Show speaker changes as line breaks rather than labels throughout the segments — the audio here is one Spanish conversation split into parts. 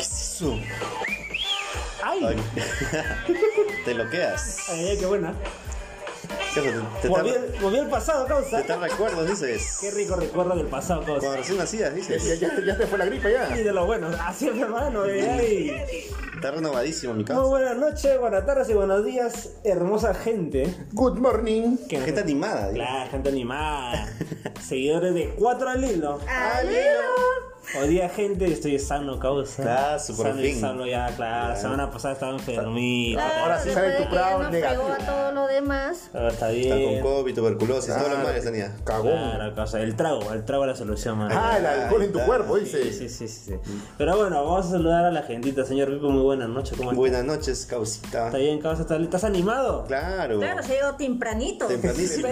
su.
¡Ay!
Ay. te bloqueas.
Ay, qué buena.
Qué rico. Te,
Volví,
te,
volví al pasado, causa.
te recuerdos, dices.
Qué rico recuerdo del pasado,
Cuando
causa.
recién nacías,
Ya, ya,
dices.
ya, ya te fue la gripa ya.
Y de lo bueno. Así es, hermano. eh, ay.
Está renovadísimo mi
Muy
casa.
buenas noches, buenas tardes y buenos días, hermosa gente.
Good morning.
Que
Gente animada. digo.
Claro, gente animada. Seguidores de 4 al hilo.
Aleo.
Hoy día, gente, estoy sano, causa.
Claro, su, por
Sano y
fin.
sano ya, claro. La semana pasada estaba enfermito.
Claro. Ahora sí sale tu
después de que
crowd
ya nos
negativo.
pegó a todo lo demás.
Ahora está
Está
bien.
con COVID, tuberculosis, todos los
Ah,
males tenía.
Cagón.
Claro, causa. El trago, el trago es la solución, mano.
Ah, el alcohol en tu
Ay,
cuerpo,
Sí,
dice.
sí, sí, sí, sí. Pero bueno, vamos a saludar a la gentita, señor Pipo. Muy buenas noches, ¿cómo estás?
Buenas noches, causita.
¿Está bien, causa? ¿Estás, estás animado?
Claro.
Claro, se llegó tempranito.
Sí,
Tempranísimo.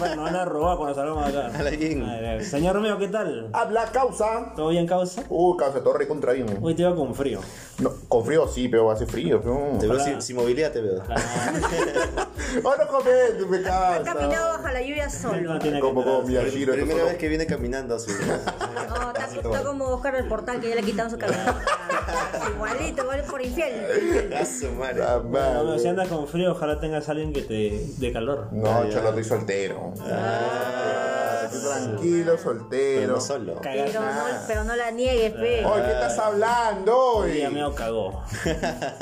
bueno, van a robar cuando salgamos de acá.
Dale bien.
A ver, a ver. Señor mío, ¿qué tal?
Habla causa.
¿Todo bien, causa?
Uh, causa, torre contra bien.
Hoy te iba con frío.
No, con frío sí, pero hace frío. Pero...
Te veo
Ojalá.
sin, sin movilidad, te veo.
Oh, no comentes, me
Ha
causa.
caminado bajo la lluvia solo.
No tiene que
Como
entrar.
como Miyashiro.
Primera
nosotros-
vez que viene caminando así.
No, está, está como Oscar del Portal, que ya le quitaron su camioneta. Igualito, vale por infiel.
A su madre.
La
No, no, si
madre.
andas con frío, ojalá tengas a alguien que te dé calor.
No, yo lo estoy soltero.
Ah,
Ah, Estoy Tranquilo,
Pero
soltero.
no solo.
Pero
Cagar.
no, pero no la pues. niegues, pe.
Ah,
Oye, ¿qué estás hablando hoy?
Ya me cagó.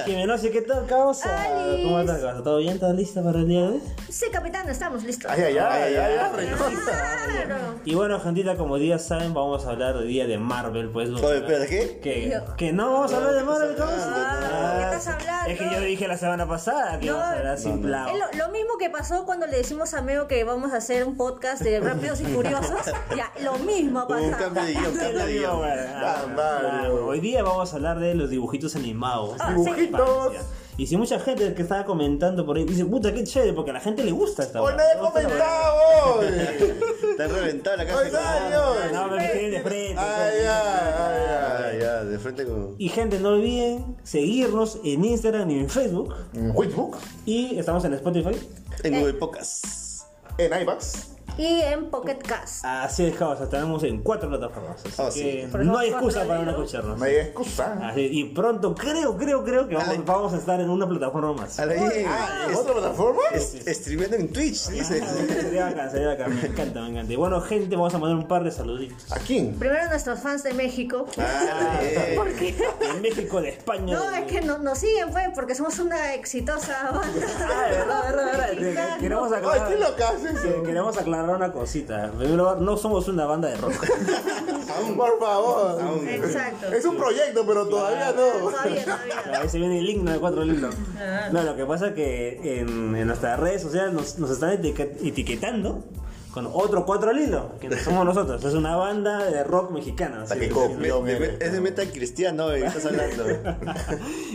Que me no sé qué tal, causa.
Alice.
¿Cómo estás, causa? ¿Todo bien? ¿Estás lista para el día de hoy?
Sí, capitán, estamos listos.
Ay, ay, ay, ay, ay, recosta.
Claro.
Y bueno, gentita, como ya saben, vamos a hablar hoy día de Marvel, pues. vamos a
Oye,
hablar-
espera, ¿qué?
Que, que no vamos a hablar de Marvel, causa.
Ah, ¿qué estás hablando?
Es que yo dije la semana pasada que
No,
vamos a hablar sin
no.
plan.
Es lo, lo mismo que pasó cuando le decimos a Meo que vamos a hacer un podcast de Rápidos y Furiosos. Ya, lo mismo ha
Hubo un cambio de
pasado.
guión, cambio de
Ah,
guión.
bueno,
Mario.
claro. Hoy día vamos a hablar de los dibujitos animados.
Ah, sí.
Dibujitos.
Y si mucha gente que estaba comentando por ahí dice, puta, qué chévere, porque a la gente le gusta esta
Hoy
hueá,
nadie
le
ha
gusta la
comentado hoy.
Te han reventado la
Hoy nadie
casa.
hoy.
hueá. No, me tienen de frente.
Ay, ay, ay,
Ah, ya, de frente con.
pues. Y gente, no olviden seguirnos en Instagram y en Facebook.
ay. En Facebook,
Y estamos en Spotify.
En
Eh.
Google Pocas.
en iBax.
Y en Pocket Cast.
Así es, chavos, estamos en cuatro plataformas. Así
Ah,
Oh,
que
sí.
no hay excusa
Cuatro,
para no
¿no?
escucharnos.
No hay excusa.
Así- y pronto, creo, creo, creo que
Ale.
vamos, vamos a estar en una plataforma más.
A la
Ah,
bien.
¿Otra plataforma? Ah.
Es- es- Streameando en Twitch, dice.
Ah, Sería acá, sería acá, me encanta, me encanta. Y bueno, gente, vamos a mandar un par de saluditos.
¿A quién?
Primero nuestros fans de México.
Ah, bien.
Porque
De México, de España.
no,
de-
es que no- nos siguen, pues, porque somos una exitosa banda.
Ah, de verdad, de verdad, de verdad. Queremos
Ay,
aclarar.
¿qué lo que haces?
que- Queremos aclarar una cosita. En primer lugar, no somos una banda de rock.
Por favor.
Exacto.
Es un proyecto, pero todavía no.
Todavía, todavía.
Ahí se viene el himno de cuatro lilos. No, lo que pasa es que en, en nuestras redes sociales nos, nos están etique- etiquetando con otro cuatro lilos, que no somos nosotros. Es una banda de rock mexicana. así
que
es.
copie.
Me- me- Es de meta cristiano, eh, estás hablando.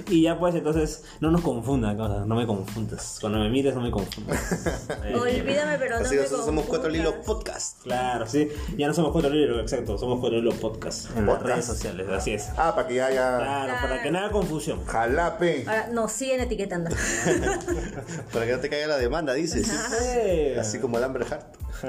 Y ya pues, entonces, no nos confundan, o sea, no me confundas. Cuando me mires, no me confundas. Eh,
Olvídame, pero no
Así
me
nosotros somos Cuatro Lilos
confundas.
Podcast.
Claro, sí. Ya no somos Cuatro Libros, exacto. Somos Cuatro Libros Podcast en las
Podcast.
redes sociales, así es.
Ah, para que haya
Claro, para que no haya confusión.
jalape.
Ahora nos siguen etiquetando.
Para que no te caiga la demanda, dices.
Eh.
Así como el Amber Heart.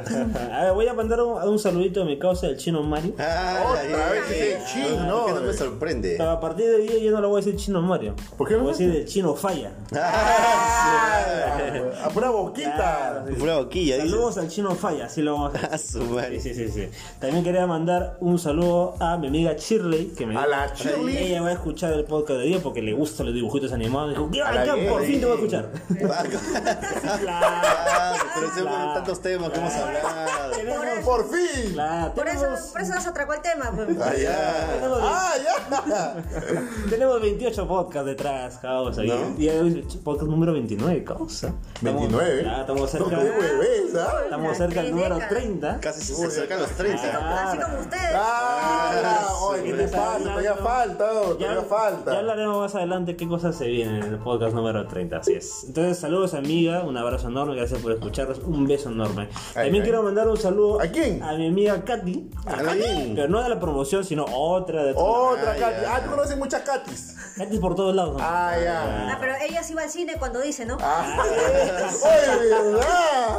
a ver, voy a mandar un, un saludito a mi causa, el chino Mario.
Ah,
Otra
ya,
vez
ya,
ese
ya.
chino,
¿Por qué no me
eh?
sorprende?
A partir de hoy día yo no le voy a decir chino Mario.
¿Por qué
Le
no?
Voy a decir el chino Falla.
Ah, A pura boquita.
Claro, sí.
Pura boquilla, dices.
Saludos al chino Falla, así lo vamos a
A su
Sí,
madre.
sí, sí, sí. También quería mandar un saludo a mi amiga Shirley, que me
A la Shirley.
Ella va a escuchar el podcast de día porque le gustan los dibujitos animados. Dijo, "Ya,
A la
ya, por
Shirley.
fin te voy a escuchar.
Ah,
Claro.
pero se fueron
Claro.
tantos temas que hemos hablado.
Tenemos-
Por fin.
claro,
Por eso,
tenemos-
por eso nos atracó el tema. pues.
Ah, ya.
tenemos
Ah, ya.
Tenemos 28 podcasts detrás, causa. Y-
¿No?
Y, el podcast número 29, causa. Estamos-
29.
Ah, estamos
No, qué
cerca.
hueves, ¿ah?
Estamos
Una
cerca del número
trideca.
30.
Casi se acercan los 30.
Así como ustedes.
Ah, oye, ¿qué te pasa? Todavía falta, oh, todavía
ya
falta.
hablaremos más adelante qué cosas se vienen en el podcast número 30, así es. Entonces, saludos amiga, un abrazo enorme, gracias por escucharnos, un beso enorme.
Ahí
También quiero mandar un saludo
¿A quién?
A mi amiga Katy.
¿A quién?
Pero no de la promoción, sino otra de
Otra
Ah,
Katy.
ya.
Ah, tú conoces muchas Katis.
Katy es por todos lados. ¿no?
Ah, ya.
Ah, pero ella sí va al cine cuando dice, ¿no?
Ah, ¡Oye, verdad!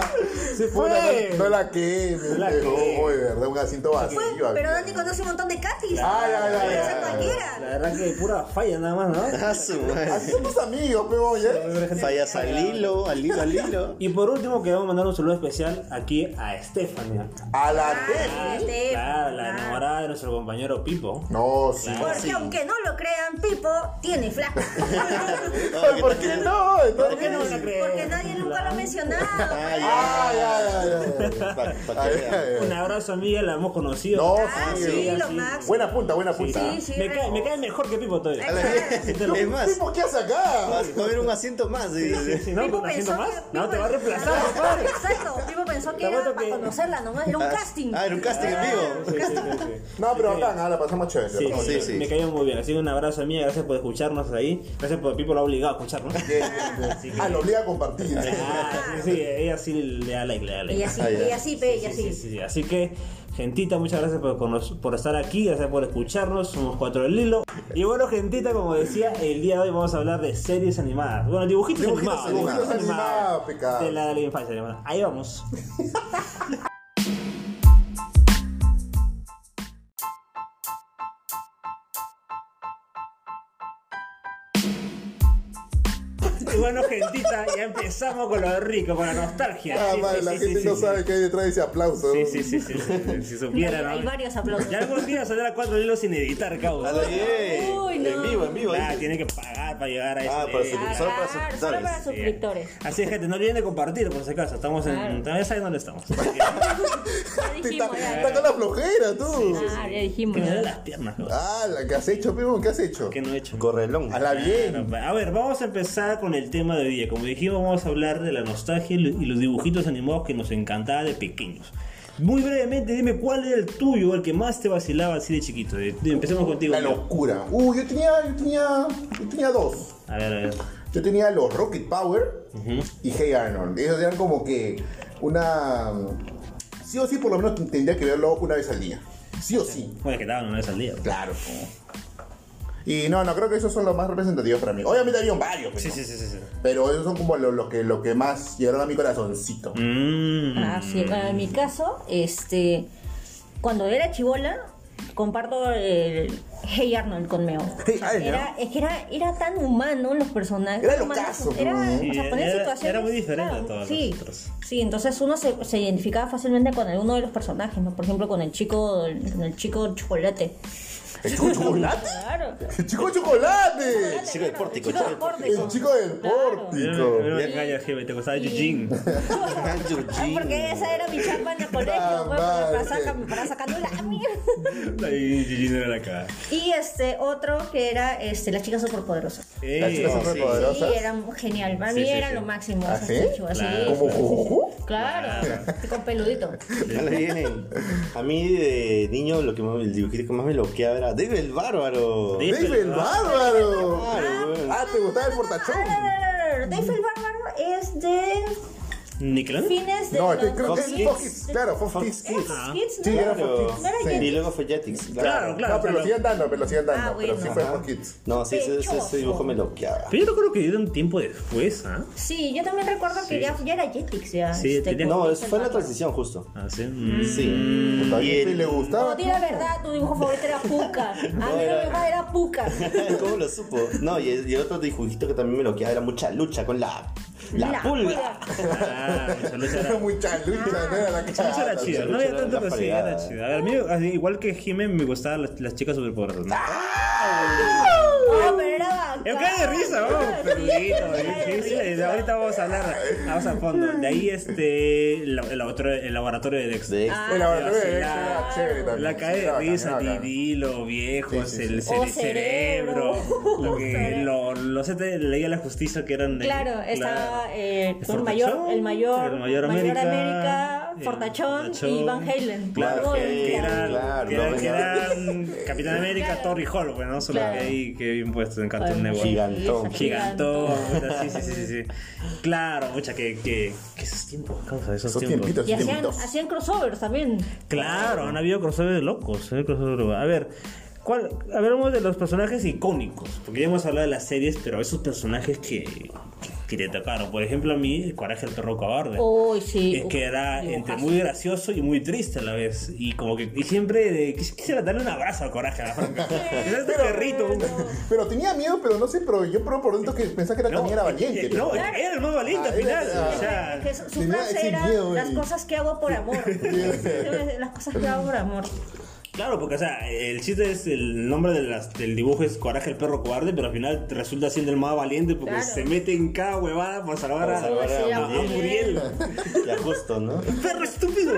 Se
Puta,
fue.
no- No la que,
la queme.
Oye, verdad, un asiento vacío.
Fue-
aquí.
pues, pero Dani conoce un montón de Katis.
Ah, ya, ya,
Pero
ya,
esa
ya.
La
cualquiera.
verdad que pura falla nada más, ¿no?
Ah, su
Así
madre.
somos amigos, pero oye.
Fallas al hilo, al hilo, al hilo.
Y por último, queremos mandar un saludo especial aquí a Stephanie.
A la
Ah,
T.
este,
Claro, la
ah.
enamorada de nuestro compañero Pipo.
No, sí.
Porque
Sí.
aunque no lo crean, Pipo tiene flaca.
Ay, ¿Por qué no? Entonces-
qué no? lo creen?
Porque nadie nunca lo ha mencionado.
Ay,
Ah, ya, ya, ya, ya.
Pa- pa'
Ay,
que vean.
ay,
Un
ay.
abrazo, amiga, la hemos conocido.
No,
Ah,
sí.
sí, lo
Oh, sí.
máximo.
Buena punta, buena punta.
Sí, sí.
me, cae, me cae mejor que Pipo todavía.
Ay,
Claro. Es más,
Pipo, ¿qué hace acá?
va a haber un asiento más. y-
Si no,
Pipo
con haciendo
pensó
más,
que-
no
Pipo-
te va a reemplazar,
Ah,
compadre.
Exacto, Pipo pensó que
Te
era
apuesto
para
que-
conocerla nomás, era un
Ah,
casting.
Ah, era un casting en vivo.
Sí, sí, sí, sí.
No, pero acá, nada, la pasamos chévere. la
Sí,
pasamos
sí,
chévere.
sí.
Me cayó muy bien, así que un abrazo mía, gracias por escucharnos ahí. Gracias por Pipo lo ha obligado a escucharnos.
Bien, bien, bien. Ah, lo obliga a compartir.
Ah, sí, sí, ella sí le da like, le da like.
Y así,
Ah, ya.
y así, pe, y
Sí,
así.
sí, sí, sí. Así que, gentita, muchas gracias por, conos- por estar aquí, gracias por escucharnos, somos cuatro del hilo. Y bueno, gentita, como decía, el día de hoy vamos a hablar de series animadas. Bueno, dibujitos,
Dibujitos
animados.
animados.
dibujitos
Animados, pecado.
De la, de la infancia, hermano. Ahí vamos. Y bueno, gentita, ya empezamos con lo rico, con la nostalgia.
Ah,
Sí,
madre,
sí,
la
sí,
gente
sí,
no
sí.
sabe qué hay detrás de ese aplauso.
Sí, sí, sí, sí, sí, sí, si supiera,
Hay-
¿no?
Hay varios aplausos.
Y algún día saldrá cuatro hilos sin editar,
Ah,
causa.
lo llegué.
Uy, no.
En vivo, en vivo.
Ah,
dice.
tiene que pagar para llegar a ese
Ah, para
nivel.
su-
Solo
Solo
para
para
Solo
suscriptores.
para suscriptores.
Así es, gente, no olviden de compartir, por si acaso. Estamos en...
Claro.
Todavía saben dónde estamos.
Ya
Te Está,
dijimos, ya.
está con la flojera, tú.
Ah, ya dijimos.
Que me da
ya.
las piernas, causa.
Ah, la que has hecho, Pipo, ¿qué has hecho?
Que no he hecho. pues,
Correlón.
A la bien.
A ver, vamos a empezar con el tema de hoy día. Como dijimos, vamos a hablar de la nostalgia y lo- y los dibujitos animados que nos encantaba de pequeños. Muy brevemente, dime cuál era el tuyo, el que más te vacilaba así de chiquito. Eh, Empecemos contigo.
La
Leo.
locura. Uh, yo tenía, yo tenía, yo tenía dos.
A ver, a ver.
Yo tenía los Rocket Power y Hey Arnold. Ellos eran como que una... Sí o sí, por lo menos tendría que verlo una vez al día. Sí o sí.
Bueno, es que daban una vez al día.
Claro. Y no, no, creo que esos son los más representativos para mí. Obviamente había varios, pero,
Sí, sí, sí, sí. sí.
pero esos son como los los que, lo que más llegaron a mi corazoncito.
Mmm,
Mm.
Ah, sí. Bueno, en mi caso, este, cuando era chivola, comparto el Hey Arnold con Meo.
Hey
O sea,
Arnold.
era, es que era, era tan humano los personajes.
Era
tan humanos.
locazo,
Era,
¿no?
o sea, ponían
Era-
situaciones-
era muy diferente
claro,
a todas las
sí,
otras.
Sí, entonces uno se, se identificaba fácilmente con alguno de los personajes, ¿no? Por ejemplo, con el chico, con el chico chocolate.
¿El chico chocolate?
Claro.
¡El chico chocolate!
El chico del pórtico,
El chico del
El chico del
Claro.
pórtico.
Era una calle LGBT, costaba Yujin.
Ay, porque esa era mi chamba en el colegio,
Ah,
pues, para,
vale.
sacar- para sacando la mierda.
Ahí Yujin era la cara.
Y este otro que era este, las chicas superpoderosas.
Las chicas
Eh,
superpoderosas.
Sí, era mu- genial. Para
Sí,
mí
sí,
era
sí.
lo máximo.
¿Ah,
esas
sí?
chichas, sí?
Claro.
¿Como jujuju?
Claro. Y Con peludito.
A la bien. A mí de niño lo que más- el dibujito que más me loqueaba era David el bárbaro.
Sí.
¡Dave el bárbaro!
Claro, güey.
Ah, ¿te gustaba el portachón?
Dave el Bárbaro es de
¿Nickelodeon?
fines de
No,
los...
este creo que
Fox
es
Kids.
Fox Kids. Claro, Fox
Fox
Kids.
Kids.
¿Esos
Ah.
kids, no?
Sí, era
Claro.
Fox
No era
Sí.
Jetix.
Y luego fue Jetix.
Claro, claro.
No, pero lo siguen dando, pero lo siguen dando.
Ah,
Pero sí
bueno.
fue Fox
Ah.
Kids.
No, sí, ese, ese- ese dibujo me loqueaba.
Pero yo creo que dieron tiempo después, ¿ah?
Sí, yo también recuerdo que ya, ya era Jetix. Ya, este,
Sí, tenía-
No,
como
es- fue en la
Bárbaro.
transición justo.
Ah, sí. Mm.
Sí.
Puta, ¿a
Y
quién le
el...
No,
gustaba?
di la verdad, tu dibujo favorito era Puka. A mí no
era-
me gustaba, era Puka.
¿Cómo lo supo? No, y, el- y el otro dibujito que también me loqueaba era mucha lucha con la, la,
La
pulga.
Ah, mucha lucha era-
Era muy chalucha, no era la que
mucha era chido, no
Lucha
había
era
tanto
la
que sí, era
fregada.
chido. A ver, a mí, así, igual que Jimen, me gustaban las, las chicas superpoderosas.
No, pero era bacán.
Yo caí de risa, vamos.
Sí,
Perdido,
me caí de
sí, sí,
risa.
Ahorita vamos a hablar, vamos a fondo. De ahí este, el, el otro- el laboratorio de Dex.
De
Ah,
Era
sí,
bárbaro,
la-
era chévere también.
La cae
Sí,
de
era bacán,
risa,
era bacán.
Didilo, viejos,
Sí, sí, sí.
el,
O
cere- cerebro,
cerebro.
lo que, lo, los E de la Liga de la Justicia que eran... de-
Claro, estaba eh,
El
el mayor,
Fortachón,
el mayor,
el Mayor América, eh,
era Fortachón y Van Halen.
Claro,
Claro,
Que
Claro, claro,
eran, que eran-
no,
que eran Capitán América, Thor y Hulk, pues, ¿no? Solo
Claro.
que ahí que bien puesto en Cartoon
Ay,
Network.
sí,
Gigantón.
sí,
Gigantón, puta, sí, sí, sí, sí, sí. Claro, mucha que, que, que esos tiempos, causa, esos,
Esos
tiempos.
tiempitos,
Y
esos
hacían,
tiempitos.
hacían crossovers también.
Claro, han habido crossover de locos, eh, crossover de locos. A ver, ¿cuál, a ver, uno de los personajes icónicos, porque ya hemos hablado de las series, pero esos personajes que, que, que te tocaron. Por ejemplo, a mí, el coraje del perro cobarde.
Uy, Oh, sí.
Es que era
Uf,
entre
dibujazo.
muy gracioso y muy triste a la vez. Y como que y siempre de- quis- quisiera darle un abrazo a Coraje, la franca. Era este perrito.
Pero tenía miedo, pero no sé, pero yo pero por dentro que pensaba que era, también era
eh,
valiente.
No, era el más valiente
Ah,
al final.
era-
o sea,
Que su su
Tenía
frase
ese
era
miedo,
las
eh.
cosas que hago por amor. las cosas que hago por amor.
claro, porque o sea, el chiste es el nombre de las- del dibujo es Coraje el perro cobarde, pero al final resulta siendo el más valiente porque
Claro.
se mete en cada huevada por salvar
Por
a,
salvar a
a- a
Muriel.
Muriel.
Ya justo, ¿no?
¡Perro estúpido!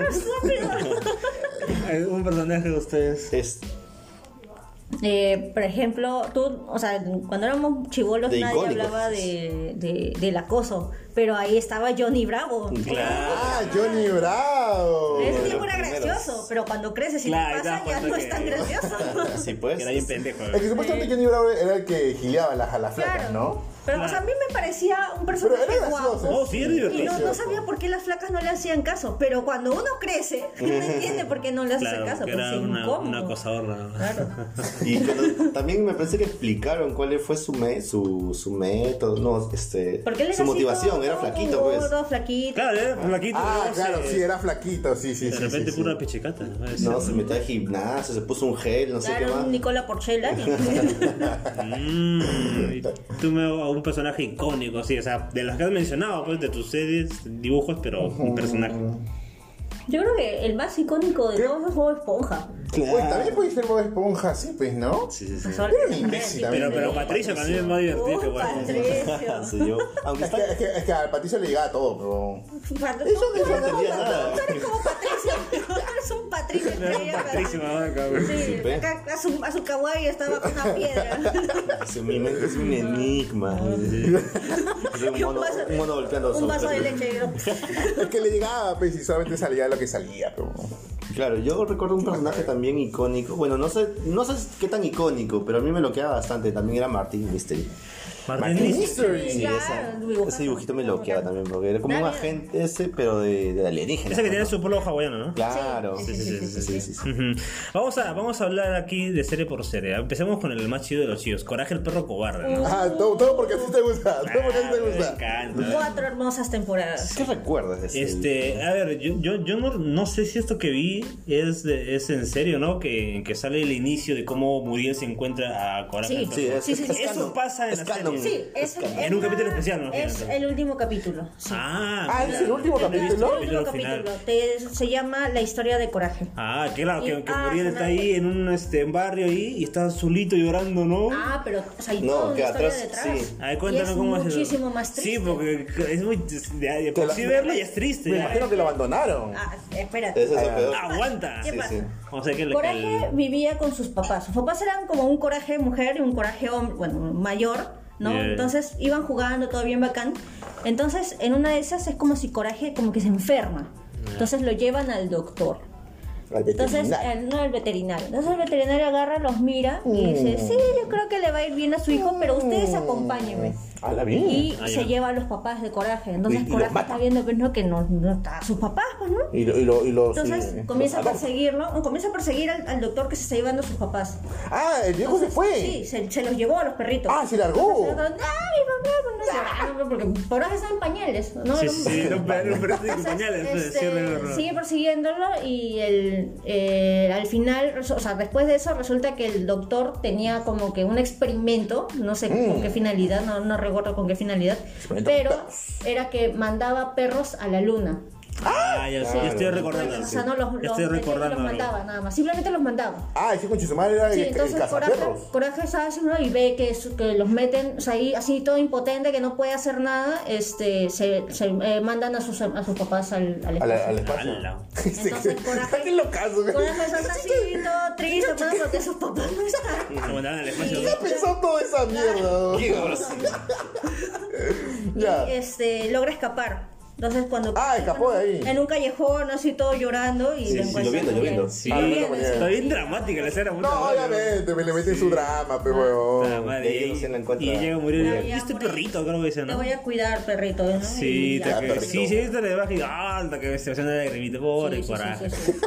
Un personaje de ustedes.
Es
Eh, por ejemplo, tú, o sea, cuando éramos chivolos
De
nadie
icónicos.
hablaba de, de- del acoso, pero ahí estaba Johnny Bravo.
claro.
Ah, Johnny Bravo.
Ese
los
tipo era
primeros.
gracioso, pero cuando creces y
Claro,
te
ya
pasa ya
cuando
no
que-
es tan gracioso.
Así pues.
Que era bien pendejo. eh.
Es que supuestamente Johnny Bravo era el que gileaba las, a las flacas,
claro.
¿no?
Pero o sea, a mí me parecía un personaje
Pero era gracioso.
guapo.
Oh, sí, es
Y
divertido.
no, no sabía por qué las flacas no le hacían caso, pero cuando uno crece, uno entiende por qué no le hacen
Claro,
caso,
que
porque
era
es
una,
incómodo.
una acosadora. ¿no?
Y cuando- también me parece que explicaron cuál fue su, me- su, su método, no, este,
Porque él era
su
así
motivación,
todo-
era
todo
flaquito,
gordo,
pues.
flaquito.
Claro, era flaquito.
Ah,
luego
claro,
se-
sí, era flaquito, sí, sí,
De
sí.
repente
sí, sí.
pura pechicata. ¿no? Es
pues, No,
cierto.
se metió al gimnasio, se puso un gel, no sé qué
Claro,
más.
un Nicola Porchela. pues,
Mm, y tú me a un personaje icónico, sí, o sea, de los que has mencionado, pues, de tus series, dibujos, pero un personaje.
Yo creo que el más icónico de
¿Qué?
todos es Bob Esponja.
Oye, también puede ser Bob Esponja, sí, pues, ¿no?
Sí, sí, sí.
Era un imbécil
Pero, pero
también.
Patricia también es más divertido que
Oh,
bueno.
Patricio.
Sí, yo- Aunque
Es
está.
que, es, que, es que al Patricio le llegaba todo,
Cuando-
Eso no
tú eres como-
entendía nada.
Tú eres como Patricio. Tú eres un Patricio.
Era un Patricio, mamá, cabrón.
Sí,
ve.
acá a su, a su kawaii estaba con una piedra.
su- Mi mente es un enigma. Es un
Y un
mono,
vaso-
un mono golpeando
un
su-
vaso de leche. yo.
pero. Es que le llegaba, pues, y solamente salía lo que salía, pero.
Claro, yo recuerdo un personaje también icónico. Bueno, no sé, no sé qué tan icónico, pero a mí me lo queda bastante. También era Martin Mystery.
Martín Liz.
Sí,
Claro,
esa-
dibujazo.
ese dibujito me loqueaba también, porque era como un
Claro.
agente ese, pero de, de alienígena.
Esa que tiene
¿no?
su polo hawaiano, ¿no?
Claro.
Sí, sí, sí, sí,
sí, sí.
Ujú. Vamos a, vamos a hablar aquí de serie por serie. Empecemos con el más chido de los chidos, Coraje el perro cobarde, ¿no?
Ah, todo, todo porque así te gusta, todo porque así te
me
gusta.
encanta.
Cuatro hermosas temporadas.
¿Qué recuerdas de ese?
Este, a ver, yo, yo, yo no, no sé si esto que vi es, de- es en serio, ¿no? Que, que sale el inicio de cómo Muriel se encuentra a Coraje.
Sí.
el
Sí,
perro.
es,
Sí, sí, sí.
es
Eso
canon.
pasa en
Es
la
canon.
Sí, es,
canon.
es
En un
la-
capítulo especial, ¿no?
Es el último capítulo. sí.
Ah,
Ah, es el último
no he visto
capítulo.
el
El último capítulo.
final.
Te- se llama La historia de coraje.
Ah, que claro, que, que
Ah,
Muriel está ahí en un este, en barrio ahí y está solito llorando, ¿no?
Ah, pero o sea, hay
No,
toda una
que
historia
atrás,
detrás.
sí.
A ver,
Y
cuéntanos
es
cómo es eso.
muchísimo más triste.
Sí, porque es muy. de- de- por
la-
sí verlo ya es triste.
Me
ya.
imagino que lo abandonaron.
Ah, espérate.
Ese es el peor.
Aguanta.
¿Qué
Sí,
pasa?
sí.
O sea que el-
Coraje
el-
vivía con sus papás. Sus papás eran como un coraje mujer y un coraje hombre, bueno, mayor, ¿no?
Yeah.
Entonces iban jugando, todo bien bacán. Entonces, en una de esas es como si coraje como que se enferma.
Ah.
Entonces lo llevan al doctor.
Al
Entonces,
veterinario.
eh, no al veterinario. Entonces el veterinario agarra, los mira y dice,
Mm.
sí, yo creo que le va a ir bien a su hijo, pero ustedes acompáñenme.
A la bien.
Y
Ah, ya.
se lleva a los papás de coraje. Entonces
Y- y los
coraje
mata.
está viendo pues, ¿no? que no, no está a sus papás, pues, ¿no?
Y, lo, y, lo, y los.
Entonces
eh,
comienza a
los adopta.
perseguirlo, o comienza a perseguir al, al doctor que se está llevando a sus papás.
Ah, el viejo se fue.
Sí, se, se los llevó a los perritos.
Ah, se largó.
Entonces, ¡Ay, papá! Porque por ahora están en pañales, ¿no?
Sí, sí, sí, no, pero- pero sí, con
Entonces,
pañales,
este,
sí, no, no.
sigue persiguiéndolo y el, eh, al final, o sea, después de eso resulta que el doctor tenía como que un experimento, no sé con qué finalidad, no, no recuerdo con qué finalidad,
Mm. Experimento
pero
con perros.
era que mandaba perros a la luna.
Ah, ya, sí, ya estoy
Claro.
recordando.
O sea, no los,
Ya
los,
estoy
metía y
recordando.
los
algo.
mandaba nada más, simplemente los mandaba.
Ah, ese con madre era el,
Sí,
el
entonces Coraje,
cazaperros.
Coraje está haciendo y ve que, su- que los meten o sea, ahí así todo impotente, que no puede hacer nada, este, se, se, eh, mandan a sus, a sus papás al, al
Al,
espacio.
al espacio.
Ala.
Entonces, Coraje-
Qué locazo, güey.
Coraje está así todo triste, pues, porque sus papás no están.
Se mandaban al espacio.
Sí.
¿Qué pensó toda esa mierda? güey?
Y,
Ya.
este, logra escapar. Entonces cuando...
Ah, escapó de ahí.
En un callejón, así todo llorando y...
Sí,
lo
sí,
encuentran
lloviendo,
también.
lloviendo.
Sí,
Ah,
bien,
está bien dramática la escena. puta
No,
madre.
obviamente, me le meten su drama, pero
Puta
huevón.
madre,
Ellos se la
y,
encuentran.
y llega a morir.
La
¿Y
voy a
este
morir.
perrito creo que dice,
Te
¿no?
voy a cuidar, perrito, ¿no?
Sí,
Y ya.
te-
perrito.
sí, sí, esta le baja y ah, la que se hace una lagrimita por
Sí,
el
sí,
coraje.
sí, sí, sí.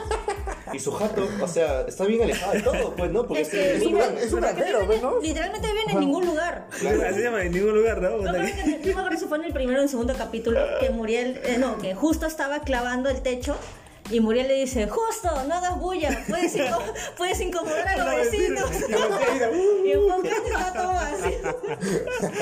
Y su jato, o sea, está bien alejado de todo, pues, ¿no? Porque
Es que
es
Es un,
un
gran- es un granjero, ¿ves, no?
Literalmente viven en ningún lugar.
Así se llama en ningún lugar, ¿no?
Yo creo que- yo me acuerdo que se fue en el primero o en el segundo capítulo que Muriel, eh, no, que justo estaba clavando el techo y Muriel le dice, justo, no hagas bulla, puedes, inco- puedes incomodar a los vecinos.
Y la vecina,
y el podcast está todo así.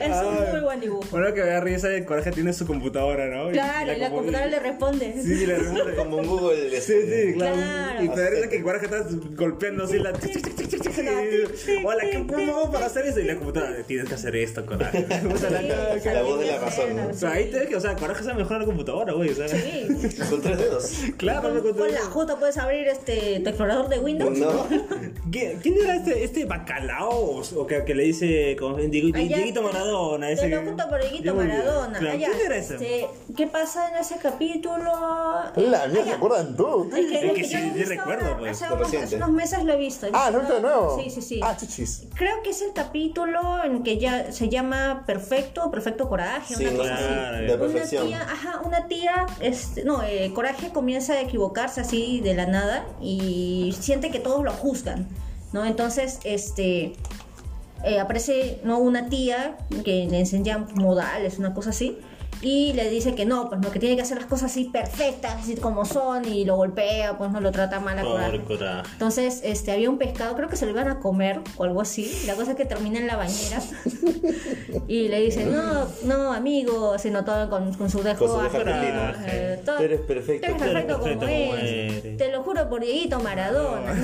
es un muy buen dibujo.
Bueno, que me da risa el coraje tiene su computadora, ¿no?
Claro, y la computadora le responde.
Sí, sí, le
Google, como un Google.
Sí, sí, claro.
Claro.
Y me da risa que el coraje está golpeando así la. Hola, ¿qué- ¿cómo hago para hacer eso? Y la computadora, tienes que hacer esto, coraje. O sea, la-
Sí,
La voz de la razón, ¿no?
o sea, ahí te ves que, o sea, coraje sabe mejorar la computadora, güey. O sea,
Sí.
este, Con tres dedos.
claro, me
Con,
contó.
con la J puedes abrir este tu explorador de Windows.
No.
¿Qué- ¿Quién era este, este bacalao o que, que le dice como, Diego-
Allá-
Dieguito Maradona? Ese
Te lo
que-
junto por Dieguito
Yo me olvidé.
Maradona.
Claro,
Allá,
¿Quién era ese?
este, ¿Qué pasa en ese capítulo?
La mierda, ¿se acuerdan tú?
Es que,
Es que
yo
sí,
lo he
sí
visto
recuerdo,
ahora,
pues,
hace,
lo
unos,
reciente.
hace unos meses lo he visto. he
Ah, ¿lo
visto-
viste de nuevo?
Sí, sí, sí.
Ah, chichis.
Creo que es el capítulo en que ya se llama Perfecto o Perfecto Coraje,
Sí,
una
no,
cosa así.
de
Una
perfección.
tía, ajá, una tía, este, no, eh, Coraje comienza a equivocarse así de la nada y siente que todos lo juzgan, ¿no? Entonces, este, eh, aparece, ¿no? Una tía que le enseña modales, una cosa así, y le dice que no, pues no, que tiene que hacer las cosas así perfectas, así como son, y lo golpea, pues no lo trata mal a Coraje.
Por coraje.
Entonces, este, había un pescado, creo que se lo iban a comer o algo así. La cosa es que termina en la bañera. y le dice, no, no, amigo, sino todo con, con su dejo.
Con su dejo
argentino.
argentino.
Eh, todo-
Tú eres perfecto,
tú eres
tú eres
perfecto
perfecto
como
como
eres.
eres.
Te lo juro por Dieguito Maradona.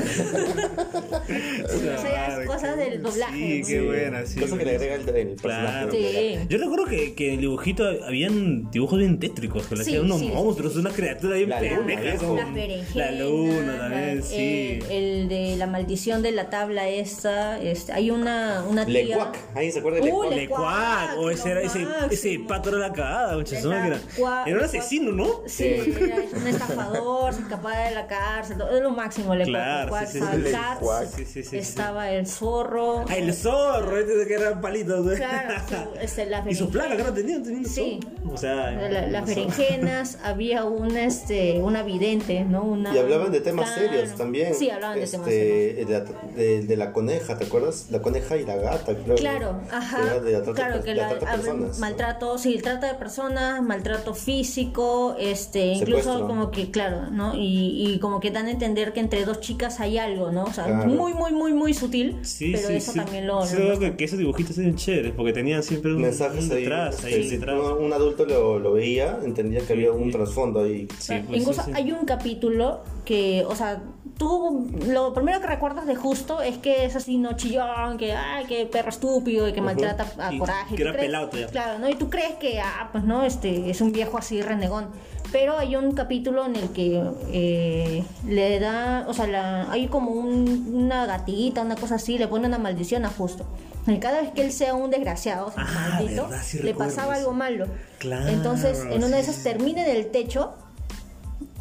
o sea, es cosas del doblaje,
Sí,
¿no?
qué buena, sí.
Cosa que le agrega el, el personaje.
Claro.
Sí.
Yo recuerdo que, que en el dibujito habían dibujos bien tétricos, que le
Sí,
hacían unos
sí.
monstruos, unas criaturas bien
La luna,
pendejas.
viejo.
como-
Las berenjenas.
La luna también,
la-
sí.
El, el de la maldición de la tabla esa. este, hay una, una tía.
Lecuac. ¿Alguien se acuerda de Lecuac?
Uy, Uh, le-
Lecuac, o ese, era, ese,
Lo
ese
máximo.
pato era la cagada, muchachos. ¿no? Que era,
Lecuac,
era un
Lecuac.
asesino, ¿no?
Sí, era un estafador, se escapaba de la cárcel, todo- es lo máximo, le
Claro,
cuac,
sí, sí,
cuac,
sí.
cuac,
Cuac.
Sí, sí, sí, sí.
estaba el zorro,
Ah, el zorro, este que eran palitos. ¿no?
claro, su- este, las
y sus planos que no tenían,
berenjenas,
tenían
Sí.
zorro. O sea,
la- las
un zorro.
berenjenas, había un este, una vidente, ¿no? Una,
Y hablaban de temas
Claro.
serios también.
Sí, hablaban de temas serios.
Este, de la- De, de la coneja, ¿te acuerdas? La coneja y la gata, creo.
Claro, ajá.
Era de la trata,
claro, que
de
la,
la trata de
hab-
personas.
maltrato, sí, trata de personas, maltrato físico, este, incluso
Secuestro.
como que, claro, ¿no? Y, y como que dan a entender que entre dos chicas hay algo, ¿no? O sea,
Claro.
muy, muy, muy, muy sutil,
Sí,
pero
sí,
eso
sí.
también lo...
Sí,
lo-
creo que, que esos dibujitos eran chéveres porque tenían siempre un,
Mensajes
un
ahí.
Mm, detrás,
este,
ahí
si
detrás.
un, un adulto lo, lo veía, entendía que había un trasfondo ahí.
Sí, pues,
Incluso
sí, sí.
hay un capítulo que, o sea, tú lo primero que recuerdas de justo es que es así, no chillón, que, ay, que perro estúpido y que maltrata a
Y
coraje.
que
¿Tú
era
crees?
pelado todavía.
Claro, ¿no? Y tú crees que, ah, pues no, este es un viejo así renegón. Pero hay un capítulo en el que eh, le da, o sea, la- hay como un- una gatita, una cosa así, le pone una maldición a justo. Y cada vez que él sea un desgraciado, o sea,
Ah,
maldito,
verdad, sí
le
recuerdo
pasaba
eso.
algo malo.
Claro,
Entonces, en una de
sí,
esas
sí.
termina en el techo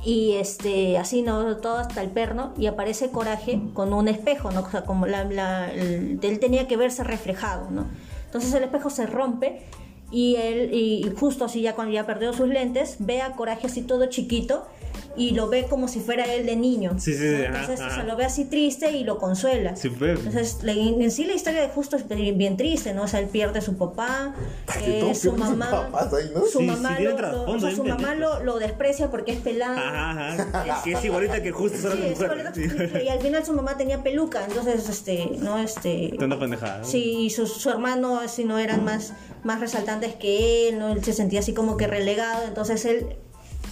y este, así, ¿no? Todo hasta el perno. Y aparece Coraje con un espejo, ¿no? O sea, como la, la- el- él tenía que verse reflejado, ¿no? Entonces el espejo se rompe y él, y, y justo así ya cuando ya perdió sus lentes, ve a Coraje así todo chiquito y lo ve como si fuera él de niño.
Sí, sí, sí,
¿no?
ajá,
Entonces, o sea,
ajá.
lo ve así triste y lo consuela.
Sí, fue.
Entonces, la- en sí la historia de Justo es bien bien triste, ¿no? O sea, él pierde a su papá,
Que
eh,
todo
su
pierde su
mamá,
papás ahí, ¿no?
su
Sí,
mamá,
sí, tiene
lo, lo-
trasfondo ¿eh?
o sea,
bien
su mamá
pendejo.
lo, lo desprecia porque es pelado.
Ajá, ajá. que es igualita que justo
Sí,
solo que
es
mujer.
igualito
Sí.
que- Y al final su mamá tenía peluca, entonces, este, no, este...
Tanta pendejada. ¿no?
Sí, y su, su hermano así no eran más, más resaltantes que él, ¿no? Él se sentía así como que relegado, entonces él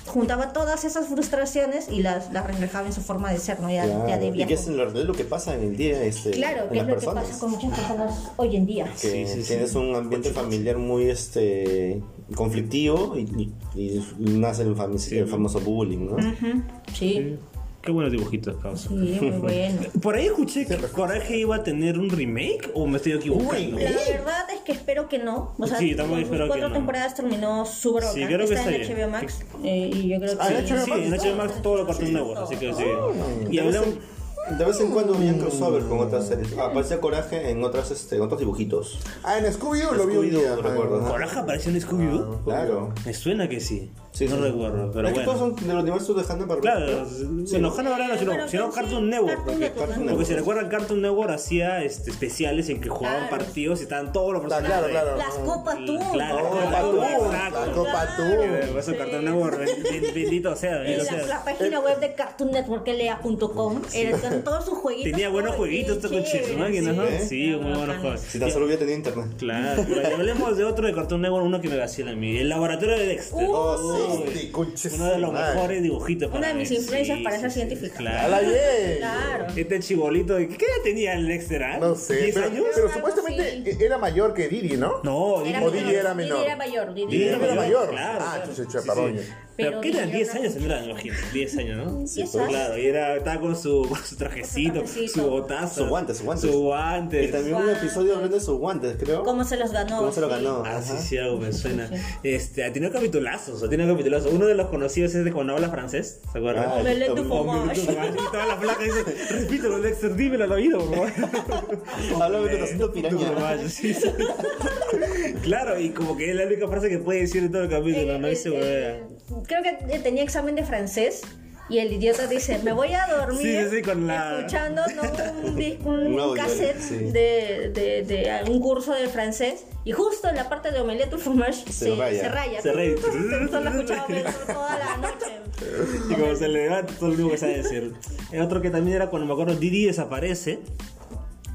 juntaba todas esas frustraciones y las, las reflejaba en su forma de ser, ¿no? Ya, ya de
Claro. Y
viejo.
que es en realidad lo que pasa en el día este,
Claro,
en
que es
las
lo que
personas.
pasa con muchas personas hoy en día.
que
Sí, sí, sí.
tienes un ambiente familiar muy este conflictivo y, y- y nace el, fami- el famoso bullying, ¿no?
Sí,
Qué buenos dibujitos, causa.
sí, muy bueno.
Por ahí escuché que Coraje iba a tener un remake o me estoy equivocando.
Uy,
La verdad es es que espero que no. O sea,
Sí, yo también
con
espero que
cuatro
no.
temporadas terminó su broca.
Sí, creo que
está en
está
HBO
bien.
Max. eh, y yo creo que
Ah,
sí.
en HBO
Sí, en HBO Max todo lo Cartoon Network, así que sí. Y
de, vez
hablamos.
en, de vez en cuando había crossover con otras series. Ah, Aparecía Coraje en otras, este, en otros dibujitos.
Ah, en Scooby-Doo lo vi un día. Ah,
Scooby-Doo, recuerdo.
man.
¿Coraje apareció en Scooby-Doo?
Claro.
Me suena que sí.
Sí,
no
sí.
recuerdo, pero
es que
bueno.
todos son del universo de Hanna Barbera.
Claro, se enojan ahora no, sino,
Pero
sino
sí,
Cartoon Network.
Cartoon
Porque,
Network,
Cartoon
porque
Network.
se recuerda que Cartoon Network hacía este, especiales en que jugaban
Claro.
partidos y estaban todos los personajes.
claro, claro.
Las copas tú.
Claro,
Oh,
Copa
Copa
Tú,
Tú,
exacto.
la Copa Tú.
Por eso Cartoon Network, ben- ben- bendito sea,
Y
bendito
la,
sea.
la página web de Cartoon Network LA.com eran todos sus jueguitos.
Tenía buenos
todo,
jueguitos
sí,
esto con
chévere,
Chismáquina, ¿no?
sí.
Sí, muy buenos
bacán.
juegos.
Si tan solo hubiera tenido internet.
Claro, pero ya hablemos de otro de Cartoon Network, uno que me vacila a mí. El laboratorio de Dexter.
Uh,
Oh, sí,
Uy,
sí, conches.
uno de los
madre.
mejores dibujitos para
Una de mis
mí.
influencias para ser científica.
A
Claro.
la Yay.
Claro.
Este chibolito, de- ¿qué edad tenía el Dexter? ah?
No sé,
¿Diez
pero,
años?
pero
Algo
supuestamente e-, era mayor que Didi, ¿no?
No,
Era
digo,
O Didi
menor,
era menor.
era mayor. Didi
Didi
era
era
mayor.
mayor.
Claro,
Ah,
claro.
chucha, chaparroño.
Pero,
Pero
que eran
dije,
10
ahora-
años, tendrán, imagino. 10 años, ¿no?
Sí, pues.
Claro, y era, estaba con su, con su trajecito,
Con su trajecito.
su botazo.
Sus guantes, sus guantes.
Su
Y
guante.
también un episodio hablando de sus guantes, creo.
¿Cómo se los ganó?
¿Cómo se lo
Sí.
ganó?
Ah, sí,
Ajá.
sí, algo me suena. Este, ha tenido capitulazos, ha tenido capitulazos. Uno de los conocidos es de cuando habla francés, ¿se acuerdan? Oh,
Ah,
Omelette du
Hombre,
fromage.
tú, man, Y toda la placa dice, repítelo, Dexter, dímelo al oído, por favor.
Háblame con acento piraña.
Fromage, sí, sí. Claro, y como que es la única frase que puede decir en todo el capítulo, no
Eh,
dice
eh,
huevea.
Creo que eh, tenía examen de francés y el idiota dice, me voy a dormir
Sí, sí, sí, con la-
escuchando ¿no? un, dis- un
Un audio,
cassette
sí.
de, de, de algún curso de francés y justo en la parte de omelette au fromage se,
raya.
se raya.
Se raya.
Solo escuchaba omelette toda la noche.
Y como se le va todo lo único que sabe decir. El otro que también era cuando me acuerdo, Didi desaparece.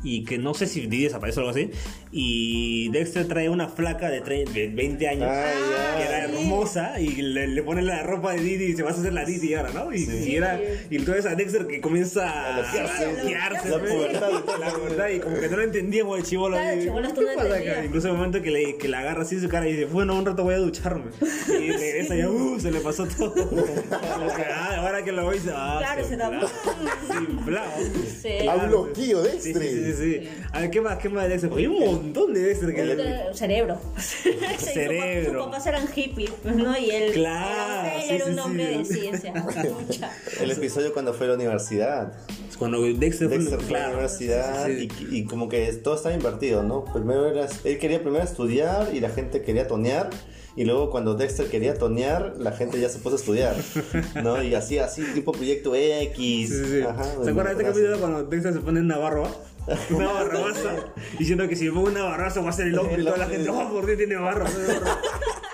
Y que no sé si Didi desaparece o algo así. Y Dexter trae una flaca de, tre- de 20 años.
Ay,
que
ay.
era hermosa. Y le, le pone la ropa de Didi y se va a hacer la Didi ahora, ¿no? Y, y era, y entonces a Dexter que comienza a
Aloquearse.
aloquearse,
La
¿no?
pubertad.
La pubertad. Y como que no lo entendíamos de chivolo.
Claro,
y-
chibolas tú
¿qué
no
pasa acá?
entendías.
Incluso el momento que, le, que la agarra así en su cara y dice, bueno, un rato voy a ducharme. Y regresa y uh, se le pasó todo. Como que, ah, ahora que lo veis, ah,
Claro, se da-
inflaba. Se inflaba.
Sí.
A un loquillo de
Sí, sí,
este.
sí,
Dexter.
sí. A ver, ¿qué más? ¿Qué más de Dexter? Porque Hay un montón de Dexter que le...
Eh, Cerebro. Sus
Cerebro.
papás eran hippies, ¿no? Y él
Claro,
él
sí,
era
sí,
un
sí.
hombre de ciencia. Mucha.
El episodio cuando fue a la universidad.
Cuando Dexter, fue-
Dexter fue a la
claro.
universidad
Sí, sí, sí.
Y, y como que todo estaba invertido, ¿no? Primero era- él quería primero estudiar y la gente quería tonear. Y luego cuando Dexter quería tonear, la gente ya se puso a estudiar, ¿no? Y así, así, tipo proyecto X.
Sí, sí, sí.
Ajá,
¿Se acuerdan de este
cosas.
capítulo cuando Dexter se pone una barba? Una barbaza. diciendo que si me pongo una barbaza va a ser el hombre. Y toda la gente, oh, ¿por qué tiene barba?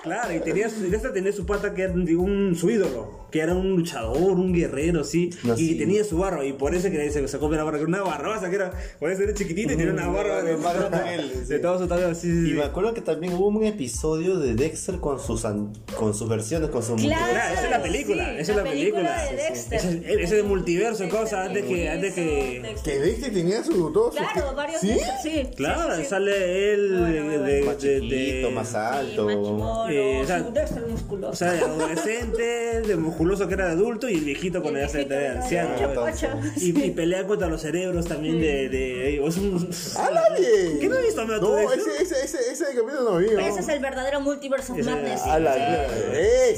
Claro, y tenía su, y hasta tenía su pata que era un, su ídolo, que era un luchador, un guerrero, sí.
No,
y
sí.
tenía su barba, y por eso que se sacó la barba, que era una barbaza, que era, por eso era chiquitito y tenía una barba de,
Mm, Más grande que él, sí.
de todo su tamaño, sí, sí,
Y
sí.
me acuerdo que también hubo un episodio de Dexter con sus, an- con sus versiones, con sus...
Claro,
esa es la película,
sí,
esa es la película.
de Dexter.
Ese es- ese es el multiverso, cosa, antes que-
Multiverso,
antes que-
Dexter.
Que Dexter tenía su. Todo su-
Claro, varios.
¿Sí?
Dexter, sí.
Claro,
sí, sí, sí.
sale él
Bueno, bueno, bueno.
de-
Más
de- de-
chiquito, más alto.
Sí, macho,
Eh,
no,
o sea,
su Dexter
O
musculoso.
sea, de adolescente, de musculoso que era de adulto y el viejito cuando
El
ya se
viejito
de
era de
anciano.
ocho,
pues.
ocho.
Y, y pelea contra los cerebros también de. de es un-
¡A la Yay.
¿Qué no he visto, amigo, tú,
No,
Dexter?
ese, ese, ese, ese capítulo no vi. ¿no?
Ese es el verdadero multiverso of
Ese-
madness.
A la Yay. Ese,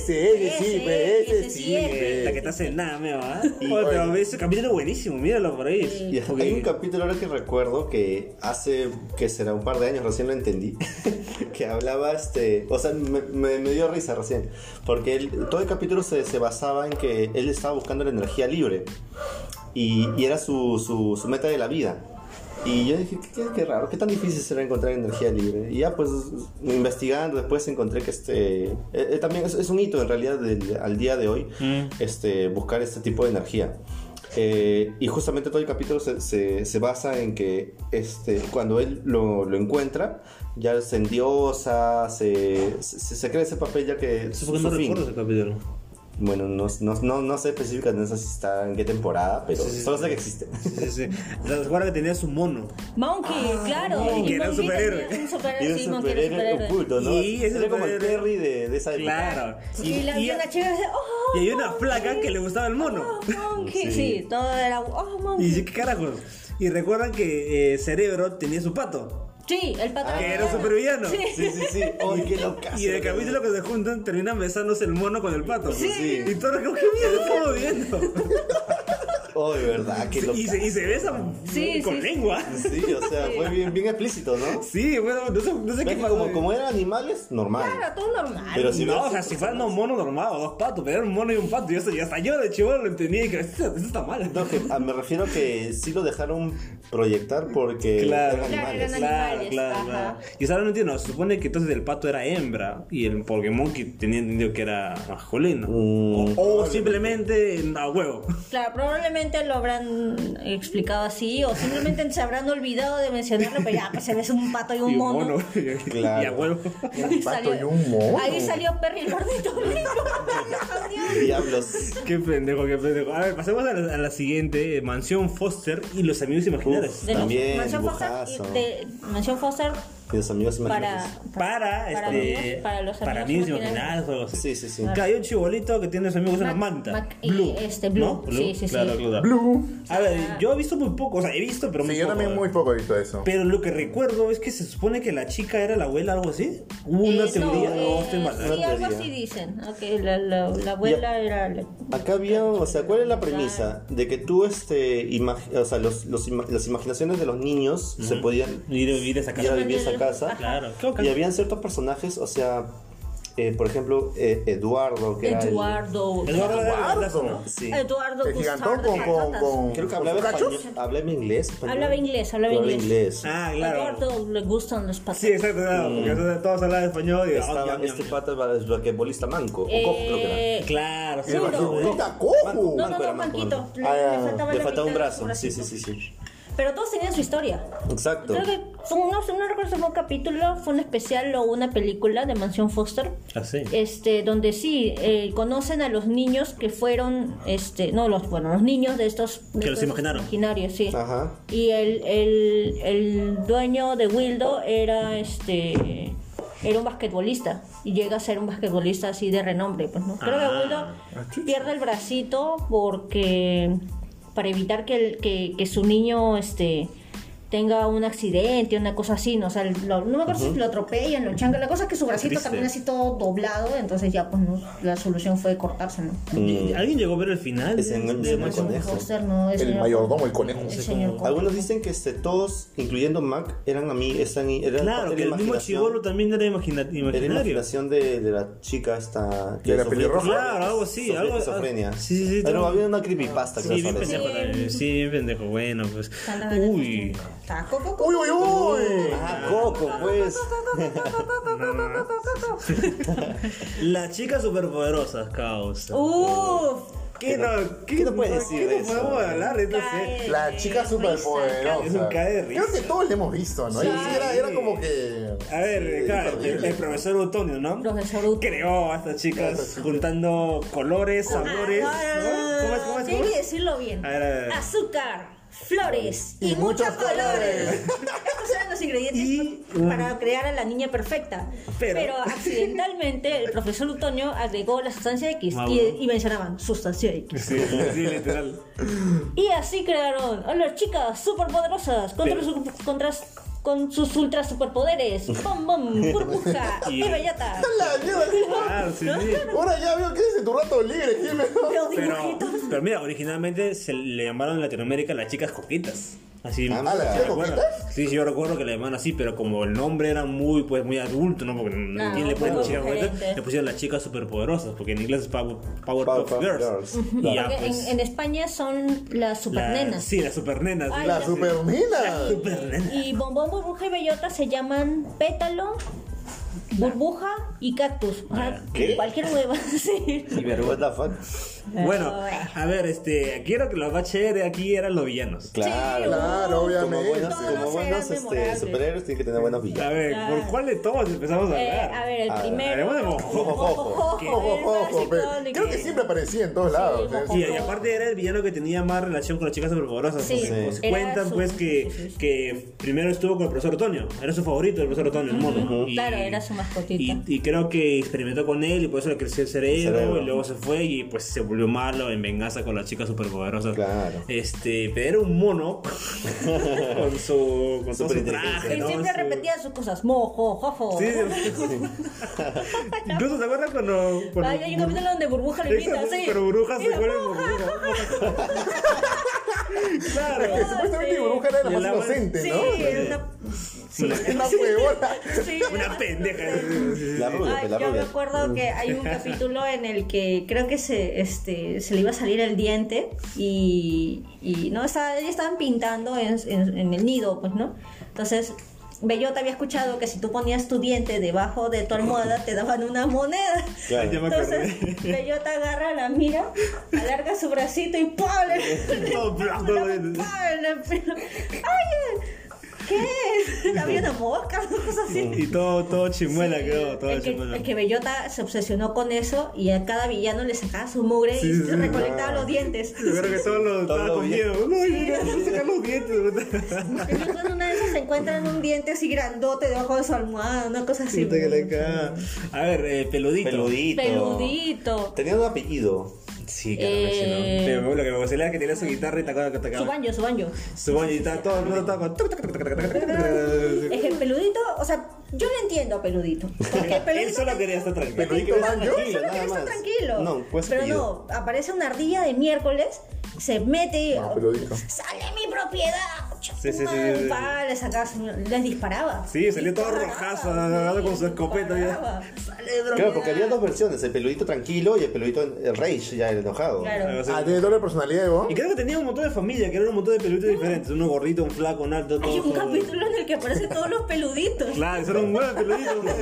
ese sí,
Ese,
pe, ese
ese
sí.
sí es.
pe.
La que te hace nada, meo, ¿ah?
Y-
Oh, pero ves, ese capítulo buenísimo, míralo por ahí.
Y
Porque-
hay un capítulo ahora que recuerdo que hace, que será un par de años, recién lo entendí, que hablaba este, o sea, me, me- me dio risa recién, porque él- todo el capítulo se, se basaba en que él estaba buscando la energía libre y, y era su, su, su meta de la vida. Y yo dije, qué, qué- qué raro, qué tan difícil será encontrar energía libre. Y ya pues investigando después encontré que este, eh, eh, también es, es un hito en realidad del- al día de hoy, este, buscar este tipo de energía. Eh, y justamente todo el capítulo se, se- se basa en que este, cuando él lo, lo encuentra, ya se endiosa, se, se, se crea ese papel ya que
Sí,
su,
porque no
su fin.
recuerdo ese capítulo.
Bueno, no, no, no, no sé específicamente si está en qué temporada, pero
Sí, sí,
solo
sí.
sé que existe.
Sí, sí, sí. ¿Te acuerdas que tenía su mono?
Monkey, claro.
y Ah, que era un
Monkey
superhéroe.
tenía Un
Y
superhéroe,
un
sí, Monkey era un
superhéroe
superhéroe.
oculto, ¿no?
Y ese
era como el
superhéroe-
Terry de, de esa época.
Claro.
Y la
y-
viuda chévere de,
y
oh,
hay una flaca que le gustaba el mono.
oh, Monkey. Sí, todo era, oh,
Y
Monkey.
dice, ¿qué carajos? Y recuerdan que eh, Cerebro tenía su pato.
Sí, el pata.
Que era un supervillano.
Sí.
Sí, sí, sí. Oye, qué loca.
Y en el capítulo que se juntan, terminan besándose el mono con el pato.
Sí. Sí.
Y todo como, ¿qué mierda estamos viendo?
Oye, verdad, qué loca.
Y se, y se besan
Sí,
con
sí, sí.
lengua.
Sí, o sea, fue bien, bien explícito, ¿no?
Sí, bueno, no sé, no sé qué
¿Ves que
pasó.
como, como eran animales, normal.
Claro, todo normal.
Pero si
no,
hubiera
o sea,
sido
si fueran
personas-
dos monos normales, dos patos, pero era un mono y un pato. Y eso, y hasta yo de chivo lo entendía y que esto, esto está mal.
No, que ah, me refiero que sí lo dejaron proyectar porque
Claro,
eran
Claro,
animales.
eran animales, ajá.
Y ahora no entiendo, se supone que entonces el pato era hembra y el Pokémon que tenía entendido que era masculino.
Mm.
o o simplemente a huevo.
Claro, probablemente lo habrán explicado así o simplemente se habrán olvidado de mencionarlo, pero ya, pues se ves un pato y un,
y un
mono.
mono. Y a
Claro.
huevo.
Ahí
pato
salió-
y un mono.
Ahí salió Perry el gordito. Dios.
Diablos.
Qué pendejo, qué pendejo. A ver, pasemos a la, a la siguiente: eh, Mansión Foster y los amigos imaginarios.
Uf. También,
Mansión Foster,
bujazo.
y de Mansión Foster
Mis amigos
para,
imaginarios.
Para,
para
este,
amigos- para los
para
amigos
amigos imaginarios. o algo así.
Sí, sí, sí.
Que hay un chibolito que tiene a su amigo que es una
Mac-
manta.
Mac- y este, Blue.
¿No?
Sí, sí, sí.
Claro, claro.
Blue.
A ver, yo he visto muy poco, o sea, he visto, pero muy
Sí, yo
poco.
también muy poco he visto eso.
Pero lo que recuerdo es que se supone que la chica era la abuela, algo así. Hubo una
Eh,
teoría, no,
eh,
estoy mal.
Sí, algo
teoría.
así dicen. ¿no? Que la, la- la abuela era. la-
Acá había, o sea, ¿cuál es la premisa? De que tú, este, imag- o sea, los, los ima- las imaginaciones de los niños se podían
Ir, ir a esa
ir a
casa.
vivir a esa casa.
Claro, qué bacán.
Y habían ciertos personajes, o sea, eh, por ejemplo, eh, Eduardo, que era el-
Eduardo.
Eduardo era la
Eduardo.
plaza, ¿no?
sí.
Eduardo
El gigantón
Gustardo
con, con,
Cachorras.
con,
Creo que
con
hablaba
sus cachos.
español. Hablaba inglés. español.
Hablaba inglés, hablaba inglés.
Ah,
A
claro.
Eduardo le gustan los patos.
Sí, exacto, claro, porque entonces todos hablaban español y
Mm. Estaba
Ah, ñam,
este
ñam.
pata para el basquetbolista manco. O cojo, creo que era.
Eh,
Claro, sí.
Sí,
me acuerdo.
no.
¡Puta cojo!
No, no,
Manco era
no,
manco,
Manquito.
manco.
Le,
Ah,
le faltaba
Le
la
faltaba un
mitad de su
brazo. Sí, sí,
bracito.
sí, sí.
Pero todos tenían su historia.
Exacto.
Creo que, fue un- no, sé, no recuerdo si fue un capítulo, fue un especial o una película de Mansión Foster.
Ah,
Así.
Este, donde sí, eh, conocen a los niños que fueron, este, no, los, bueno, los niños de estos... de
Que los
estos
imaginaron.
Imaginarios, sí.
Ajá.
Y el, el, el dueño de Wildo era, este, era un basquetbolista. Y llega a ser un basquetbolista así de renombre, pues, ¿no? Creo
Ah.
que Wildo pierde el bracito porque para evitar que, el- que, que su niño este tenga un accidente, una cosa así, no, o sea, lo- no me acuerdo si lo atropellan, lo changan, la cosa es que su bracito
triste.
también así todo doblado, entonces ya pues no, la solución fue cortárselo.
¿Alguien llegó a ver el final?
Mm. Ese no-
de
ese no
Mansión?
conozco. Eso.
Foster, no, el
El
señor-
mayordomo, el conejo.
el señor Cox.
Algunos dicen que este, todos, incluyendo Mac, eran a mí, eran, eran
Claro,
parte
que
de
el
la
mismo
imaginación-
chivolo también era imagina-
Era
imaginario.
imaginación de, de la chica esta
De
sufría
la pelirroja.
Claro, algo así,
sufría
algo-
esquizofrenia.
sí, sí, sí,
Pero
todo-
había una creepypasta,
Sí,
creo,
bien
sobre eso.
pendejo. también. Sí, bien pendejo. Bueno, pues. Uy.
Taco, coco,
¡Uy, uy, uy!
Ah, Coco, pues.
Las chicas superpoderosas, caos.
Uf,
¿Qué no, qué,
¿Qué no puedes decir
¿Qué
de
no
eso?
podemos hablar? Entonces,
cae
La
de
chica
risa,
superpoderosa.
cae-
Es un cae de risa.
Creo que todos le hemos visto, ¿no? Y sí, era, era como que.
a ver, claro, el, el profesor Utonio, ¿no?
Profesor Utonio.
Creó a estas chicas juntando colores, sabores. ¿no? ¿Cómo es? ¿Cómo es? ¿Cómo
Tiene que
es?
decirlo bien.
A ver, a ver.
Azúcar, flores y,
Y
muchos,
muchos
colores.
colores.
Estos eran los ingredientes pues,
Y-
para crear a la niña perfecta. Pero,
Pero-
accidentalmente el profesor Utoño agregó la sustancia X
Ah,
y,
bueno.
y mencionaban sustancia X.
Sí, sí, literal.
Y así crearon a las chicas superpoderosas contra,
Pero-
sus- contra- con sus ultra superpoderes. ¡Bom, bom! ¡Burbuja!
Y-
¡Y bellata!
¡La mierda!
Ah, sí, sí.
Ahora ya veo que es en tu rato libre, dímelo.
Los
Pero,
dibujitos.
pero mira, originalmente se le llamaron en Latinoamérica las chicas coquitas. Así,
Ah,
¿las
¿sí
chicas
recuerdas?
coquitas?
Sí, sí, yo recuerdo que le llamaban así, pero como el nombre era muy, pues, muy adulto, ¿no? Porque no,
Ah,
¿quién le ponen
muy
chicas
diferente.
coquitas? Le pusieron las chicas superpoderosas, porque en inglés es Power, Power,
Powerpuff
Puff Girls.
Girls,
Y
claro.
ya,
Porque
pues,
en, en España son las
la-
supernenas.
Sí, las supernenas.
Ay,
La
ya.
supermina.
supernenas.
Y bombón, burbuja y bellota se llaman pétalo, burbuja y cactus. O sea,
¿Qué?
cualquier hueva. sí.
Y what the fuck.
Bueno,
Ay.
a ver, este, quiero que lo más chévere aquí eran los villanos.
Claro.
Claro,
uh,
Como
obviamente.
buenos,
Todos
como
eran
buenos este,
memorables.
superhéroes tienen que tener buenos
A
villanos.
ver,
Claro.
¿por cuál de todos empezamos a
Ah. Eh,
hablar? Ah,
a ver, el
A ver,
primero.
hablemos de Mojojojo.
Mojojojo,
Que-
Ojo,
el más
ojo, pero
icónico.
Creo que siempre aparecía en todos lados.
Sí,
¿eh?
Y, y aparte era el villano que tenía más relación con las chicas superpoderosas.
Sí.
porque
Sí.
pues,
Era
cuentan
su-
pues que,
sí, sí, sí.
que primero estuvo con el profesor Otonio. Era su favorito el profesor Otonio, el mono. Y-
Claro, era su Mascotita.
Y, y creo que experimentó con él y por eso le creció el cerebro,
Cerebro.
y luego se fue y pues se volvió malo en venganza con las chicas superpoderosas.
Claro.
Este, pero era un mono con su, con todo su
Superinteligencia,
traje,
Y
¿no?
siempre
Su-
repetía sus cosas, mojo, jofo.
Sí, sí. Incluso se acuerdan cuando. cuando
Ay, hay un capítulo donde burbuja le
Exacto,
pinta así.
Pero brujas se
Mira,
vuelven
Burbuja.
burbujas. claro.
Que supuestamente
sí.
burbuja era la
Y
más
la más-
inocente,
Sí,
¿no?
una-
Una huevona.
sí.
Una pendeja.
La rubia,
Ay,
pues, la
yo me
rubia.
acuerdo que hay un capítulo en el que creo que se, este, se le iba a salir el diente y, y, no, estaba, ya estaban pintando en, en- en el nido, pues, ¿no? Entonces, Bellota había escuchado que si tú ponías tu diente debajo de tu almohada te daban una moneda.
Claro.
Ya me
Entonces,
acordé.
Bellota agarra la mira, alarga su bracito y ¡pum! Le-
Todo blanco,
¡pum!
¿no?
¡Oye! ¿Qué? Había una mosca, cosas así.
Y todo, todo chimuela
Sí,
quedó, todo
es que,
chimuela.
es que Bellota se obsesionó con eso y a cada villano le sacaba su mugre
Sí,
y
sí, Ah. sí.
se recolectaba los dientes.
Yo creo que todos los
Todo
estaban con
bien.
miedo. No, yo no sé sacar los dientes.
Entonces, en una de esas se encuentran un diente así grandote debajo de su almohada, una cosa así.
Puta que la cagada. A ver, eh, peludito.
Peludito.
Peludito.
Tenía un apellido.
Sí, claro que sí,
Eh.
¿no? Pero me- Lo que me gustaba era que tenía su guitarra y tocaba, tocaba.
Su baño, su baño.
Su baño y estaba todo el mundo estaba con-
Es que el peludito, o sea, yo lo entiendo a peludito. Porque el peludito
Él solo quería estar tranquilo.
Pero di que
Peludito,
está
solo
tranquilo,
quiere
nada más.
estar tranquilo.
No, pues
Pero
apellido.
no, aparece una ardilla de miércoles, se mete,
Ah, peludito.
sale mi propiedad.
Sí, sí, sí,
Madre,
sí, sí.
pa, le sacaba su- les disparaba.
Sí, salió todo
Disparaba,
rojazo, agarrado con su escopeta, ya.
disparaba.
Sale, bro,
Claro,
mira.
porque había dos versiones, el peludito tranquilo y el peludito en- el rage, ya el enojado.
Claro.
Algo así.
Ah, tiene doble personalidad, ¿no?
Y creo que tenía un montón de familia, que eran un montón de
Ah.
peluditos diferentes. Uno gordito, un flaco, un alto, todo.
Hay un
todo.
capítulo en el que aparecen todos los peluditos.
Claro, eso era un buen peludito. güey.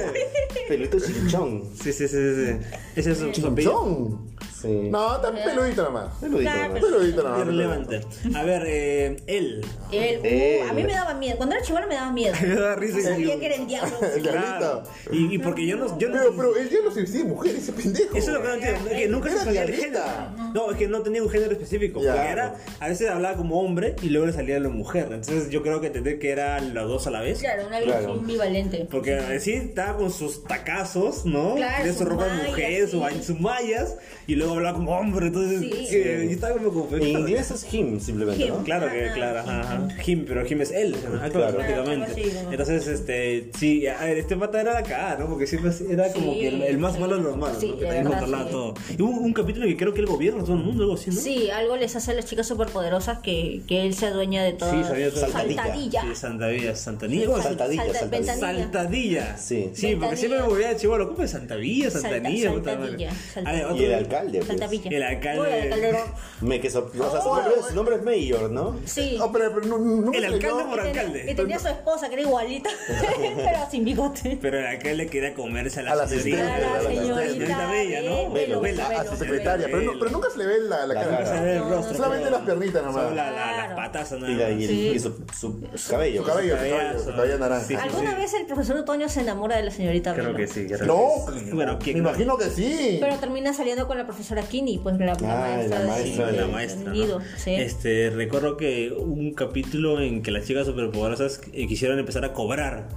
Peludito chinchón.
Sí, sí, sí, sí. sí. Ese es su- su apellido.
Son.
Sí.
No,
Eh.
también peludito nomás.
Peludito.
Claro,
¿no?
pero-
Peludito nomás.
Irrelevante. Ah, A ver, eh, él.
El- uh,
Él.
a mí me daba miedo. Cuando era chivalo me daba miedo.
Me da risa y
Sabía
digo,
que era el diablo.
El diablo.
Claro. Y, y porque yo no. Yo no
Pero, pero él ya lo suicida mujer, ese pendejo.
Eso es lo que no entiendo, es que nunca se
Era
sabía el género.
diablita.
No, es que no tenía un género específico.
Ya.
Porque era, a veces hablaba como hombre y luego le salía la mujer. Entonces yo creo que entendí que eran los dos a la vez.
Claro, una
Claro.
virgen bivalente.
Porque a decir, estaba con sus tacazos, ¿no?
Claro,
Tenía su
sus
ropa de
mallas,
mujer,
sí.
su ba- sus mallas, y luego hablaba como hombre. Entonces,
Sí.
que- yo estaba como
En
confundido.
inglés es him, simplemente, ¿no?
Him.
Claro que, claro, ajá, ajá. Jim, pero Jim es él, ¿no? Ah, claro,
Claro.
prácticamente.
Sí, ¿no?
Entonces, este, sí, a ver, este pata era la cagada, ¿no? Porque siempre era como
Sí,
que el, el más
sí.
malo de los malos,
Sí,
¿no? Que
de
también
verdad,
controlaba
sí.
todo. Y hubo un capítulo que creo que el gobierno, todo el mundo, algo así, ¿no?
Sí, algo les hace a las chicas superpoderosas que, que él se adueña de todo.
Sí, sabía todo.
Saltadilla.
Saltadilla.
Sí, Santa Villa, Santa Villa. ¿cómo es?
Sal- Saltadilla,
Salta-
saltadilla.
ventanilla.
Saltadilla.
Sí.
Sí, porque
Saltadilla.
siempre me volvía de chivolo. ¿Cómo es Santa Villa, Santanilla?
Salta-
puta madre?
Saltadilla,
A ver,
Saltadilla.
otro-
Y el alcalde. pues.
Saltadilla.
El alcalde-
Uy, el alcalde era-
Me que so- o sea,
Oh.
su, nombre es, su nombre es Mayor, ¿no?
Sí.
Ah, pero, pero no, no
El alcalde por
Y tenía- Y
Oh, alcalde.
tenía su esposa que era igualita, pero sin bigote.
Pero el alcalde quería comerse a la,
A la
señorita.
asistente, a la
señorita Bella, ¿no?
Velo,
Vela,
velo,
a
su
su
secretaria, pero, no- pero nunca se le ve la, la
La
cara.
cara.
Se ve el
No,
rostro,
solamente
pero-
las piernitas nomás.
Solo la- la- las
Claro.
patas nada
Y, la- y el-
Sí.
y su, su cabello. pues.
Su cabello, su
Su
cabello, su
cabello,
cabello naranja.
sí.
¿Alguna vez el profesor Otoño se enamora de la señorita
Creo
Rino?
que sí. creo
No,
que sí. Bueno,
me
¿quién no?
imagino que sí.
Pero termina saliendo con la profesora Kini, pues la, la
Ah,
maestra.
la
de-
maestra
de-
de-
la
del
maestra. ¿no?
nido, sí.
Este, recuerdo que hubo un capítulo en que las chicas superpoderosas eh, quisieron empezar a cobrar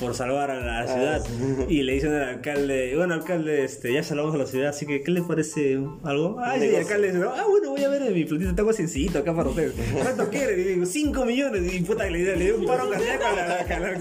por salvar a
Ah,
la ciudad y le dicen al alcalde, bueno alcalde, este, ya salvamos a la ciudad, así que ¿qué le parece algo? Ah, y el
negocio.
alcalde dice, ah bueno, voy a ver mi platita está algo sencillito acá para ustedes. ¿Cuánto quieren? Y digo, 5 millones y puta que le, dio- le dio un paro cardíaco al al alcalde.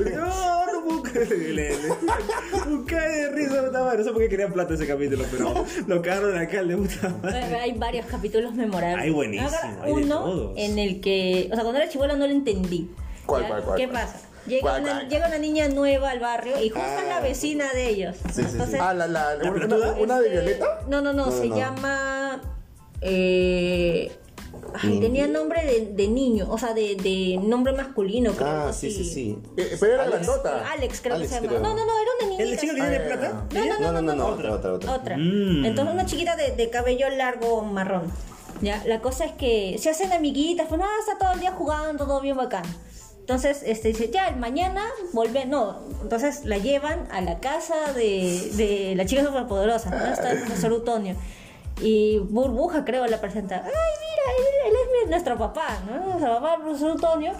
Y digo, no, no puedo creer. Y le- le- Un cae de risa, puta madre. No sé por qué querían plata ese capítulo, pero lo cagaron al alcalde, puta madre.
Bueno, Hay varios capítulos memorables.
Ay, buenísimo,
Ahora,
hay de
Uno
todos.
en el que, o sea, cuando era chivola no lo entendí.
¿Cuál,
¿ya?
cuál, cuál,
¿Qué
cuál?
pasa? Llega,
¿Cuál,
una,
cuál?
llega una niña nueva al barrio y justo
Ah.
es la vecina de ellos.
Sí, sí, sí.
Ah, la, la,
¿La
una,
pelotuda?
una de
este,
Violeta.
No, no, no,
No,
se
no.
llama. Eh, ay, tenía nombre de, de niño, o sea, de, de nombre masculino. creo,
Ah,
algo
sí, sí,
así.
sí.
Eh, pero era
Alex,
grandota.
Alex, creo
Alex,
que se llama.
creo.
No, no, no, era una niña.
¿El chico que tiene plata?
No, no,
No,
no,
no, no, no,
otra.
otra, otra, otra.
Otra.
Mm.
Entonces una chiquita de, de cabello largo marrón. Ya, la cosa es que se hacen amiguitas, pues nada, está todo el día jugando, todo bien bacán. Entonces, este dice, ya, el mañana volver, no. Entonces la llevan a la casa de, de la chica superpoderosa, ¿no? Está el profesor Utonio. Y Burbuja, creo, la presenta. Ay, mira, él, él es mi- nuestro papá, ¿no? Nuestro papá, el profesor Utonio.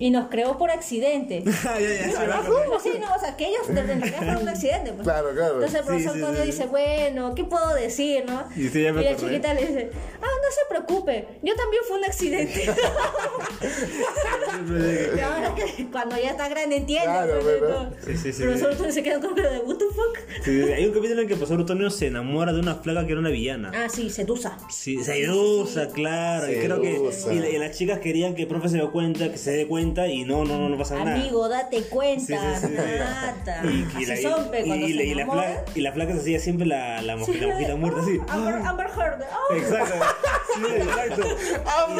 Y nos creó por accidente.
Ah, ya, ya, sí, va.
¿Cómo? Sí, no, o sea, que ellos en realidad fueron un accidente. Pues.
Claro, claro.
Entonces el
Sí,
profesor
sí,
Toño
sí, sí.
dice, bueno, ¿qué puedo decir, no?
Y sí, ya me
la
acordé.
chiquita le dice, ah, no se preocupe, yo también fui un accidente. Y ahora que cuando ya está grande entiende.
Claro,
pues,
pero-
¿no?
Sí, sí, sí.
El profesor Toño se queda con cara de, what the fuck.
Sí, hay un capítulo en el que el profesor Antonio se enamora de una flaca que era una villana.
Ah, sí, sedusa.
Sí, sedusa, claro. y creo
Sedusa.
que y, y las chicas querían que el profe se dé cuenta, que se dé cuenta y no, no, no, no pasa nada.
Amigo, date cuenta,
Sí, sí, sí, sí.
mata.
Y, y la,
Así
y-
son, pe,
y-
cuando
y la- y
se
la
enamoran.
flaca, y la flaca se hacía siempre la, la, mosquita, la mosquita
de,
muerta, así. "Ah".
"Oh, Amber, Amber Heard. oh".
Exacto. Sí, exacto.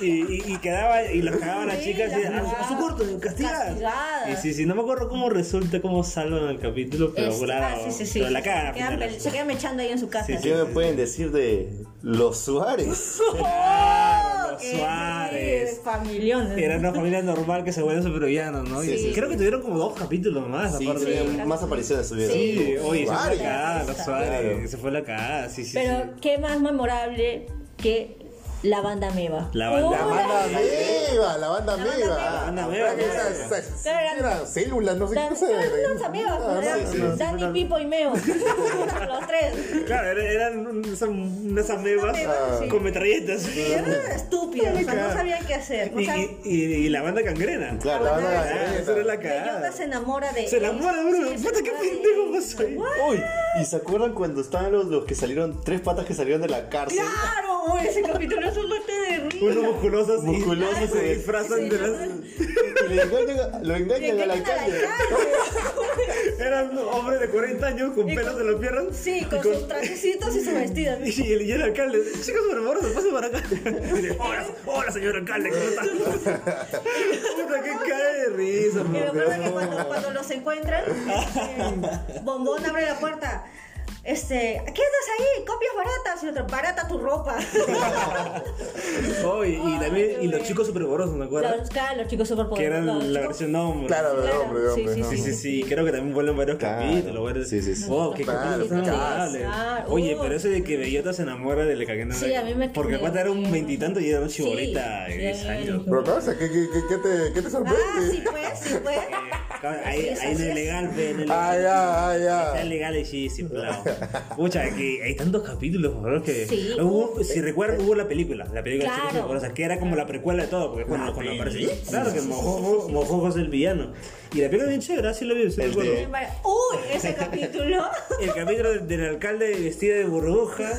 Y, y, y quedaba, y los cagaba la
Sí,
chica así,
las
a, su- a su
cagaba.
corto, castigadas.
Castigadas.
Y sí, sí, no me acuerdo cómo resulta, cómo salvan el capítulo, pero
Este,
claro,
ah, sí, sí, sí.
pero la
se,
cagan. al
quedan,
final.
pel- se quedan mechando ahí en su casa.
Sí, sí.
¿Qué me pueden decir de los Suárez?
Claro, los
Que sí,
Suárez.
Eh, Familiones.
Era una familia normal que se vuelve supervillanos, ¿no? Y
Sí, sí,
creo que tuvieron como dos capítulos más,
Sí,
aparte.
tenían
claro.
más apariciones tuvieron.
Sí, oye, se fue la
Suárez.
cagada, los Suárez.
Claro.
Se fue la cagada, sí, sí.
Pero
sí.
qué más memorable que la banda Meva.
La banda
Hola.
Meva.
La meba, la banda
banda
meba.
meba.
La
banda meba, claro.
Claro.
células, no sé
Dan-
qué cosa.
eran Los amigos,
Ah,
eran
sí, sí.
Dani, Pipo y Meo. Los tres.
Claro, era- eran un- esas- unas amebas
amebas, sí.
con metralletas.
Y eran estúpidos, o sea, no sabían qué hacer. O
Y,
sea,
y- y- y la banda cangrena.
Claro,
La
ahora-
banda
Ah,
meba.
eso era la
Bellota
cagada.
se enamora de.
Se enamora de uno.
Sí,
Puta,
se
qué
enamora de-
pendejo más soy.
Uy, ¿y se acuerdan cuando estaban los, los que salieron, tres patas que salieron de la cárcel?
Claro, uy, ese capítulo es un lote de risa.
Unos musculosos, y-
Musculosos,
y se
sí.
disfrazan de las.
Y le engañan, lo
Le
engañan al
engañan al
alcalde.
Eran hombres de 40 años con
Y
pelos
con-
en las piernas.
Sí,
y
con sus trajecitos y sus vestidos.
Y el, y el alcalde, chicos, por favor, se pasen para acá. Y dice, hola, hola, señor alcalde, ¿cómo está? Puta, que cae de risa,
Y lo
por
peor es que
favor.
cuando, cuando los encuentran, eh, Bombón abre la puerta. Este, ¿qué haces ahí? Copias baratas. Y otro, barata tu ropa.
Oh, y, y
Ay,
también,
qué
y los
bueno.
chicos superpoderosos, ¿me acuerdas?
Los, claro, los chicos
Que
superpoderosos. los
eran la
chicos-
versión hombre.
Claro, de
Claro,
hombre, de
sí,
hombre.
sí,
¿no?
Sí, sí, sí, creo que también vuelven varios
Claro.
capítulos. varios-
Sí, sí, sí.
Wow, qué
Claro,
capítulos tan
claro.
memorables.
Claro.
Oye,
Uh.
pero eso de que Bellota se enamora de la cagana.
Sí, a mí me-
Porque
me-
Pata era un veintitanto y era un chibolita
Sí,
de 10
sí,
años.
sí.
Pero cosa, ¿qué, qué, qué, qué te, qué te sorprende?
Ah, sí, pues, sí, pues.
Ahí,
Sí,
ahí
sí,
no
sí.
es legal, pe, no es
Ah,
legal.
ya, ah,
Está
ya.
legal y sí, sí, claro. Pucha, que hay tantos capítulos, por favor, que.
Sí.
Hubo- si recuerdan, hubo la película, la película
Claro.
de Chicos Superpoderosos, que era como la precuela de todo, porque
Ah,
cuando, cuando apareció.
película?
Claro, que Mojojo Mojojo es el villano. Y la película bien chévere, así lo vi, sí
El
recuerdo.
de-
Uy, ese capítulo. Ah,
El capítulo del, del alcalde vestido de burbuja,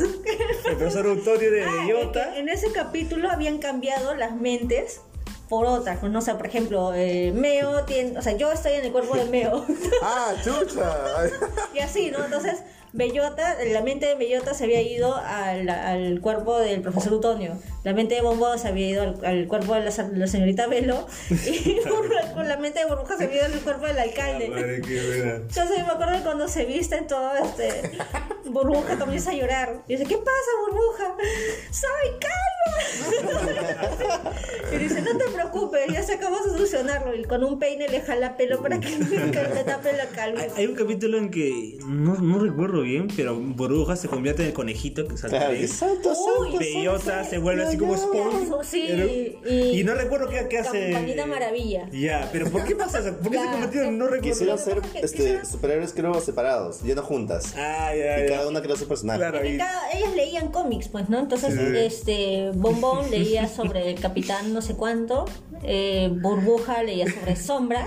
el profesor Antonio de
Ah,
bellota.
en- En ese capítulo habían cambiado las mentes por otras. Pues, No sé, por ejemplo, eh, Meo tiene. O sea, yo estoy en el cuerpo de Meo.
Ah, chucha. Ay,
y así, ¿no? Entonces, Bellota, la mente de Bellota se había ido al, al cuerpo del profesor Utonio. La mente de Bombo se había ido al, al cuerpo de la, sa- la señorita Velo. Y Burbu- con la mente de Burbuja se había ido al cuerpo del
Ah,
alcalde. Entonces me acuerdo que cuando se visten todo este burbuja comienza a llorar. Y dice, ¿qué pasa, burbuja? ¡Soy calma! y dice, no te preocupes, ya se acabó de solucionarlo. Y con un peine le jala pelo para que le tape la calma.
Hay- Hay un capítulo en que no, no recuerdo bien, pero Burbuja se convierte en el conejito que salta
Claro,
ahí.
que santo, santo,
Bellota
santo.
se vuelve así como Spawn.
Sí,
Pero-
y-
y, no recuerdo qué, qué hace.
Campanita Maravilla.
Ya, pero ¿por qué pasa eso? ¿Por qué se
Ya.
convirtió en no recuerdo?
Quisieron
Lo que
ser
pasa es que
este,
quisieron-
superhéroes, creo, separados, ya no juntas.
Ah,
Y
ya, ya.
cada una creó su personaje.
Claro,
Porque
y-
cada- ellas leían cómics, pues, ¿no? Entonces,
Sí, sí, sí.
este, Bombón leía sobre el Capitán no sé cuánto, eh, Burbuja leía sobre Sombra,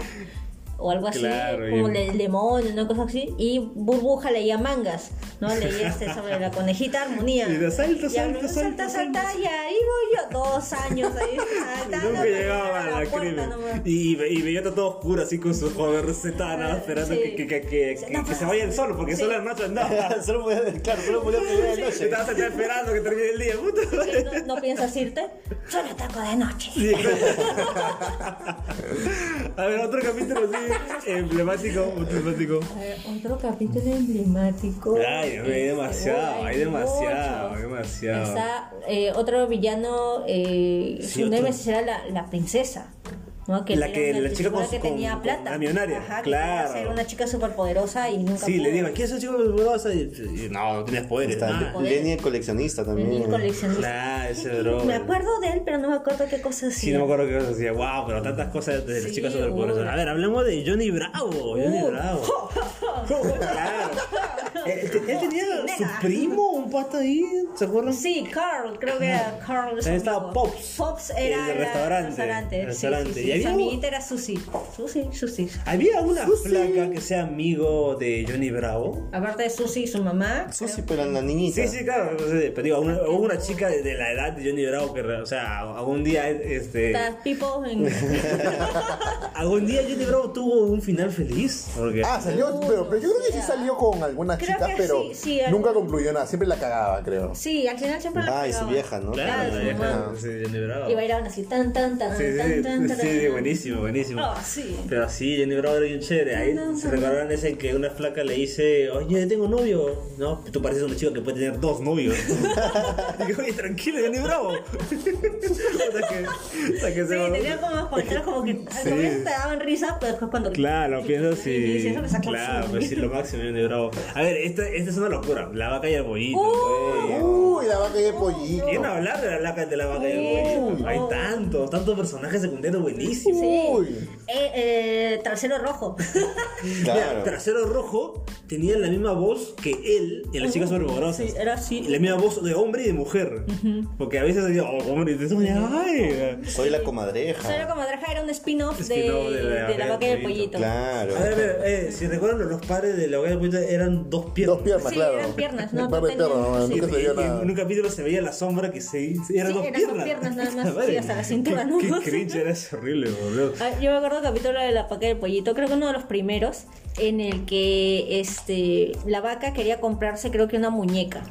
o algo así,
Claro,
como
y-
le- el demonio, una cosa así, y Burbuja leía mangas, ¿no? Leía este sobre la conejita armonía.
Y de salta,
Y hablaba,
salta, salta,
salta, salta, y ahí voy yo, dos años ahí, saltando,
Nunca llegaba
a
a la
puerta
crimen.
nomás.
Y, y Bellota todo oscuro, así con su joven recetana, esperando
Sí.
que, que, que, que-
Sí,
que-
no,
que se
pero-
vaya el sol, porque
sí.
solo la noche andaba.
solo podía, claro, solo podía pelear de noche.
Estaba sentada esperando que termine el día, puta.
Sí, ¿No, no piensas irte? Yo me ataco de noche.
Sí. A ver, otro capítulo así emblemático, emblemático.
Eh, Otro capítulo emblemático. Este,
Ay, Dios mío, hay demasiado, hay demasiado, hay demasiado.
Está eh, otro villano, eh,
Sí,
su
otro.
nombre será la, la princesa. ¿no?
La
era
que-
una
la chica con
chibola
su-
que
con-
tenía
con
plata.
la millonaria,
Ajá, que
claro.
quería ser una chica superpoderosa y nunca
Sí,
pudo.
le digo, ¿qué es eso, chico? Y- y- y No, no tenías poderes.
Está
nada.
poder.
Lenny el coleccionista también.
Venir coleccionista.
Nah, Ah, ese
Me
"Oh, droga.
acuerdo de él, pero no me acuerdo qué cosa hacía.
Sí, no me acuerdo qué cosa decía. Wow, pero tantas cosas de los
Sí,
chicos superpoderosas.
uy.
A ver, hablemos de Johnny Bravo. Johnny
Uh.
Bravo. claro. Él, él tenía su
Nena.
primo, un pato ahí, ¿se acuerdan?
Sí, Carl, creo que era Carl.
También estaba
amigo.
Pops.
Pops era
El del
era
restaurante.
restaurante.
Restaurante.
Sí, sí,
Y
sí.
había
Su
un-
amiguita era Susi. Susi, Susi.
¿Había una
Susi.
flaca que sea amigo de Johnny Bravo?
Aparte de Susi y su mamá.
Susi, pero la niñita.
Sí, sí, claro, no sé, pero digo, una, hubo una chica de, de la edad de Johnny Bravo que, re- o sea, algún día, este,
Estas people en...
algún día Johnny Bravo tuvo un final feliz, porque
Ah, salió, pero, pero yo creo que sí
ya.
salió con algunas
Creo
chicas,
que
pero
sí, sí, algo.
nunca concluyó nada. Siempre la cagaba, creo.
Sí, al final siempre la
Ah, y su
pegaban.
vieja, ¿no?
claro,
claro,
la
su
vieja
mamá.
sí, Johnny Bravo.
Y bailaban así, tan, tan, tan,
Sí,
tan,
sí,
tan,
sí,
tan,
sí,
tan.
buenísimo, buenísimo.
Ah, sí.
Pero sí, Johnny Bravo era bien chévere. Ahí
No, no,
se
no.
recordaron ese en que una flaca le dice, oye, tengo novio. No, tú pareces una chica que puede tener dos novios. Digo, oye, tranquilo, Johnny Bravo. hasta que, hasta que
Sí,
se
tenía como comentarios como que al
Sí.
comienzo te daban risa, pero después cuando...
Claro, pienso
Y dices,
si.
eso me sacó el
Claro,
sueño.
pues sí, lo máximo Johnny Bravo. A ver, esta, esta es una locura. La vaca y el pollito.
Uh.
güey.
Uy, la vaca y el pollito.
¿Quién hablar de la vaca de la vaca
Uh,
y el
Uy.
pollito? Hay tantos, tantos personajes secundarios buenísimos.
Uy.
Eh, eh, trasero rojo.
Claro.
Mira, Trasero Rojo tenía la misma voz que él en Las Chicas Superpoderosas.
Sí, era así.
La misma voz de hombre y de mujer. Porque a veces decía, oh, hombre, y te suena, ay.
Soy la
Solo
comadreja.
como Draja era un spin-off de,
Spin-off de la
de La Vaca y el
Pollito.
Pollito.
Claro.
A ver, a ver, eh, si recuerdan, los padres de la vaca del pollito eran dos piernas.
Dos piernas,
Sí,
claro.
eran piernas, no,
Barba de
no
perro,
tenían-
no,
sí.
nunca se
Y
vio
en, en un
nada.
capítulo se veía la sombra que se, eran
Sí,
dos
eran dos
piernas.
piernas nada más,
La madre,
sí, hasta la cintura,
qué-
¿no?
Qué cringe era ese horrible, boludo.
Ah, Yo me acuerdo del capítulo de la vaca del pollito, creo que uno de los primeros, en el que este la vaca quería comprarse creo que una muñeca.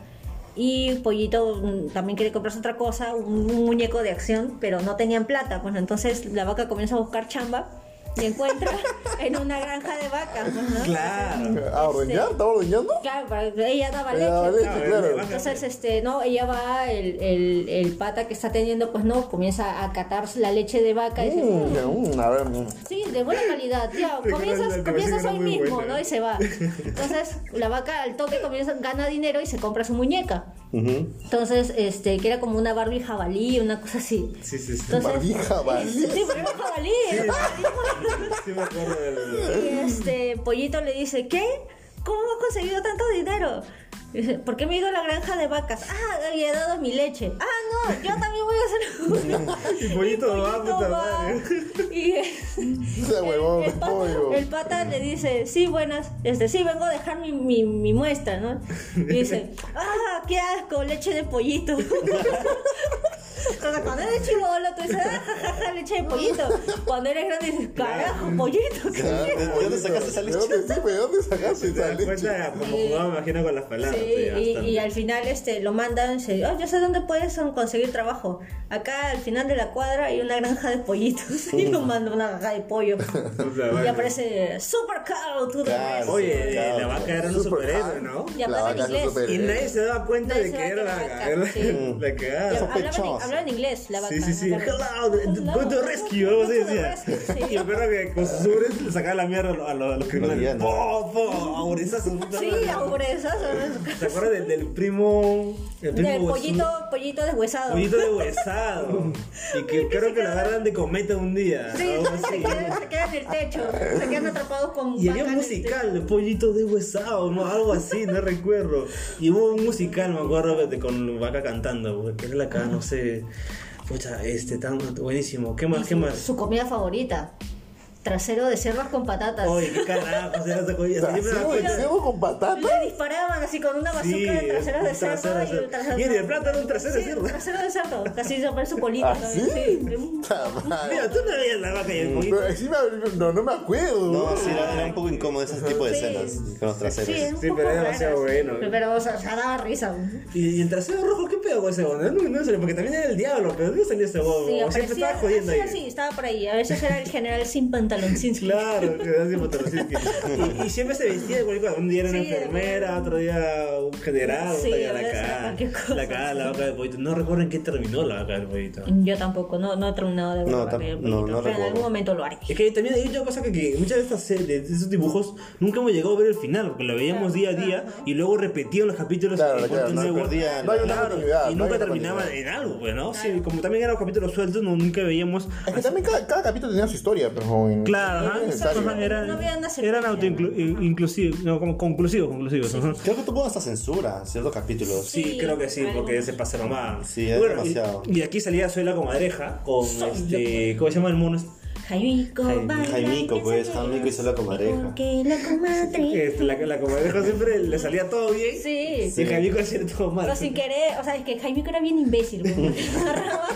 Y Pollito mm, también quería comprarse otra cosa, un, un muñeco de acción, pero no tenían plata. Bueno, entonces la vaca comienza a buscar chamba y encuentra en una granja de vacas, pues, ¿no?
Claro.
¿A Ah, ordeñar? ¿Estaba ordeñando?
Claro, para- ella daba
Ella daba
leche.
leche,
Claro,
claro.
la vaca-
Entonces, este, no, ella va, el, el, el pata que está teniendo, pues no, comienza a catar la leche de vaca y dice, "Mm,
Mm, mm, a ver, mm.
Sí, de buena calidad, ya,
Recuerdo
comienzas,
la
comienzas
conversación era
hoy
muy
mismo,
buena.
¿no? Y se va. Entonces, la vaca al toque comienza, gana dinero y se compra su muñeca.
Ujú.
Entonces, este, que era como una Barbie jabalí, una cosa así.
Sí, sí, sí.
Entonces,
Barbie jabalí.
Sí, pero era un jabalí. era un jabalí.
Sí me acuerdo del...
Y este pollito le dice, ¿qué? ¿Cómo has conseguido tanto dinero? Y dice, ¿Por qué me he ido a la granja de vacas? Ah, y he dado mi leche. Ah, no, yo también voy a hacer
Y pollito va, puta madre.
Y
Ese huevón de
el, pata,
pollo.
el pata le dice, sí, buenas, este, sí, vengo a dejar mi, mi, mi muestra, ¿no? Y dice, ah, qué asco, leche de pollito. Entonces, cuando eres chivolo, tú dices, ah, jajaja, leche de pollito. Cuando eres grande, dices, carajo, pollito. ¿qué
Claro. ¿De dónde sacaste esa
¿De
leche?
dónde, sí, ¿De dónde sacaste
Te
esa
das
leche?
cuenta como jugaba, me imagino, con las palabras.
Sí,
tío,
y,
bastante.
y al final este lo mandan, se oh, yo sé dónde puedes conseguir trabajo. Acá al final de la cuadra hay una granja de pollitos y lo mandan a una granja de pollo.
Puta
y
madre.
aparece Super Cow, tú
Claro.
también".
Oye,
Claro.
la vaca era un superhéroe, ¿no?
Y
La
hablaba en
vaca es un
inglés.
Y
superhéroe.
nadie se daba cuenta
Nadie
de
se
que
daba
era la
cuenta,
vaca. Era
sí.
la
Y
cagada.
hablaba, en,
Sospechosa.
hablaba en inglés la vaca.
Ah, Sí, sí, sí.
¿no?
Hello, go to rescue.
Go
algo
to
así
the
decía.
rescue,
Y me acuerdo que con sus sobres le sacaba la mierda a los, a los- a los criminales.
villanos.
¡Po, po! Aburrizazo, puta
Sí,
madre.
pobreza.
¿Te acuerdas del, del primo. El primo
Del
huesudo?
pollito, pollito deshuesado.
Pollito de huesado. y que creo que lo agarran de cometa un día.
Sí,
algo
se
así.
quedan, se quedan en el techo, se quedan atrapados con
Y había un
vacas en el techo.
musical, de Pollito de Huesao, ¿no? algo así, no recuerdo. Y hubo un musical, me acuerdo, de- con Vaca cantando, porque era la cara, no sé. Pucha, este, tan buenísimo. ¿Qué más, qué más?
Su comida favorita. Trasero de cervas con patatas.
Oye, qué carajo, se hace comida. Siempre me
Ah, ¿Hacemos
acuerdo.
hicimos con patata?
Le disparaban así con una bazooka
Sí,
de traseros de
un trasero
cerdo.
de
y
cerdo.
un trasero
Y en el plato era un trasero de
Sí,
cerdo.
un trasero de cerdo. Casi se aparece su polito
¿Ah,
también,
sí?
sí.
Puta madre.
Mira, tú no veías la vaca y el pollito.
Pero encima, no, no me acuerdo.
No, sí, era, era un poco incómodo ese tipo de
Sí.
escenas con pues, los traseros.
Sí, es un
Sí,
poco
pero era
raro,
demasiado
sí.
bueno. ¿eh?
Pero, o sea, se daba risa. ¿no?
Y, y el trasero rojo, ¿qué pedo con ese bono? No, no sé, porque también era el diablo, pero ¿dónde salió ese bono?
Sí,
Siempre
aparecía.
estaba jodiendo
Sí,
ahí.
sí, estaba por ahí. A veces era el general sin Pantaloncín.
Claro, que era así, Motorzinski. Y, y siempre se vestía de cualquier cosa. Un día era una
Sí, era
enfermera, otro día un general,
Sí,
otro día la
ahora es
cara.
cualquier cosa.
La cara, la vaca del pollito. No recuerdo en qué terminó la vaca del pollito.
Yo tampoco, no, no he terminado de ver
No,
la
tam-
Bella y el
no, no
Pollito, pero en
recuerdo.
algún momento lo haré.
Es que también hay otra cosa que, que muchas de estas se- de esos dibujos nunca hemos llegado a ver el final, porque lo veíamos día a día y luego repetían los capítulos
Claro,
en el
claro,
Cartoon
no,
Network.
perdían.
No hay una
Claro,
continuidad,
y
no hay
nunca
una
terminaban
continuidad.
en algo, pues, ¿no? Sí, como también eran los capítulos sueltos, no- nunca veíamos.
Es que también cada, cada capítulo tenía su historia, pero. en-
Claro,
no
ajá,
es
exacto,
necesario.
ajá, eran,
No había una secuencia,
eran autoinclu- in- inclusive- no, como conclusivos, conclusivos. ajá.
Creo que tuvo hasta censura ciertos capítulos.
Sí,
Sí,
creo que sí,
algo.
porque se pasaron más.
Sí, es
Bueno,
demasiado.
Y, y aquí salía Soy la comadreja con este. ¿Cómo se llama el mono?
Jaimico,
Jaime-
baila,
Jaimico, pues,
piensa que-
Jaimico hizo la comadreja.
Porque la comadre.
Este, la, la comadreja siempre le salía todo bien.
Sí.
Y Javier hacía todo mal.
Pero sin querer, o sea, es que Jaimico era bien imbécil. güey. Agarraba-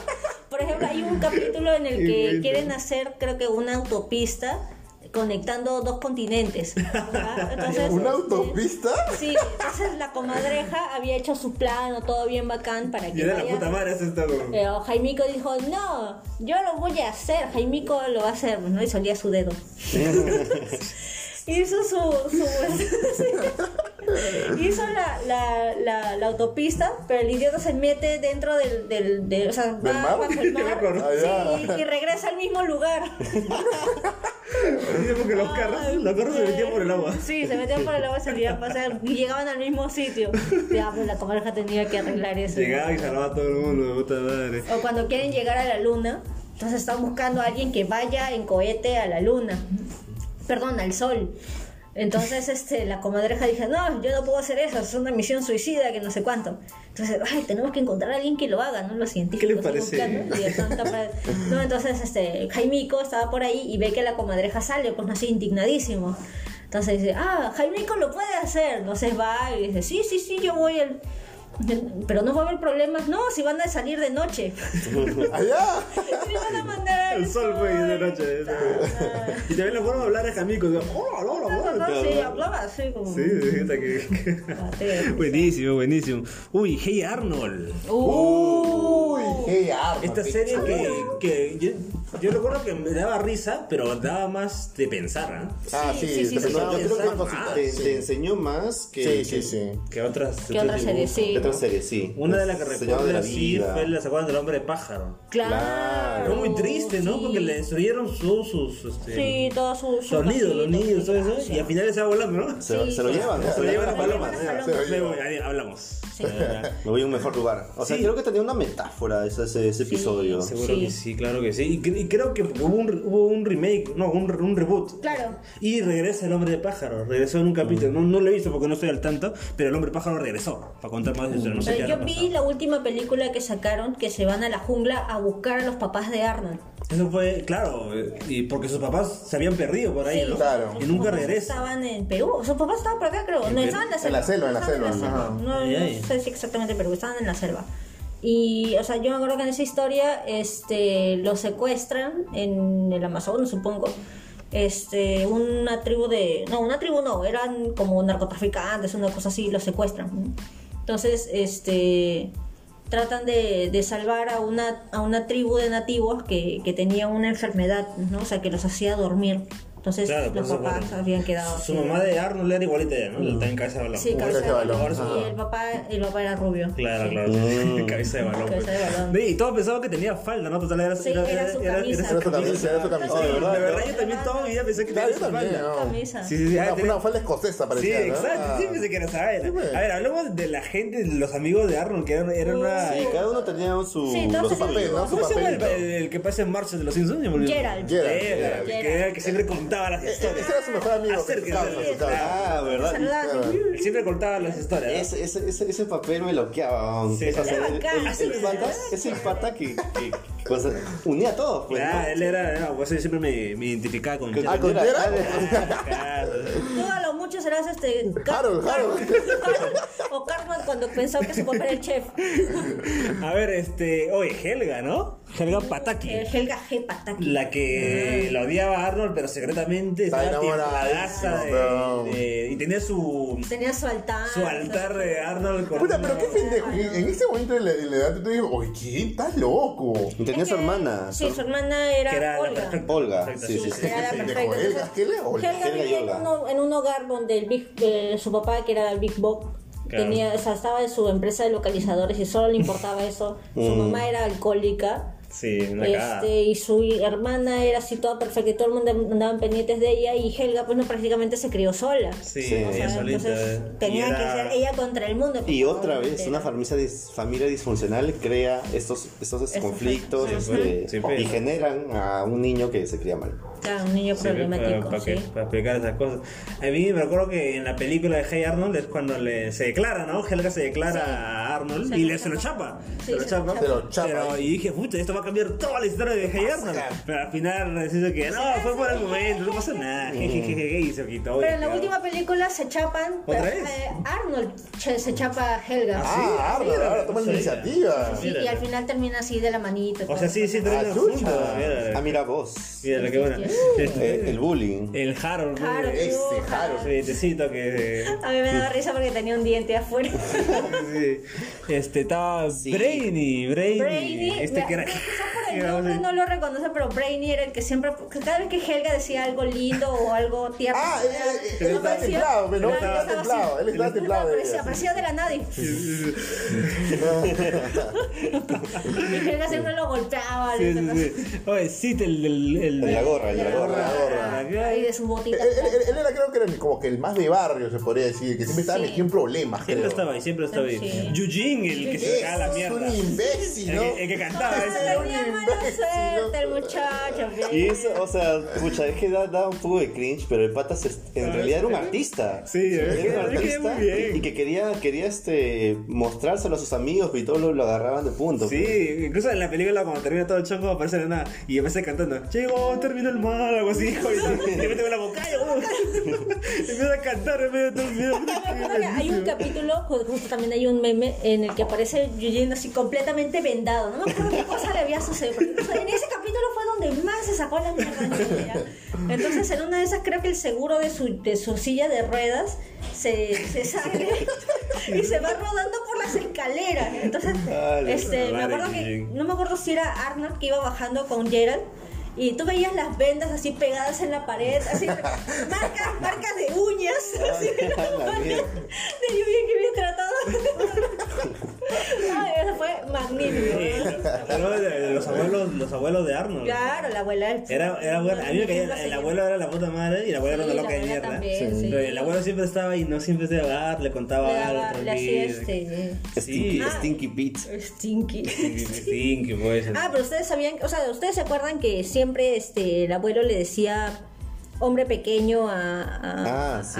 Por ejemplo, hay un capítulo en el que
Imbécil.
quieren hacer, creo que una autopista conectando dos continentes. ¿ya? Entonces,
¿Una
este,
autopista?
Sí, entonces la comadreja había hecho su plano, todo bien bacán para que
Y era la
vaya- Eh.
puta madre, hace esto. como-
Pero Jaimico dijo, no, yo lo voy a hacer, Jaimico lo va a hacer, ¿no? Y solía su dedo. hizo su... su- hizo la, la, la, la autopista, pero el idiota se mete dentro del... del, del- o sea, va
mar?
bajo el
Yo me
mar,
acuerdo.
sí, y regresa al mismo lugar.
Dice porque los carros, los carros se metían por el agua.
Sí, se metían por el agua, salían a pasar y llegaban al mismo sitio. Ya, pues la comadreja tenía que arreglar eso.
Llegaba y salvaba a todo el mundo, puta madre.
O cuando quieren llegar a la luna, entonces están buscando a alguien que vaya en cohete a la luna. Perdón, al sol. Entonces este, la comadreja dijo, no, yo no puedo hacer eso, es una misión suicida que no sé cuánto. Entonces, ay, tenemos que encontrar a alguien que lo haga, ¿no? Los científicos.
les parece?
buscando, y de tanta pra- No, entonces este, Jaimico estaba por ahí y ve que la comadreja sale, pues así indignadísimo. Entonces dice, ah, Jaimico lo puede hacer. Entonces va y dice, sí, sí, sí, yo voy al... Pero no va a haber problemas, no, si van a salir de noche.
¡Allá!
Si van a mandar al Ah,
El sol fue y de noche.
Ta, ta.
Y también la forma de hablar a Jamico. "Oh, Hola, hola,
No,
hola.
no, sí, hablaba así como...
Sí, sí, hasta que.
Mateo.
Buenísimo, buenísimo. Uy, Hey Arnold.
Oh.
¡Uy! ¡Qué arma!
Esta
pe-
serie que, que yo, yo recuerdo que me daba risa, pero daba más de pensar, ¿ah?
Ah, sí,
Sí, sí, sí,
te
sí.
pensaba-
No, yo
yo creo que
pensaba
cositas,
más.
Te,
sí.
te enseñó más que.
Sí, sí, sí.
¿Qué otras?
¿Qué otra serie?
dibujos?
Sí.
que otras series, sí.
Una de las que
Se llama de
recuerdo
la
sí
vida.
fue la ¿se acuerdan del hombre pájaro.
Claro.
Fue muy triste, ¿no?
sí.
Porque le destruyeron sus, sus, este,
Sí, todos sus...
sonidos, los niños, todo eso. Y al final estaba volando, ¿no?
Se,
Sí,
se lo
sí.
llevan, ¿no?
Se lo llevan a
Paloma.
palomas.
Paloma.
Se lo
Me
llevan.
voy, ahí hablamos.
Me voy a un mejor lugar. O sea,
Sí.
creo que tenía una metáfora ese, ese, ese episodio.
Seguro
Sí.
que sí, claro que sí. Y, cre- y creo que hubo un, re- hubo un remake, no, un, re- un reboot.
Claro.
Y regresa el hombre de pájaro. Regresó en un capítulo. No, no lo he visto porque no estoy al tanto, pero el hombre pájaro regresó. Para contar más de eso, no sé qué
Pero yo
habrá
vi la última película que sacaron que se van a la jungla a buscar a los papás de Arnold.
pasado. Eso fue, claro, eh, y porque sus papás se habían perdido por ahí,
Sí.
¿no?
Claro.
Y
Sus
nunca
papás
regresa.
Estaban en Perú. Sus papás estaban por acá, creo. No,
Perú?
estaban en la
En
selva.
la selva, en la
Estaban
selva, ajá.
No,
Ay,
no
ay.
sé si exactamente en Perú, estaban en la selva. Y, o sea, yo me acuerdo que en esa historia este, los secuestran en el Amazonas, supongo. Este, una tribu de. No, una tribu no, eran como narcotraficantes, una cosa así, los secuestran. Entonces, este. Tratan de, de salvar a una, a una tribu de nativos que, que tenía una enfermedad, ¿no? O sea, que los hacía dormir. Entonces,
Claro, por
los
eso
papás
fueron.
habían quedado.
Su
así.
mamá de Arnold era igualita a ella, ¿no? La está en cabeza de balón.
Sí,
Cabeza
cabeza de
de
balón.
balón,
Y
ajá.
el papá, el papá era rubio.
Claro,
Sí.
claro. cabeza de balón.
Cabeza de
pues.
balón.
Y todos pensaban que tenía falda, ¿no? Total, era,
Sí,
era,
era su camisa.
Era su camisa, era su camisa.
Oh, de
Sí,
verdad, de verdad,
¿no?
yo también toda mi vida pensé que
Claro,
tenía
yo
su
también,
falda.
¿no?
Camisa.
Sí, sí, sí. Ah,
Una,
tenía-
una falda escocesa
Sí,
parecía, ¿no?
exacto,
Ah.
sí pensé que era esa vaina.
Sí, pues.
A ver, hablemos de la gente, de los amigos de Arnold, que eran, eran una...
Sí, cada uno tenía su.
Sí, todos
los
tenían
papel,
su-
¿no?
¿Cómo se llama el,
papelito.
el- el que pasa en marcha de los Simpsons? Ya me olvidé.
Gerald.
Gerald,
Gerald,
Gerald.
que era el que siempre contaba las
Ese
historias.
Este era su mejor amigo. este
Acérquese,
su causa, su causa.
Ah, ¿verdad?
Saludaba así.
Él siempre contaba las historias.
Ese, ese, ese, ese papel me loqueaba. weón.
Sí.
Es, o sea,
Era
el,
bacán,
el-
sí,
el
¿verdad?
pata, es el pata que, que- que, o sea, unía a todos. Pues,
Ah,
¿no?
él era... No, pues yo siempre me, me identificaba con
Que-
Gerald.
Ah, ¿con
era-
Gerald?
Ah,
Tú a lo mucho serás este. Car-
Harold, Harold.
o Cartman cuando pensó que su papá era el chef.
A ver, este... Oye, Helga, ¿no? Helga Pataki.
Eh, Helga G. Pataki.
La que la odiaba a Arnold, pero secretamente
Está
estaba
enamoradísima,
timbradaza de,
pero-
de- y tenía su,
Tenía su altar.
su altar de Arnold con
Puta, pero qué pendejo. En, en ese momento de la, de la edad tú te digo, oye, ¿quién estás loco?
Y Tenía
Es
su
que-
hermana.
Sí,
su-
su hermana era,
que era la
Olga.
perfecta.
Olga,
perfecta.
sí, sí, sí.
Era la
Pendejo,
perfecta.
Helga,
Entonces,
¿qué le Olga?
Helga
Helga y
vivía en,
Olga.
uno- en un hogar donde el Big- eh, su papá, que era el Big Bob,
Claro.
tenía, o sea, estaba en su empresa de localizadores y solo le importaba eso.
Mm.
Su mamá era alcohólica.
Sí, una cagada.
Este, y su hermana era así toda perfecta y todo el mundo andaban pendientes de ella y Helga pues no prácticamente se crió sola.
Sí,
Sí.
O sea,
ella solita.
entonces
eh.
tenía
Y era-
que ser ella contra el mundo.
Y otra vez,
Pero-
una familia, dis- familia disfuncional crea estos, estos conflictos
sí,
este,
sí, pero-
y generan a un niño que se cría mal.
Claro, un niño
Sí,
problemático.
para, para que-
sí.
para explicar esas cosas. A mí me acuerdo que en la película de Hey Arnold es cuando le, se declara, ¿no? Helga se declara
Sí.
a Arnold
Se
y
lo
le, se lo
chapa.
chapa.
Sí,
se lo
se lo
chapa.
chapa.
Se lo chapa.
Pero, y dije, puta, esto va a cambiar toda la historia de Hey Arnold. Pero al final resulta que no, fue por el momento, no pasa nada. Jejejeje, y se quitó.
Pero
y
en la
quedó.
última película se chapan.
¿Otra
pero,
vez?
eh, Arnold che- se chapa a Helga.
Ah,
sí,
habla,
era,
ahora toma la
sí, era.
iniciativa.
Sí, y al final termina así de la manita.
O sea, sí, sí,
Ah,
terminan
chucha.
juntos. Mira,
Ah, mira vos.
mira lo que buena.
Eh, el bullying.
El Harold. ¿no?
Claro,
Ese Harold.
Ese billetecito que. eh,
A mí me da risa porque tenía un diente afuera.
Sí. Este estaba Brainy, Brainy,
Brady,
Este que era.
quizás por el nombre no lo reconocen, pero Brainy era el que siempre, que cada vez que Helga decía algo lindo o algo tierno,
Ah,
era-
él- él-
que
él
no
estaba
aparecía,
templado, pero no,
claro,
estaba
así.
templado, él estaba templado,
aparecía,
debería.
aparecía de la nadie. y Helga siempre lo golpeaba.
Sí,
le-
sí, sí. Oye, sí, el del. El,
El de la gorra, el de la gorra.
Ahí de su
Él,
botita.
él- él- él era creo que era como que el más de barrio, se podría decir, que siempre estaba
Sí.
metido en problemas.
Siempre
creo.
estaba ahí, siempre estaba ahí.
Sí.
Eugene, el que se cagaba la
Ese es
mierda.
un imbécil,
El
¿no?
que, el que cantaba
Ah,
ese.
tenía
un
mala
imbécil,
suerte el
¿no?
muchacho. pe.
Y eso, o sea, pucha, es que da, da un poco de cringe, pero el pata se- en realidad era un artista.
Ah, Sí, es que-
era un
es que
artista
muy bien.
y que quería, quería este, mostrárselo a sus amigos y todos lo, lo agarraban de punto.
Sí, incluso en la película cuando termina todo el chongo aparece la nada y aparece cantando Llegó, terminó el mal, algo así, hijo, y de repente con la boca, empieza a cantar en medio de todo el video.
Creo que Hay un capítulo, ju- justo también hay un meme en el que aparece Eugene así completamente vendado. No me acuerdo qué cosa le había sucedido. pero, o sea, en ese capítulo fue donde más se sacó la mierda. ¿no? Ya. Entonces, en una de esas, creo que el seguro de su, de su silla de ruedas se, se sale y se va rodando por las escaleras. Entonces,
Vale,
este, me
vale,
acuerdo que,
Eugene.
no me acuerdo si era Arnold que iba bajando con Gerald. Y tú veías las vendas así pegadas en la pared, así marcas, marcas de uñas. así.
a la mierda.
De lluvia que bien tratado. Ay, eso fue magnífico.
Pero de- de los abuelos, los abuelos de Arnold.
Claro, la abuela del-
Era, era buena. A mí me caía. El abuelo era la puta madre y la abuela
Sí,
era una loca de
la abuela
mierda.
también, sí.
Pero El abuelo siempre estaba ahí, no siempre se iba a dar, le contaba
Le daba-
algo.
le hacía
tranquilo.
este.
Stinky,
Sí.
Stinky Beats.
Stinky.
Sí, que pues.
Ah, pero ustedes sabían, o sea, ustedes se acuerdan que siempre este el abuelo le decía hombre pequeño a, a-
Ah, sí,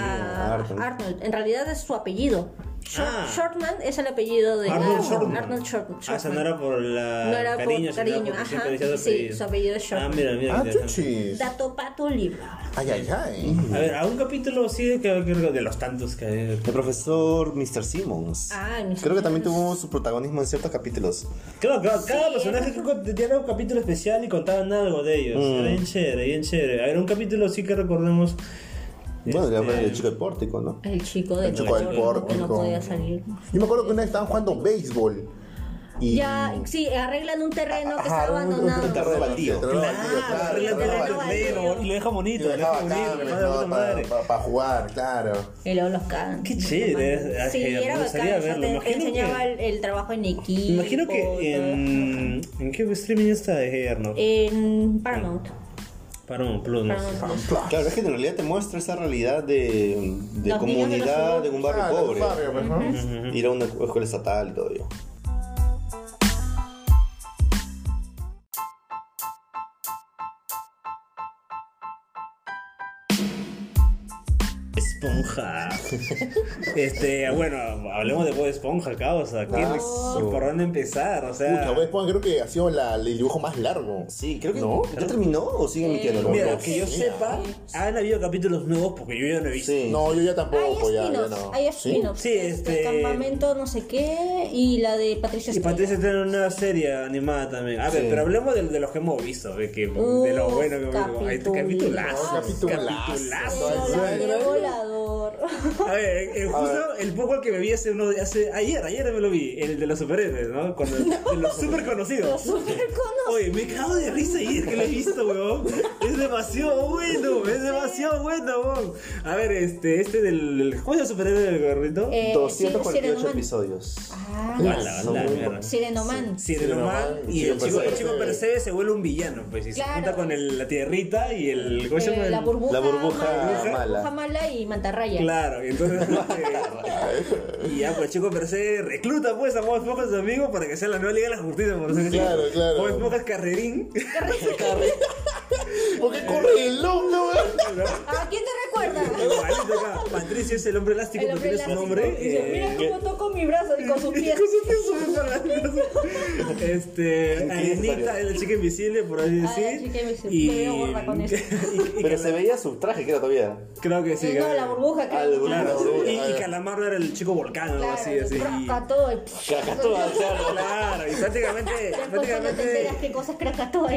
a
a
Arnold.
En realidad es su apellido. Short-
Ah.
Shortman es el apellido de
Arnold Shortman.
Arnold Short- Shortman.
Ah, o sea, no era por la
No era por
cariño, sino
cariño,
porque
ajá,
siempre decía
sí, su apellido es
Ah,
Shortman.
mira, mira.
Ah,
interesante.
chuchis.
Dato pato libre.
Ay, ay, ay.
a ver, a un capítulo sí que creo que de los tantos que hay.
El profesor Mr. Simmons.
Ah, Mr.
Creo que también
Simmons.
tuvo su protagonismo en ciertos capítulos.
Claro, claro, cada
Sí,
personaje creo que tenía un capítulo especial y contaban algo de ellos.
Mm.
Era bien chévere, bien chévere. A ver, un capítulo sí que recordemos.
Bueno, ya
este,
fue el chico del pórtico, ¿no?
El chico del
El chico del
pórtico que no
pórtico.
podía salir.
Yo me acuerdo que una vez estaban jugando béisbol. Y...
Ya, sí, arreglan un terreno que
Ajá,
estaba
un- un
abandonado.
terreno baldío.
terreno baldío,
Ah,
claro,
arregla
terreno
todo el
baldío.
pleno, y lo deja bonito,
Lo dejaba
bonito,
acá,
le deja de puta madre.
para jugar, claro.
Y luego los cagan.
Qué chévere, es-
Sí,
ay, me
era
gustaría
bacán. o sea,
verlo.
te- te,
Imagino
enseñaba
que-
el, el trabajo en equipo.
Me Imagino
todo.
que en, ¿en qué streaming está de Hey Arnold?
En Paramount.
Para un plus, Ah, no sé.
Eh, Paramount.
Claro, es que en realidad te muestra esa realidad de, de
Los niños de los
comunidad, de un barrio
Ah,
pobre.
barrio, pues, ¿no?
Ir a una escuela estatal y todo ello.
Esponja. Esponja. Este, bueno, hablemos de Bob Esponja, causa. ¿Qué-
Ah,
¿Por dónde empezar? O sea,
Pucha, Bob Esponja creo que ha sido la- el dibujo más largo.
Sí, creo que
¿No?
ya terminó o
Eh,
sigue emitiendo.
mira,
No,
que yo
sí.
sepa, han habido capítulos nuevos porque yo ya no he visto.
Sí.
No, yo ya
Hay
tampoco, pues, ya, ya
spin-offs,
no.
hay
¿Sí?
spin-offs.
Sí, este-
Campamento no sé qué y la de Patricia
Y
Estrella.
Patricia tiene una nueva serie animada también. A ver,
Sí.
pero hablemos de, de los que hemos visto, de, que, de lo
Uf,
bueno que hemos visto. este Hay
capitulazo.
capitulazos.
Capitulazo.
Capitulazos.
Pero Ah, la
Bueno,
de volador.
A ver, eh, eh, justo el poco que me vi hace unos hace ayer, ayer me lo vi, el de los superhéroes, ¿no? Cuando, De los super
Lo
conocidos.
super conozco.
Oye, me cago de risa ayer que lo he visto, weón. Es demasiado bueno, es demasiado bueno, weón. A ver, este, este del. del- ¿Cómo se llama el superhéroe del gorrito?
Eh,
248
Sirenoman.
episodios.
Ah,
A la- a la mierda. Sirenoman
Sirenoman.
Sirenoman,
y el
Chico
chico, el
Percebe.
chico Percebe se vuelve un villano, pues, y se
Claro.
junta con el- la tierrita y el. ¿Cómo se llama
Eh,
el-
la burbuja,
La burbuja
mala,
mala.
burbuja mala y mantarraya.
Claro, y entonces. este, y ya, pues chico Perse recluta pues a Bob Esponja y sus amigos para que sea la nueva Liga de la Justicia, por decirlo
Claro,
así.
claro.
Bob Esponja es carrerín.
¿Por qué corre el lobo?
¿A Ah, quién te recuerda?
Igualito acá. Patricio es el hombre elástico
El
que
hombre
tiene su
elástico.
nombre.
Dice,
eh,
Mira cómo toco mi brazo y con su
y
pie.
con su pie sube para adelante. Este, Arenita
historia.
es la chica invisible, por así
Ah, la
decir.
chica
Y,
invisible. Me veo gorda con eso.
y- y
Pero se veía su traje, creo todavía.
creo que sí.
Eh,
creo
no,
que-
la burbuja,
Ah,
creo.
la burbuja.
Claro,
Claro,
y, y
ah.
Calamardo era el chico volcán, algo
Claro,
así, así. y-
Krakatoa, y-
Krakatoa, claro.
Claro, y prácticamente,
Ya cuando te
prácticamente,
enteras qué cosas Krakatoa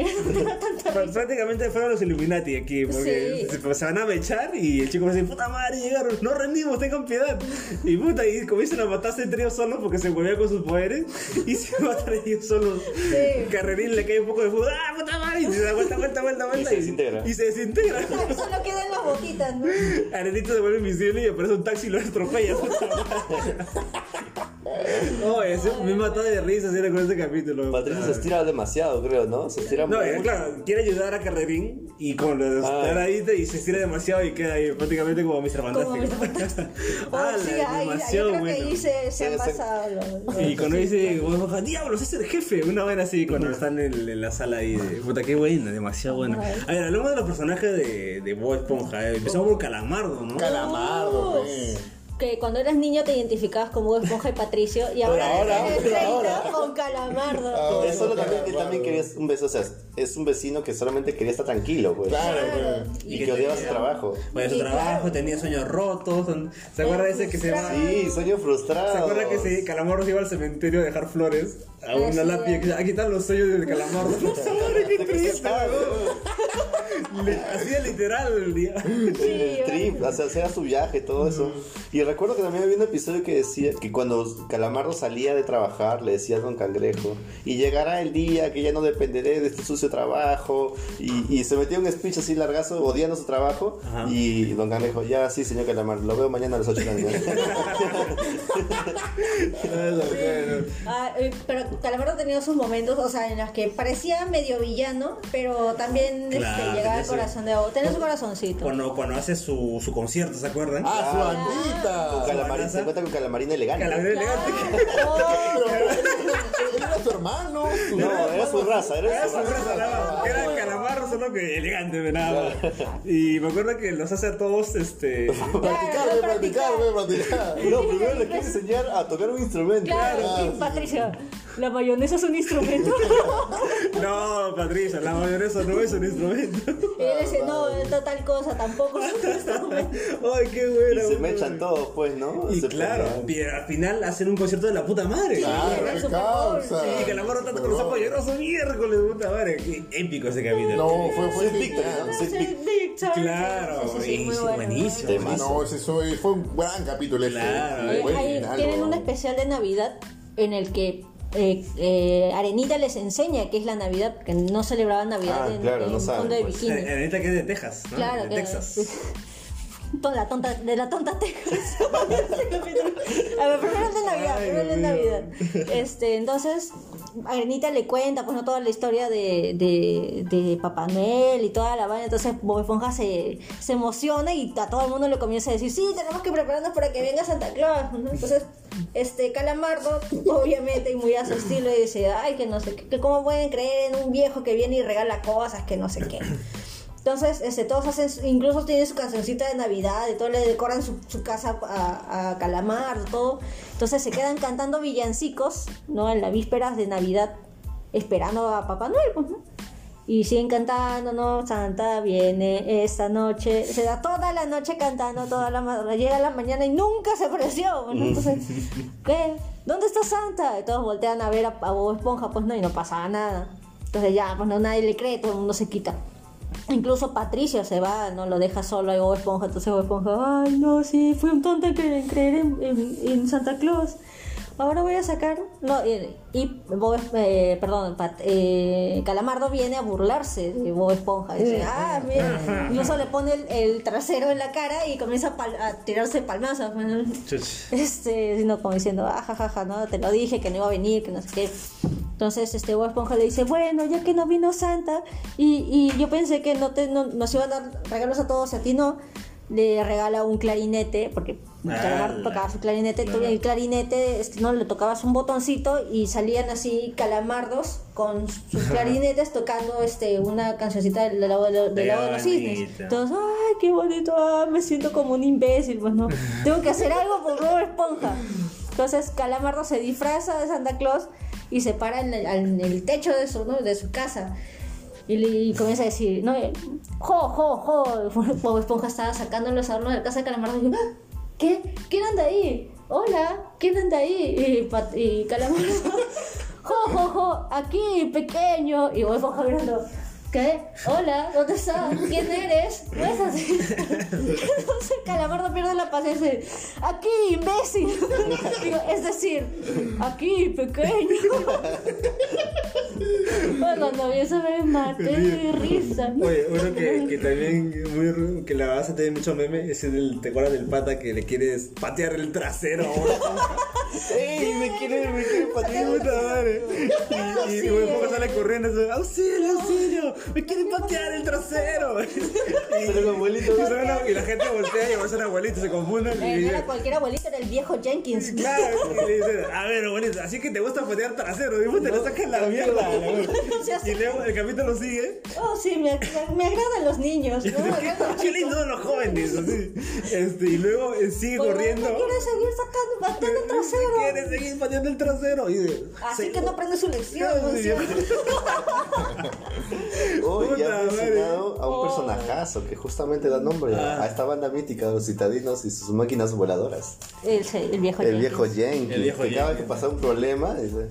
es, te da tanta
prá-
risa.
prácticamente fueron los Illuminati aquí, porque
Sí.
se, pues, se van a mechar y el chico va a decir, puta madre, llegaron, no rendimos, tengan piedad. Y puta, y comienzan a matarse entre ellos solos porque se volvían con sus poderes y se matan ellos solos.
Sí.
Carrerín le cae un poco de fútbol, ¡ah, puta madre! Y se da vuelta, vuelta, vuelta, vuelta.
se desintegra.
Y se desintegra.
Solo quedan las botitas, ¿no?
Arenito se vuelve invisible y aparece un taxi y lo atropella. no, ese me mató de risa si era con ese capítulo.
Patricio se estira demasiado, creo, ¿no? Se estira
No,
mucho.
eh, claro, quiere ayudar a Carrerín y con los
Ah.
taradita y se estira demasiado y queda ahí prácticamente como Mr. Fantástico.
Mr. Fantástico. Oh,
Ala,
sí, ahí, yo
demasiado
creo que
Ah, bueno.
ahí se, se han
Debe ser-
pasado los- los-
Y cuando dice, "Vos, ojo, diablos, es el jefe. Una vaina así, cuando están en, en la sala ahí de puta, qué buena, demasiado buena. A ver, hablamos de los personajes de, de Bob Esponja. eh. Empezamos por Calamardo, ¿no?
Calamardo, fe.
Que cuando eras niño te identificabas como Esponja y Patricio y ahora,
ahora,
eres
pero
Reina
ahora.
con Calamardo.
Ah,
Es solo también que
Calamardo.
también quería un beso, o sea, es un vecino que solamente quería estar tranquilo, pues.
Claro, fe.
Y que odiaba su trabajo.
Bueno, Pues, su
Sí,
trabajo,
claro.
tenía sueños rotos. son- ¿Se acuerda de ese que se va?
Sí, sueño frustrado.
¿Se acuerda
Oh.
que sí, Calamardo se iba al cementerio a dejar flores a
Ah,
una
sí.
lápida? que decía, Aquí están los sellos de Calamardo. No, madre, qué triste, weón. Le- Hacía literal el día.
En el trip, o sea, hacía su viaje, todo eso. Y recuerdo que también había un episodio que decía que cuando Calamardo salía de trabajar, le decía a Don Cangrejo, y llegará el día que ya no dependeré de este sucio trabajo, y, y se metió un speech así largazo, odiando su trabajo,
Ajá.
y Don Cangrejo, ya sí, señor Calamardo, lo veo mañana a las 8 de la mañana.
Ah, eh, pero Calamardo tenía sus momentos, o sea, en los que parecía medio villano, pero también este,
Claro,
llegaba
tenía
al
su-
corazón de Bob. Tenía su corazoncito.
Cuando, cuando hace su, su concierto, ¿se acuerdan?
Ah, su bandita.
Calamarín, se encuentra con Calamarina elegante.
Calamardo elegante.
Ah, Oh,
Él era su hermano. su-
No, era su raza, era
Era
su
su
raza.
raza, nada más. Era Calamardo, solo que elegante, de nada. más. Y me acuerdo que los hace a todos, este...
Practicar,
claro,
ve, practicar, ve, practicar.
No, primero le quiere enseñar a tocar un instrumento.
Claro, sí, Patricia, la mayonesa es un instrumento.
No, Patricia, la mayonesa no es un instrumento.
y él dice, no, no tal cosa, tampoco es un instrumento.
Ay, qué
Y
bueno.
se
weón.
mechan todos, pues, ¿no?
Y
Se
claro,
pelean.
y al final hacen un concierto de la puta madre.
Claro, Ah,
era
qué
Super Bowl,
causa.
Y que la mano tanto con los ojos llorosos miércoles, puta madre. Qué épico ese capítulo.
No, fue, fue
Sí, Víctor, ¿no?
genial.
Sí, Víctor.
pues Claro,
Sí, sí, sí,
y
muy
sí,
bueno.
buenísimo.
Tema.
No, ese fue, fue un gran capítulo ese.
Claro,
Eh,
Fue
hay-
genial,
tienen
weón.
un especial de Navidad en el que eh, eh, Arenita les enseña qué es la Navidad, porque no celebraban Navidad
Ah,
en,
claro,
en
no saben,
fondo de
pues.
bikini.
La neta que es de Texas, ¿no?
Claro,
de
que-
Texas.
Toda la tonta, de la tonta Texas. A ver, primero el de Navidad,
Ay,
primero el de
Dios
Navidad.
mío.
Este, entonces, Arenita le cuenta, pues, no toda la historia de, de, de Papá Noel y toda la vaina. Entonces, Bob Esponja se, se emociona y a todo el mundo le comienza a decir, sí, tenemos que prepararnos para que venga Santa Claus, ¿no? Entonces, este, Calamardo, obviamente, y muy a su estilo, y dice, ay, que no sé, qué, que cómo pueden creer en un viejo que viene y regala cosas, que no sé qué. Entonces, este, todos hacen, su- incluso tienen su cancioncita de Navidad y todo, le decoran su, su casa a, a Calamar, todo. Entonces se quedan cantando villancicos, ¿no? En las vísperas de Navidad, esperando a Papá Noel, pues, ¿no? Y siguen cantando, ¿no? Santa viene esta noche. Se da toda la noche cantando, toda la madrugada. Llega la mañana y nunca se apareció, ¿no? Entonces, ¿qué? ¿Dónde está Santa? Y todos voltean a ver a, a Bob Esponja, pues no, y no pasaba nada. Entonces ya, pues no, nadie le cree, todo el mundo se quita. Incluso Patricio se va, no lo deja solo a Bob Esponja, entonces Bob Esponja, ay no, sí, fui un tonto en cre- en creer en, en- en Santa Claus. Ahora voy a sacar. No, eh, y Bob Es- eh, perdón, Pat- eh, Calamardo viene a burlarse de Bob Esponja. Dice, ah, mira. Incluso le pone el, el trasero en la cara y comienza a, pal- a tirarse palmazos. ¿no?
Chuch.
este, sino como diciendo, ah, ja, ja, ja, no, te lo dije que no iba a venir, que no sé qué. Entonces, este Bob Esponja le dice, bueno, ya que no vino Santa, y, y yo pensé que no te, no- nos iban a dar regalos a todos, y a ti no, le regala un clarinete, porque Calamar
Ala.
tocaba su clarinete,
Claro.
el clarinete, este, no, le tocabas un botoncito y salían así calamardos con sus clarinetes tocando este, una cancioncita del lado de, lo- del lado de los cisnes.
bonito.
Entonces, ay, qué bonito, ah, me siento como un imbécil, pues no, tengo que hacer algo por Bob Esponja. Entonces Calamardo se disfraza de Santa Claus y se para en el, en el techo de su, ¿no? de su casa. Y, le- y comienza a decir, no, eh, jo, jo, jo. Bob Esponja estaba sacando los adornos de la casa de Calamardo y dijo, "Ah, ¿qué? ¿Quién anda ahí? Hola, ¿quién anda ahí? Y, Pat- y Calamardo, jo, jo, jo, aquí, pequeño. Y Bob Esponja mirando, ¿qué? Hola, ¿dónde estás? ¿Quién eres? No es así. Entonces Calamardo pierde la paciencia. y dice, Aquí, imbécil. Digo, es decir, aquí, pequeño. Bueno, cuando vi eso me maté de risa.
Oye, uno que, que también muy, ru- que la vas a tener mucho meme es el, ¿te acuerdas del pata que le quieres patear el trasero?
¡Ey! Me quiere, me quiere
¡Patear
patear.
puta madre! Y, y, y güey, ¿cómo sale corriendo? Eso, ¡Auxilio, auxilio! ¡Me quieren patear el trasero! Y,
Sale el abuelito.
y suena una- y la gente voltea y va a ser abuelito, se confunde
Eh,
y
no
dice,
era cualquier abuelito, era el viejo Jenkins.
Claro, y le dicen, a ver, abuelito, así que te gusta patear trasero, digo, te lo sacas la mierda. a la vez".
Se hace-
Y luego el capítulo sigue.
Oh, sí, me, me- me agradan los niños. ¿no? Pues, Me agradan los
Qué lindo los jóvenes, así. Este, y luego eh, sigue
Porque
corriendo.
me quiere seguir sacando, pateando el
Quiere
trasero.
seguir pateando el trasero. Y dice,
Así
"Se-
que no aprende su lección.
Claro,
¿no?
sí,
Sí.
Hoy ya
Puta
han mencionado
madre.
a un personajazo que justamente da nombre a esta banda mítica de los citadinos y sus máquinas voladoras.
El, sí, el viejo
El
Jenkins.
viejo Jenkins,
El viejo
que cada vez
Jenkins.
que pasaba un problema, dice,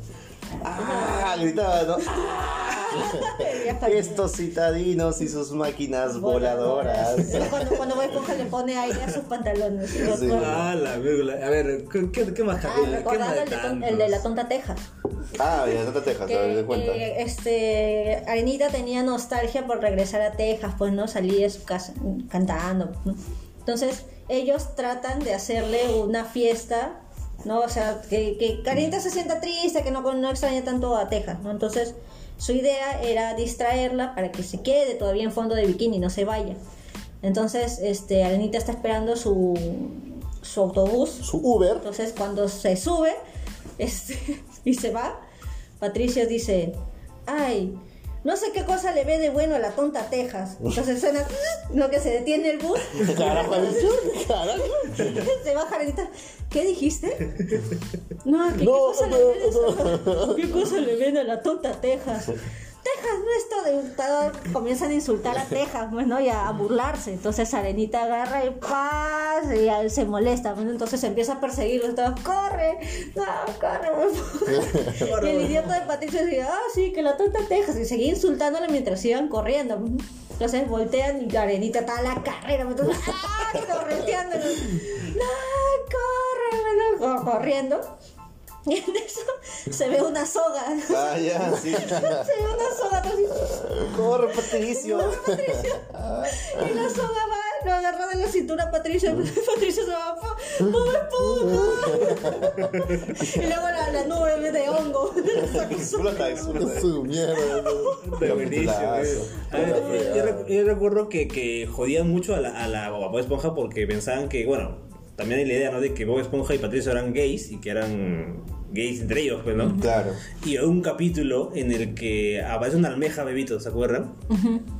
¡Ah! gritaba, ¿no?
El viejo
Estos citadinos y sus máquinas voladoras.
Cuando, cuando Bob Esponja le pone aire a sus pantalones. ¿no?
Sí.
Ah, la vírgula. A ver, ¿qué, qué- qué más
Ah,
capítulo? ¿Qué más
recordando el de, ton-
tantos?
el de la tonta Teja.
Ah, ya no te dejas, a ver, de cuenta.
que, eh, este, Arenita tenía nostalgia por regresar a Texas, pues no salía de su casa mm, cantando. ¿no? Entonces, ellos tratan de hacerle una fiesta, ¿no? O sea, que, que Arenita se sienta triste, que no, no extraña tanto a Texas, ¿no? Entonces, su idea era distraerla para que se quede todavía en fondo de bikini, no se vaya. Entonces, este, Arenita está esperando su, su autobús,
Su Uber.
entonces cuando se sube este, y se va, Patricio dice, ay, no sé qué cosa le ve de bueno a la tonta Texas. Entonces suena lo que se detiene el bus.
Carajo, carajo.
se baja Arenita. ¿Qué dijiste? No, que
No,
qué cosa le
no,
ven a- ¿Qué cosa le ven a la tonta Texas? Texas no está de todo, comienzan a insultar a Texas, pues, ¿no? Y a, a burlarse. Entonces Arenita agarra y paz y a él se molesta. bueno, entonces empieza a perseguirlo. Entonces, corre, no, corre. por favor". y el idiota de Patricio dice, ah, sí, que la tonta Texas. Y seguía insultándole mientras iban corriendo. Entonces voltean y Arenita está a la carrera. Entonces, ¡ah! correteándolo. No, corre, bueno, co- corriendo. Y en eso se ve una soga.
Ah, ya, sí.
Se ve una soga así.
Corre, Patricio.
Patricio. Y la soga va, lo agarra de la cintura a Patricio. Patricio se va, ¡pum! ¡pum! ¡pum! Y luego la, la nube de hongo.
Explota, explota.
Su mierda.
Está buenísimo,
Capitulazo.
güey.
Ah,
A ver,
Puta
yo- yo, recu- yo recuerdo que, que jodían mucho a la, a la Bob Esponja porque pensaban que, bueno,
también hay la idea, ¿no? De que Bob Esponja y Patricio eran gays y que eran gays entre ellos, pues, ¿no?
Claro.
Y hay un capítulo en el que aparece una almeja bebito, ¿se acuerdan?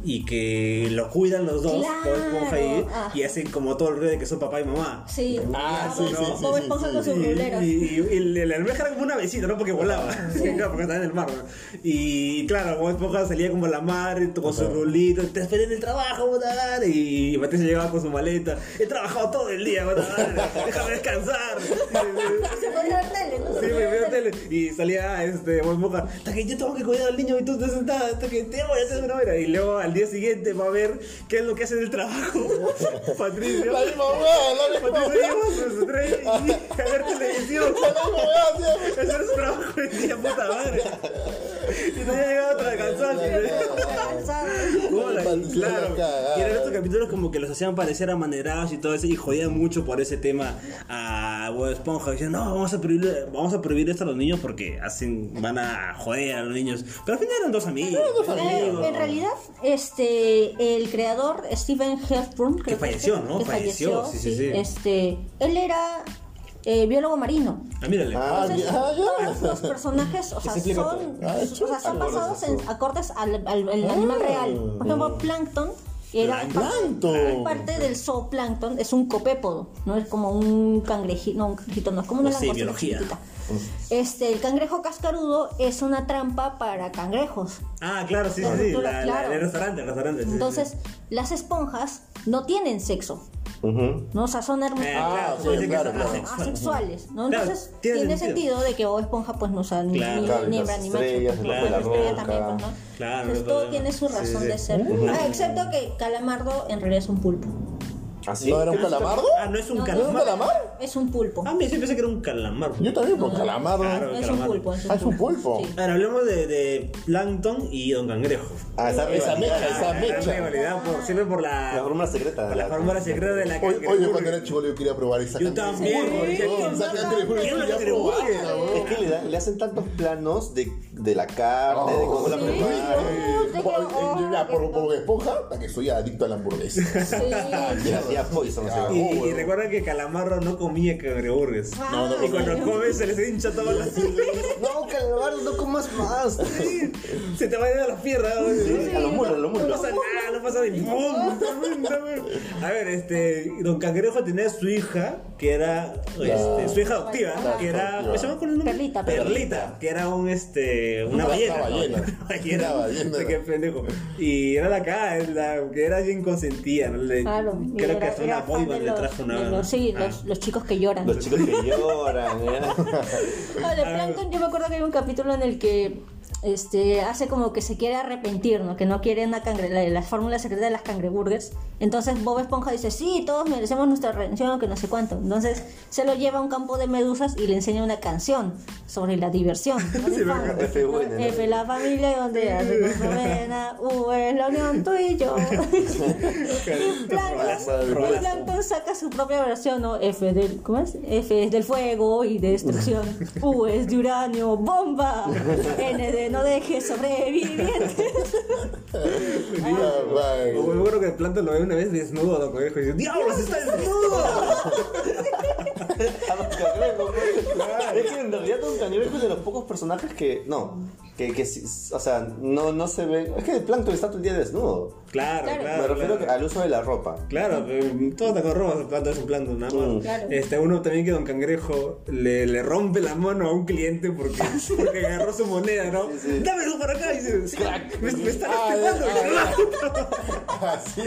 Y que lo cuidan los dos,
Claro,
Bob Esponja y,
ajá.
y hacen como todo el ruido de que son papá y mamá.
Sí.
Ah, sí, sí, sí,
Bob
sí,
Esponja
sí,
con sus
Y,
ruleros.
y- y la- la almeja era como una besita, ¿no? Porque volaba. claro, porque estaba en el mar. ¿no? Y claro, Bob Esponja salía como la madre con su rulito. Te esperé en el trabajo, botar. Y Patricio llegaba con su maleta. He trabajado todo el día, botar. Déjame descansar.
Se podía ver tele, ¿no?
Sí, me
Se podía ver
veo
tele.
tele y salía este Bob Esponja, hasta que yo tengo que cuidar al niño y tú estás sentada, hasta que te voy a hacer una hora. Y luego al día siguiente va a ver qué es lo que hace en el trabajo. Patricio.
La misma hueá, la misma
Patricio
hueá.
lleva su estrella y a ver televisión.
La misma hueá, tío.
Hacer su trabajo el día, puta madre. Y no había llegado otra cansancio. Hola,
Patricio
claro.
la cagada.
Y eran estos capítulos como que los hacían parecer amanerados y todo eso y jodían mucho por ese tema a Bob Esponja. Decían, no, vamos a prohibir, vamos a prohibir esto a los niños porque hacen, van a joder a los niños. Pero al final eran dos amigos.
Eh, en realidad, este, el creador Steven Hepburn, creo
falleció, ¿no?
que
Falleció, sí, sí, sí.
Este, él era eh, biólogo marino.
Ah, mírale.
Ah,
Entonces,
ya.
ah, ya.
todos los personajes, o sea,
se explica
son,
todo. Ah,
o sea, son
chuta.
basados en acordes al, al- al animal real. Por ejemplo, Plankton era parte-
Plankton.
parte del zooplancton, es un copepodo, no es como un cangrejito, no, un cangrejito no, es como una
No sé,
langostina
Pues biología.
chiquitita. Este, el cangrejo cascarudo es una trampa para cangrejos.
Ah, claro, sí, sí, sí.
Claro.
La- la- el restaurante, el restaurante. sí, sí,
Entonces, las esponjas no tienen sexo,
Ujú.
¿no? O sea, son hermosas.
Ah,
sí, claro,
claro.
asexuales, ¿no?
Claro,
Entonces
tiene
tiene,
sentido.
sentido. de que Bob Esponja pues no usa ni,
Claro,
ni,
claro, y
ni
las
hembra ni macho.
estrellas, el
Claro,
bajo de la
las estrellas
roca.
también, pues, ¿no?
Claro,
Entonces,
no hay
todo
problema.
tiene su
Sí,
razón
sí.
de ser. Ah, excepto que Calamardo en realidad es un pulpo.
Así.
¿No era un calamardo?
Ah, no es un
No,
¿No era un
calamar.
calamar?
Es un pulpo.
Ah, mira, yo pensé que era un calamar.
Yo también, por
Claro.
calamardo.
es un
Calamardo.
pulpo.
Ah, es un pulpo.
Sí.
Ahora hablemos de, de Plankton y Don Cangrejo.
Ah, esa,
Esa
rivalidad,
mecha, esa
Gran
mecha.
rivalidad por, siempre por la,
La fórmula secreta.
por la fórmula secreta de la
Oye,
cangrejo.
oye, cuando era chico yo quería probar esa
Yo también,
cangrejo.
yo
Weón, Esa
también.
cangrejo yo
Yo la
quería
cangrejo.
probarla,
Es
weón.
que le, da- le hacen tantos planos de, de la carne,
Oh,
de cómo la
sí.
preparan.
Ay,
Por-
qué
eh, ya, por,
horror.
por esponja, hasta que soy adicto a la hamburguesa.
Le hacía poison. ¿eh? o sea,
Y, y recuerda que Calamarro no comía cangreburgers.
No, no,
y cuando come se les hincha todas las...
No, Calamardo, no comas más.
se te va a ir a las piernas. güey.
A los mulos, a los
No
mulos.
pasa nada, no pasa ni ¡Pum! ¡Pum! ¡Pum! A ver, este, Don Cangrejo tenía su hija, que era, este, su hija adoptiva, que era, ¿cómo se llama con el nombre?
Perlita.
Perlita, que era un, este, una
Una
ballena.
ballena.
¿no? ballena.
Una ballena.
Qué pendejo. Y era la cara, la, que era bien consentida, ¿no? Le-
Claro, Ah, y
creo que
era-
hasta
era
una
fan
boyband
de
le
los-
trajo
de
una.
los- Sí,
Ah.
los, los chicos que lloran.
Los chicos
Ah,
que lloran. ¿eh?
No, de
Ah.
Plankton, yo me acuerdo que hay un capítulo en el que este, hace como que se quiere arrepentir, ¿no? Que no quiere una cangre, la, la fórmula secreta de las cangreburgers. Entonces Bob Esponja dice, sí, todos merecemos nuestra redención, que no sé cuánto. Entonces se lo lleva a un campo de medusas y le enseña una canción sobre la diversión. ¿no?
Sí, me acuerdo,
Fun,
F
¿no?
buena, ¿no?
F la familia donde hacemos novena, U es la unión tú y yo. y Plankton,
Rolazo.
y Plankton saca su propia versión, ¿no? F del, ¿cómo es? F es del fuego y de destrucción. U es de uranio, bomba. N de no dejes sobrevivientes.
Ah, vale.
O me acuerdo que Planta lo ve una vez desnudo a Don Cangrejo y dice: ¡Diablos, está desnudo!
A los cangrejos, ¿no? Es que en realidad Don Cangrejo es de los pocos personajes que. No. Que, que sí- o sea, no, no se ve. Es que el plancton está todo el día desnudo.
Claro, claro.
Claro.
Me refiero
Ah, claro.
que al uso de la ropa.
Claro, eh, todo está con ropa, planta es un planta, nada más.
Mm.
Claro.
Este, uno también que Don Cangrejo le, le rompe la mano a un cliente porque, porque agarró su moneda, ¿no? Dame eso para acá y dice, "Sí, me, me están
Ah,
estafando,
ah,
¿verdad?"
Así.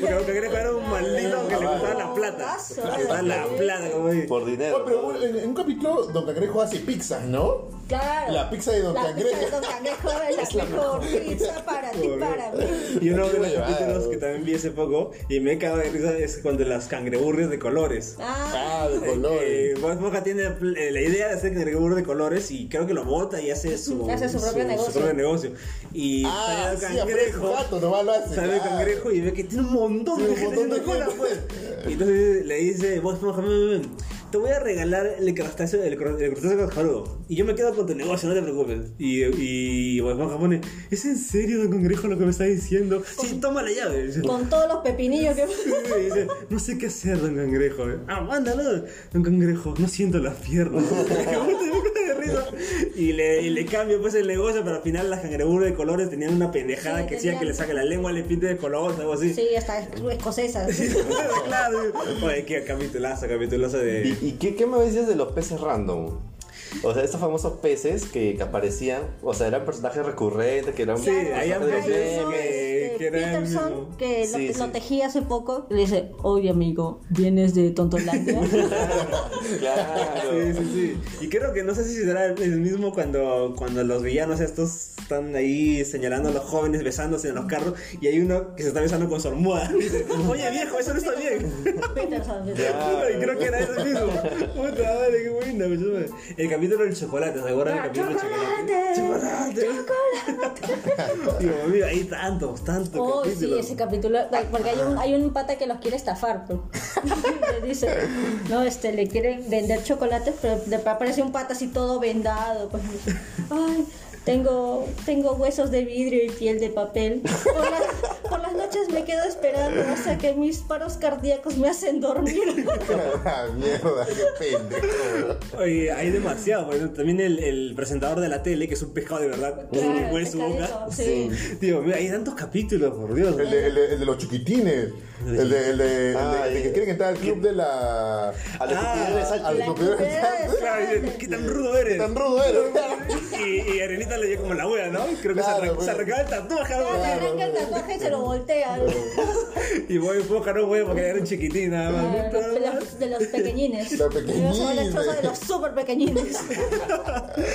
Porque Don Cangrejo era un maldito que le gustaba la plata.
Bravazo,
Le gustaba la
bravazo.
plata, como dice.
Por dinero.
Oh, pero bueno, en, en un capítulo, Don Cangrejo hace pizzas, ¿no?
Claro.
La pizza de Don
La pizza de
Cangrejo.
Don Cangrejo es la mejor pizza para ti, para mí.
Y uno de
Qué
los
huevada,
capítulos que
bro.
también vi hace poco y me cago de risa es cuando las cangreburres de colores.
Ah,
Ah, de colores.
Eh, Bob Esponja tiene pl- eh, la idea de hacer cangreburger de colores y creo que lo bota y hace su,
Hace su propio negocio.
propio negocio. Y
Ah,
sale
sí,
el
cangrejo.
cangrejo.
Gato, nomás lo hace. Ah,
Sale el
claro.
cangrejo y ve que tiene un montón
Sí,
de
un
gente
montón de
haciendo cola,
gente.
pues. Y entonces le dice, Bob Esponja, ven, ven, ven. te voy a regalar el crustáceo, el, cro- el crustáceo cascarudo. Y yo me quedo con tu negocio, no te preocupes. Y, y Bob Esponja pone, ¿es en serio, don Congrejo, lo que me está diciendo? Sí, toma la llave. Dice,
Con todos los pepinillos que.
y dice, no sé qué hacer, don Cangrejo. Ah, mándalo, don Cangrejo, no siento las piernas. De risa. Y le, y le cambio pues el negocio, pero al final las cangreburgas de colores tenían una pendejada
Sí,
que decían
tenían-
que le saque la lengua, le pinte de color, algo así.
Sí, hasta escocesas.
claro, sí. oye, qué capitulazo, capitulazo de.
¿Y, y qué, qué me decías de los peces random? O sea, estos famosos peces que, que aparecían, o sea, eran personajes recurrentes, que eran...
Sí, ahí
personajes de los
aparecían.
memes.
que- que era el mismo.
este, Peterson, que lo,
Sí,
lo
sí.
tejía hace poco, le dice, oye amigo, vienes de Tontolandia.
Claro.
Sí, sí, sí. Y creo que no sé si será el el mismo cuando, cuando los villanos estos están ahí señalando a los jóvenes besándose en los carros y hay uno que se está besando con su almohada. Dice, Oye viejo, eso no está bien.
Peterson,
Oh,
Claro.
Y creo que era ese mismo. Puta madre, qué buena. pues, madre. El capítulo del chocolate, ¿se acuerdan del capítulo del chocolate? ¡Chocolate! ¡Chocolate! Dios mío, hay tantos, tantos
Oh, sí,
capítulos.
ese capítulo. ay, Porque hay un, hay un pata que los quiere estafar, pues. le dice, no, este, le quieren vender chocolates, pero le aparece un pata así todo vendado. Pues, ay, tengo, tengo huesos de vidrio y piel de papel. Por, la- por las noches me quedo esperando hasta que mis paros cardíacos me hacen dormir.
Ah, mierda, qué pendejo. weón.
Oye, hay demasiado. por ejemplo, también el, el presentador de la tele, que es un pescado de verdad,
Claro,
huele su boca.
pescadito, sí.
Dios mío, hay tantos capítulos, por Dios.
El de, el de- el de los chiquitines. El de, el de- el de-
Ah,
el de que
ya.
quieren entrar al club de la.
A los
Ah,
que tienen esa-
al
La
superior de
cultura de
Sánchez.
Claro, dice, ¿qué tan rudo eres?
Tan rudo era.
Y, y Arenita le dio como la wea, ¿no? Creo que
Claro,
se, arranca-
pues.
se arrancaba el tatuaje. algo
Le
así.
arranca el tatuaje y se lo voltea.
Y voy poca, no voy porque era un chiquitín nada
Ah,
más.
los- de los- de los pequeñines.
Los pequeñines.
Los sospechosos de los super pequeñines.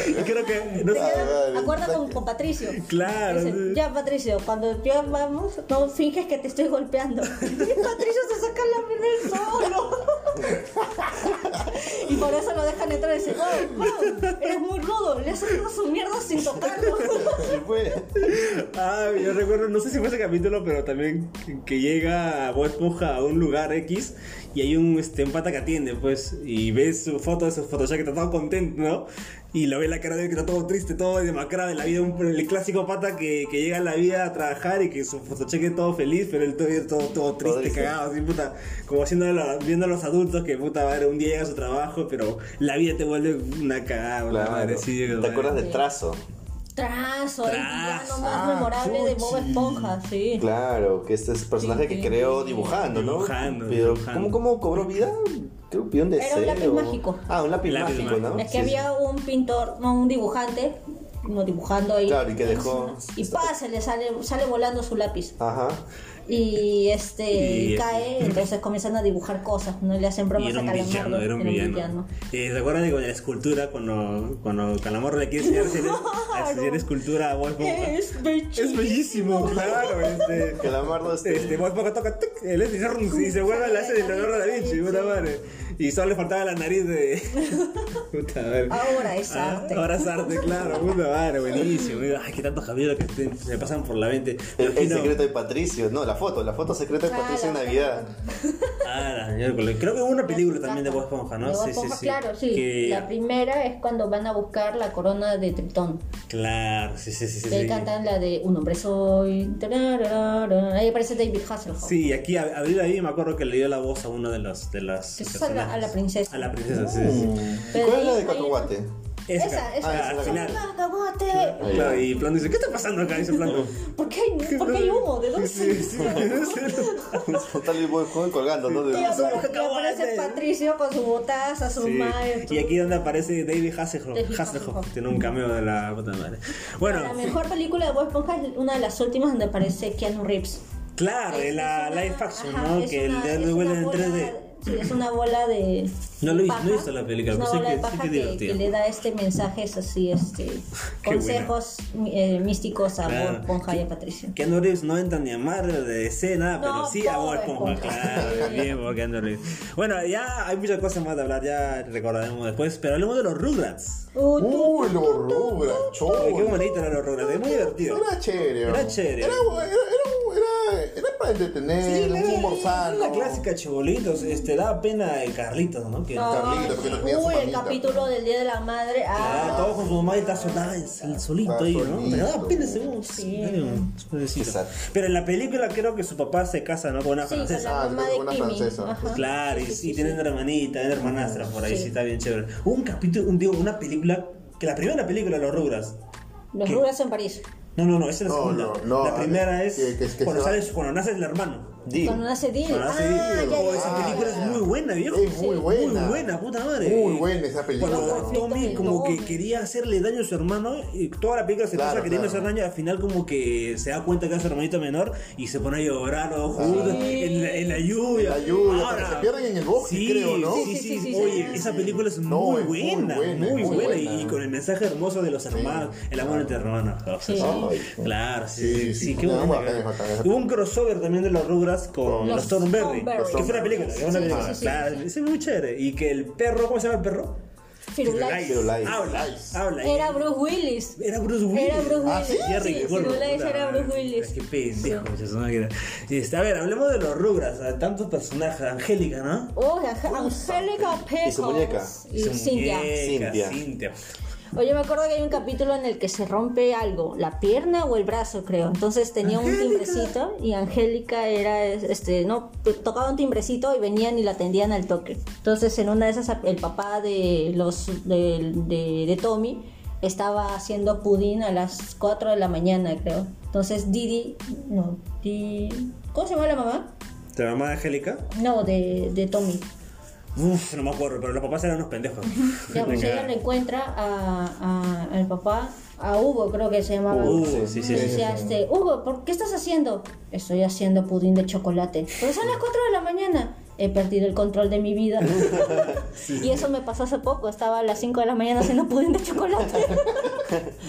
Y creo que. No sé,
Ah, vale,
Acuerda
está-
con, con Patricio.
Claro,
Dice,
sí.
ya Patricio, cuando yo vamos, no finges que te estoy golpeando. Y Patricio se saca la mano él solo. y por eso lo dejan entrar y dicen, oh, bro, eres muy rudo, le has sacado su mierda sin tocarlo.
Sí, pues.
Ah, yo recuerdo, no sé si fue ese capítulo, pero también que llega Bob Esponja a un lugar X y hay un, este, un pata que atiende, pues, y ve su foto de su Photoshop que está todo contento, ¿no? Y lo ve la cara de él que está todo triste, todo demacrado en la vida, un- el clásico pata que, que llega a la vida a trabajar y que su Photoshop es todo feliz, pero él todavía todo, todo triste,
triste.
cagado, así, puta, como haciéndolo- viendo a los adultos que, puta, madre, un día llega a su trabajo, pero la vida te vuelve una cagada, una madre,
Claro.
sí, eh.
¿Te
madre.
acuerdas de Trazo?
Trazo, el villano
Trazo.
más
Ah,
memorable de Bob
Fuchi.
Esponja, sí.
Claro, que este es el personaje que creó dibujando, ¿no?
Dibujando,
Pero,
dibujando.
¿cómo, ¿Cómo cobró vida? Creo que pidió un
Era
deseo.
un lápiz mágico.
Ah, un lápiz,
Lápiz
mágico, ¿no?
Es que
Sí, sí.
había un pintor, no, un dibujante, como dibujando ahí.
Claro, y que dejó-
Y pa, se le sale, sale volando su lápiz.
Ajá.
Y este
Y-
cae, entonces comienzan a dibujar cosas, ¿no? Y le hacen bromas
Y era un
a Calamardo.
villano, era un
era
villano. Eh, ¿Se acuerdan de con la escultura cuando, cuando Calamarro le quiere enseñar a hacer- a enseñar escultura a Bob Esponja?
Es bellísimo.
Es bellísimo, claro. Este,
Calamardo, este-
este Bob Esponja toca tic, el lápiz y se vuelve la hace de Leonardo da Vinci, puta madre. Y solo le faltaba la nariz de. puta madre.
Ahora es
Ah,
arte.
Ahora es arte, claro, puta madre, buenísimo. Ay, qué tantos capítulos que te- se me pasan por la mente. Me
El, el
imagino-
secreto de Patricio. No, la foto. La foto secreta de
Ah,
Patricio en
la-
Navidad.
Ah, la señora Cole- Creo que hubo una película también de Bob Esponja, ¿no?
De Bob Esponja, Claro, sí.
Que-
La primera es cuando van a buscar la corona de Tritón.
Claro, sí, sí, sí. sí,
Que
sí.
cantan la de Un hombre soy. tararara. Ahí aparece David Hasselhoff.
Sí, aquí a- Abril ahí me acuerdo que le dio la voz a uno de los de las
Que es a la-
personajes.
a la princesa.
A la princesa, sí,
Mm.
sí.
¿Y cuál es la
ahí-
de Cacahuate?
Esa, esa.
Ah, al
esa.
final.
¡Cacahuate!
Claro, y Plano dice, ¿qué está pasando acá? Dice Plano.
¿Por qué hay, por qué hay humo? ¿De dónde
Sí,
se
sí, sí.
Tal y voy voy colgando, ¿no? De-
Y apare- y
cacahuates.
aparece Patricio con su botaza, su
Sí.
maestro.
Y aquí donde aparece David Hasselhoff,
David
Hasselhoff
Hasselhoff.
tiene un cameo de la puta madre.
La
Bueno,
mejor película de Bob Esponja es una de las últimas donde aparece Keanu Reeves.
claro, de la
Es una-
live action,
ajá,
¿no?
es
Que
una-
el
es
de
una
vuelve en
bola-
3D.
Sí, es una bola de.
No lo he visto-
paja.
no he visto la película,
Es una
pero sé que-
bola de
sé
paja
que es
que,
divertida.
que le da este mensajes así, este.
Qué
consejos eh, místicos a
Claro.
Bob Esponja y a Patricio.
Que Andrew Reeves no entra ni a Marvel de DC, nada, pero
No,
sí a
todo
Bob
es
Esponja.
Esponja.
Claro, bien, porque Andrew Reeves. Bueno, ya hay muchas cosas más de hablar, ya recordaremos después, pero hablemos de los Rugrats.
Uh, tú-
Uy, los rubras,
Oye, qué
cholo.
bonito eran los Rugrats, es muy divertido.
Era chévere.
Era
weón.
chévere.
Era, era, era, era, era para entretener, un humor sano.
La clásica chibolitos, este, da pena el Carlitos, ¿no? Que
Ah.
Carlitos, porque no tenía su
uy, el
mamita.
capítulo del Día de la Madre.
Ah,
Ah,
todo con su mamá y está solada en el solito
Está
ahí, ¿no?
solito.
Pero da pena ese mundo.
Sí.
Exacto.
Pero en la película creo que su papá se casa, ¿no? Con una
sí, con
francesa.
la
Ah,
mamá
se
de
casó con una
Kimi.
francesa.
Pues
Ajá.
Claro, y,
Sí, sí,
y tiene
sí.
una hermanita, una hermanastra por ahí,
Sí.
sí, está bien chévere. Hubo un capítulo, un, digo, una película, que la primera película, Los Rugras.
Los
¿Qué?
Ruras en París.
No, no, no, esa es la
No,
segunda.
no, no,
la primera
a ver,
es
que- que- que
cuando,
se va-
sales, cuando nace el hermano.
Di.
Cuando nace Dil.
Cuando nace
Ah,
Dil.
ya,
Oh,
ya,
esa
ya,
película
ya.
es muy buena, viejo.
Es muy buena.
Muy buena, puta madre.
Muy buena esa película.
Cuando
Conflicto
Tommy
del
como que
Tommy.
quería hacerle daño a su hermano, y toda la película se
Claro,
pasa queriendo
claro.
hacer daño, al final como que se da cuenta que es su hermanito menor y se pone a llorar los juntos en, la, en la lluvia.
En la lluvia,
Ahora-
pero se pierden en el bosque,
sí,
creo, ¿no?
Sí, sí,
Sí, sí,
sí.
sí, sí,
Oye,
sí.
esa película es
No,
muy
es muy
buena, muy
buena,
buena,
muy buena.
Y, y con el mensaje hermoso de los hermanos, el amor entre hermanos. claro,
Sí.
Ay,
Claro, sí,
Sí,
sí,
sí,
sí, qué
no,
bueno.
bacán,
que-
bacán, bacán.
Hubo un crossover también de los Rugrats con
Los
los Thornberry,
Thornberry.
que fue una película, que fue una
Sí,
película.
sí, sí,
Claro,
sí, sí.
ese es muy chévere. Y que el perro, ¿cómo se llama el perro?
Firulais.
Firulais.
Habla,
Firulais.
habla.
Era Bruce Willis.
Era Bruce Willis.
Era Bruce
Ah,
Willis.
¿sí?
Ya
Sí,
recuerdo,
Firulais
puta
era
madre.
Bruce Willis.
Qué pendejo, muchas máquinas. Este, a ver, hablemos de los Rugrats, a tantos personajes, Angélica, ¿no?
Oh, Ange- Angélica Pecos.
Y su muñeca.
Y Cintia.
Cintia.
Cintia.
Cintia.
Oye, me acuerdo que hay un capítulo en el que se rompe algo, la pierna o el brazo, creo. Entonces tenía un timbrecito y Angélica era, es- este, no, te- tocaba un timbrecito y venían y la atendían al toque. Entonces en una de esas el papá de los, de, de- de Tommy estaba haciendo pudín a las 4 de la mañana, creo. Entonces Didi, no, Di- ¿cómo se llama la mamá?
¿Te mamá de Angélica?
No, de, de Tommy.
Uf, no me acuerdo, pero los papás eran unos pendejos.
Ya, pues
Me
ella
cagaron.
le encuentra a, a- al papá, a Hugo, creo que se llamaba.
Hugo,
Uh, sí, sí,
Y
sí.
decía, este, Hugo, ¿por qué estás haciendo? Estoy haciendo pudín de chocolate. Pero son las 4 de la mañana. He perdido el control de mi vida. Y eso me pasó hace poco. Estaba a las 5 de la mañana haciendo pudín de chocolate.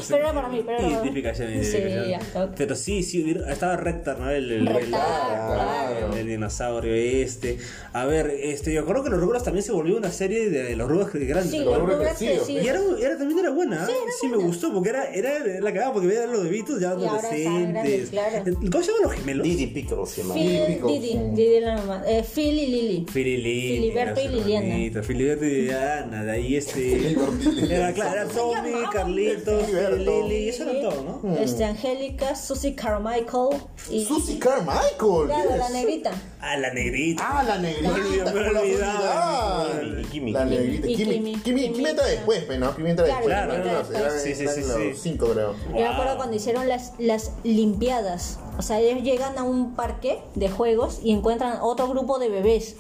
pero era para mí, pero era para mí.
Identificación,
Sí,
identificación.
hasta
Pero sí, sí, hubiera- estaba Rectar, ¿no? El, el, el-
Rectar,
el- el dinosaurio este. A ver, este, yo creo que los Rugrats también se volvió una serie de los Rugrats grandes.
Sí,
¿no?
Lo
los
logro que
lugares
sí,
que
ok.
sí.
Y era, era- también era buena, ¿ah? sí, me gustó, porque era, era, era la cagada, porque veía los bebitos ya
Y ahora están
adolescentes.
grandes, claro.
¿Cómo se llaman los gemelos?
Didi Pickles se llama.
Phil,
Típicos.
Didi, Didi la mamá. Eh, Phil y Lily.
Fililín,
Filiberto y
los
Liliana.
hermanitos, Filiberto y Liliana, de ahí este. Era claro, era Tommy,
ah,
Carlitos,
Filiberto.
Lili, y eso era todo, ¿no?
Este, Angélica, Susie Carmichael y
Susie Carmichael.
Claro, la
yes.
negrita.
Ah, la negrita.
Ah, la negrita.
Me olvidaba,
¿cómo la
me
voy a
olvidaba.
olvidar?
Kimi, Kimi,
La
Kimi.
negrita.
Y
Kimi,
Kimi,
Kimi, Kimi
Kimi.
entra después, pues, ¿no? Kimi entra
Claro,
después.
Kimi
Era-
entra
era-
después.
era-
Sí, sí,
era
sí,
en
sí.
los cinco, creo.
Yo me acuerdo cuando hicieron las, las limpiadas. O sea, ellos llegan a un parque de juegos y encuentran otro grupo de bebés.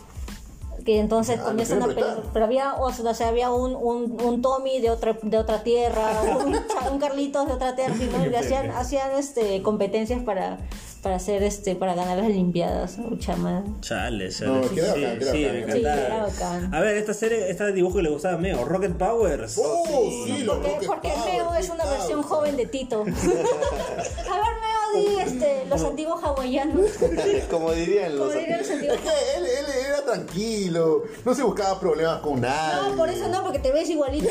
Que entonces
Ah,
comienzan
lo
a
quieren
pelear.
retar.
Pero había, o sea, o sea, había un, un, un Tommy de otra, de otra tierra, un, cha- un Carlitos de otra tierra, y, ¿no? Y hacían, hacían este, competencias para, para hacer este, para ganar las limpiadas. Mucha madre.
Chale, chale.
No, queda
sí,
bacán, queda
sí,
bacán.
me
Sí,
encantaba.
era bacán.
A ver, esta serie, este dibujo que le gustaba a Meo, Rocket Powers.
Oh, sí, los
Porque,
Rocket
porque
Power,
Meo es
sí,
una
claro.
versión joven de Tito. a ver, Meo, di este, los antiguos hawaianos.
Como dirían
Como
los.
dirían los antiguos
Es que él, él era tranquilo, no se buscaba problemas con nadie.
No, por eso no, porque te ves igualito.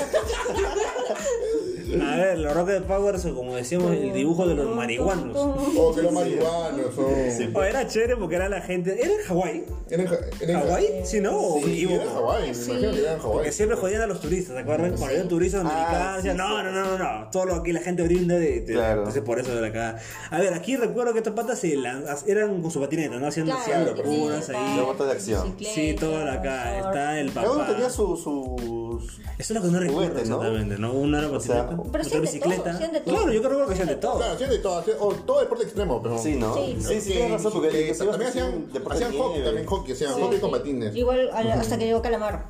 A ver, los Rocket Powers, o como decíamos, el dibujo de los marihuanos.
Oh, que los marihuanos son.
Oh, era chévere porque era la gente. ¿Era en Hawái?
Era en Ja- era en Ja-
¿Hawái? Sí, ¿no? ¿O me
Sí, era en
equivoco?
Hawái, me imagino que era en Hawái.
Porque siempre jodían a los turistas, ¿te acuerdas? Cuando habían turistas
Ah,
dominicanos, decían,
sí,
no,
sí.
no, no, no, no, todo lo que la gente brinda de, de-
Claro.
entonces por eso de la cagada. A ver, aquí recuerdo que estos patas se lanz- eran con su patineta, ¿no? Oh, Haciendo hacían
Claro,
locuras ahí.
Luego de acción.
Sí, todo la cagada. Está el
Cada uno
papá.
tenía su. sus-
Eso es lo que no recuerdo
Juguete, ¿no?
exactamente, ¿no? Uno era
sea,
patineta,
Pero
otro
hacían de todo,
bicicleta.
hacían de todo.
Claro, yo creo que hacían de todo.
Claro, hacían de todo, hacían- oh, todo deporte extremo, pero.
Sí, ¿no?
Sí.
sí, sí tienes razón, porque
Bicicleta,
inclusive
también hacían,
deporte
hacían
de
hockey,
nieve.
también hockey, hacían hockey con patines.
Igual a la- hasta que llegó Calamar.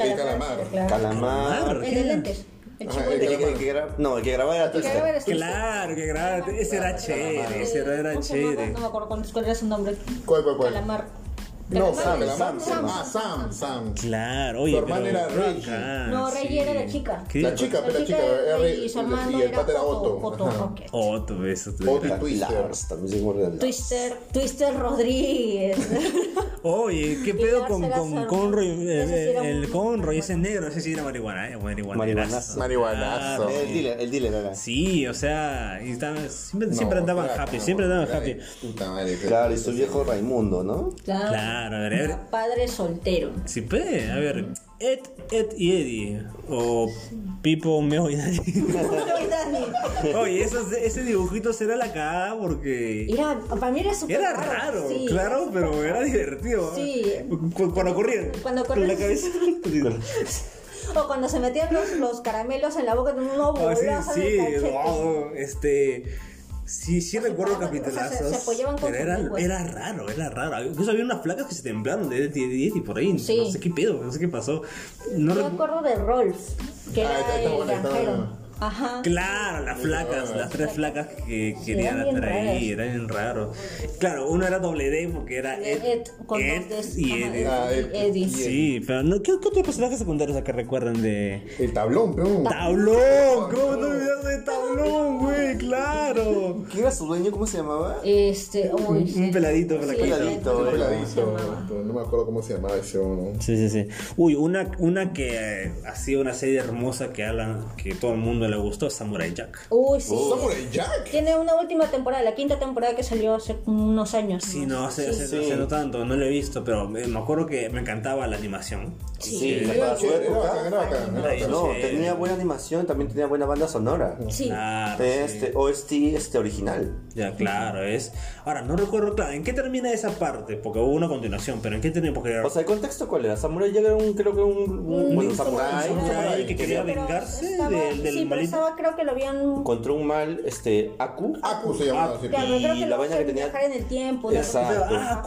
El Calamar.
claro.
Calamar.
El de lentes. El
Ajá,
chico
el
de
El que- el que gra- No, el que grababa era
que
Twister.
era-
Claro, que grababa. Ese era chévere, ese era, era
¿Cómo se llamaba?
chévere.
No me acuerdo cuál, cuál era su nombre.
¿Cuál, cuál, cuál?
Calamar.
No, Sam,
Calamar.
Sam,
Sam.
Ah, Sam, Sam.
Claro,
Su
oye.
hermana
pero-
era Reggie.
Ah,
No, Reggie
sí.
era la chica.
¿Qué?
La chica, pero la chica
era
era
Rey y
Rey
su hermano
y el
era
pata era
Otto.
Otto.
Otto
Ajá.
Rocket.
Otro beso.
Otto y
Era
Twister.
Lars, también se acuerda de Lars.
Twister, Twister Rodríguez.
Oye, ¿qué pedo con,
llevarse
con
las
Conroy?
armas.
eh,
Eso sí era
eh, el
un-
Conroy, ese negro, ese sí era marihuana, eh. Marihuana.
Marihuanazo.
Marihuanazo.
El dealer, el dealer era.
Sí, o sea, y estaban- siempre,
No,
siempre andaban
claro,
happy,
no,
siempre andaban
claro,
happy.
Puta madre.
Claro, y su viejo Raimundo, ¿no?
Claro.
Claro, a ver, a ver.
Padre soltero.
Sí, pe, a ver. Ed, Ed y Eddie. O Pipo, Meo y Daddy. Oye, esos- ese dibujito será la cagada porque.
Era, para mí era súper
Era raro,
sí.
claro, pero era divertido.
Sí.
Cu- Cuando corrían.
Cuando
Con la
corrían.
cabeza.
O cuando se metían los, los caramelos en la boca, no
Ah, sí,
bolazo de
sí,
cachete.
wow, este. Sí, sí recuerdo capitulazos.
Pues o sea, se apoyaban con
pero era,
sus lenguas.
era raro, era raro. Incluso había unas placas que se temblaron de 10 y por ahí.
Sí.
No sé qué pedo, no sé qué pasó. No
Yo me
recu-
acuerdo de Rolf, que
Ah,
era
está- está
el
buena, está
granjero.
buena.
Ajá.
Claro, las flacas, las tres flacas que querían
eran bien
atraer, eran bien raros. Claro, uno era doble D porque era Ed,
Ed, con
Ed
dos Ds.
y
Ajá,
Eddie.
Ah, Ed.
Eddie.
Sí, pero no, ¿qué, qué otros personajes secundarios acá recuerdan de,
El tablón, pero.
Tablón, ¿cómo Ah, no olvidaste de Tablón, güey? Claro.
¿Quién era su dueño? ¿Cómo se llamaba?
Este, uy, sí.
Un peladito con la
Sí,
cara.
peladito,
Ed, se
Peladito.
llamaba.
No me acuerdo cómo se llamaba el show.
Sí, sí, sí. Uy, una, una que eh, ha sido una serie hermosa que hablan, que todo el mundo le gustó, Samurai Jack.
Uy, sí.
Samurai Jack.
Tiene una última temporada, la quinta temporada que salió hace unos años.
Sí, no, hace, hace-
Sí.
hace no tanto, no lo he visto, pero me, me acuerdo que me encantaba la animación.
Sí,
Era
para su
chévere, era bacán,
época.
era bacán, era bacán.
No,
Sí.
tenía buena animación, también tenía buena banda sonora.
Sí.
Claro, sí.
Este, OST este original.
Ya, claro, es. Ahora, no recuerdo, claro, ¿en qué termina esa parte? Porque hubo una continuación, pero ¿en qué termina? Porque
O sea, ¿el contexto cuál era? Samurai Jack era un, creo que un, un, bueno,
sí,
samurái
un
samurái que quería
Pero
vengarse
estaba-
del, del
sí, pero
malito.
estaba, creo que lo habían.
contra un mal, este, Aku.
Aku se llamaba así.
Claro, creo
y la
que lo
vaina
hacían
que tenía-
viajar en el tiempo. ¿no?
Exacto.
Ah,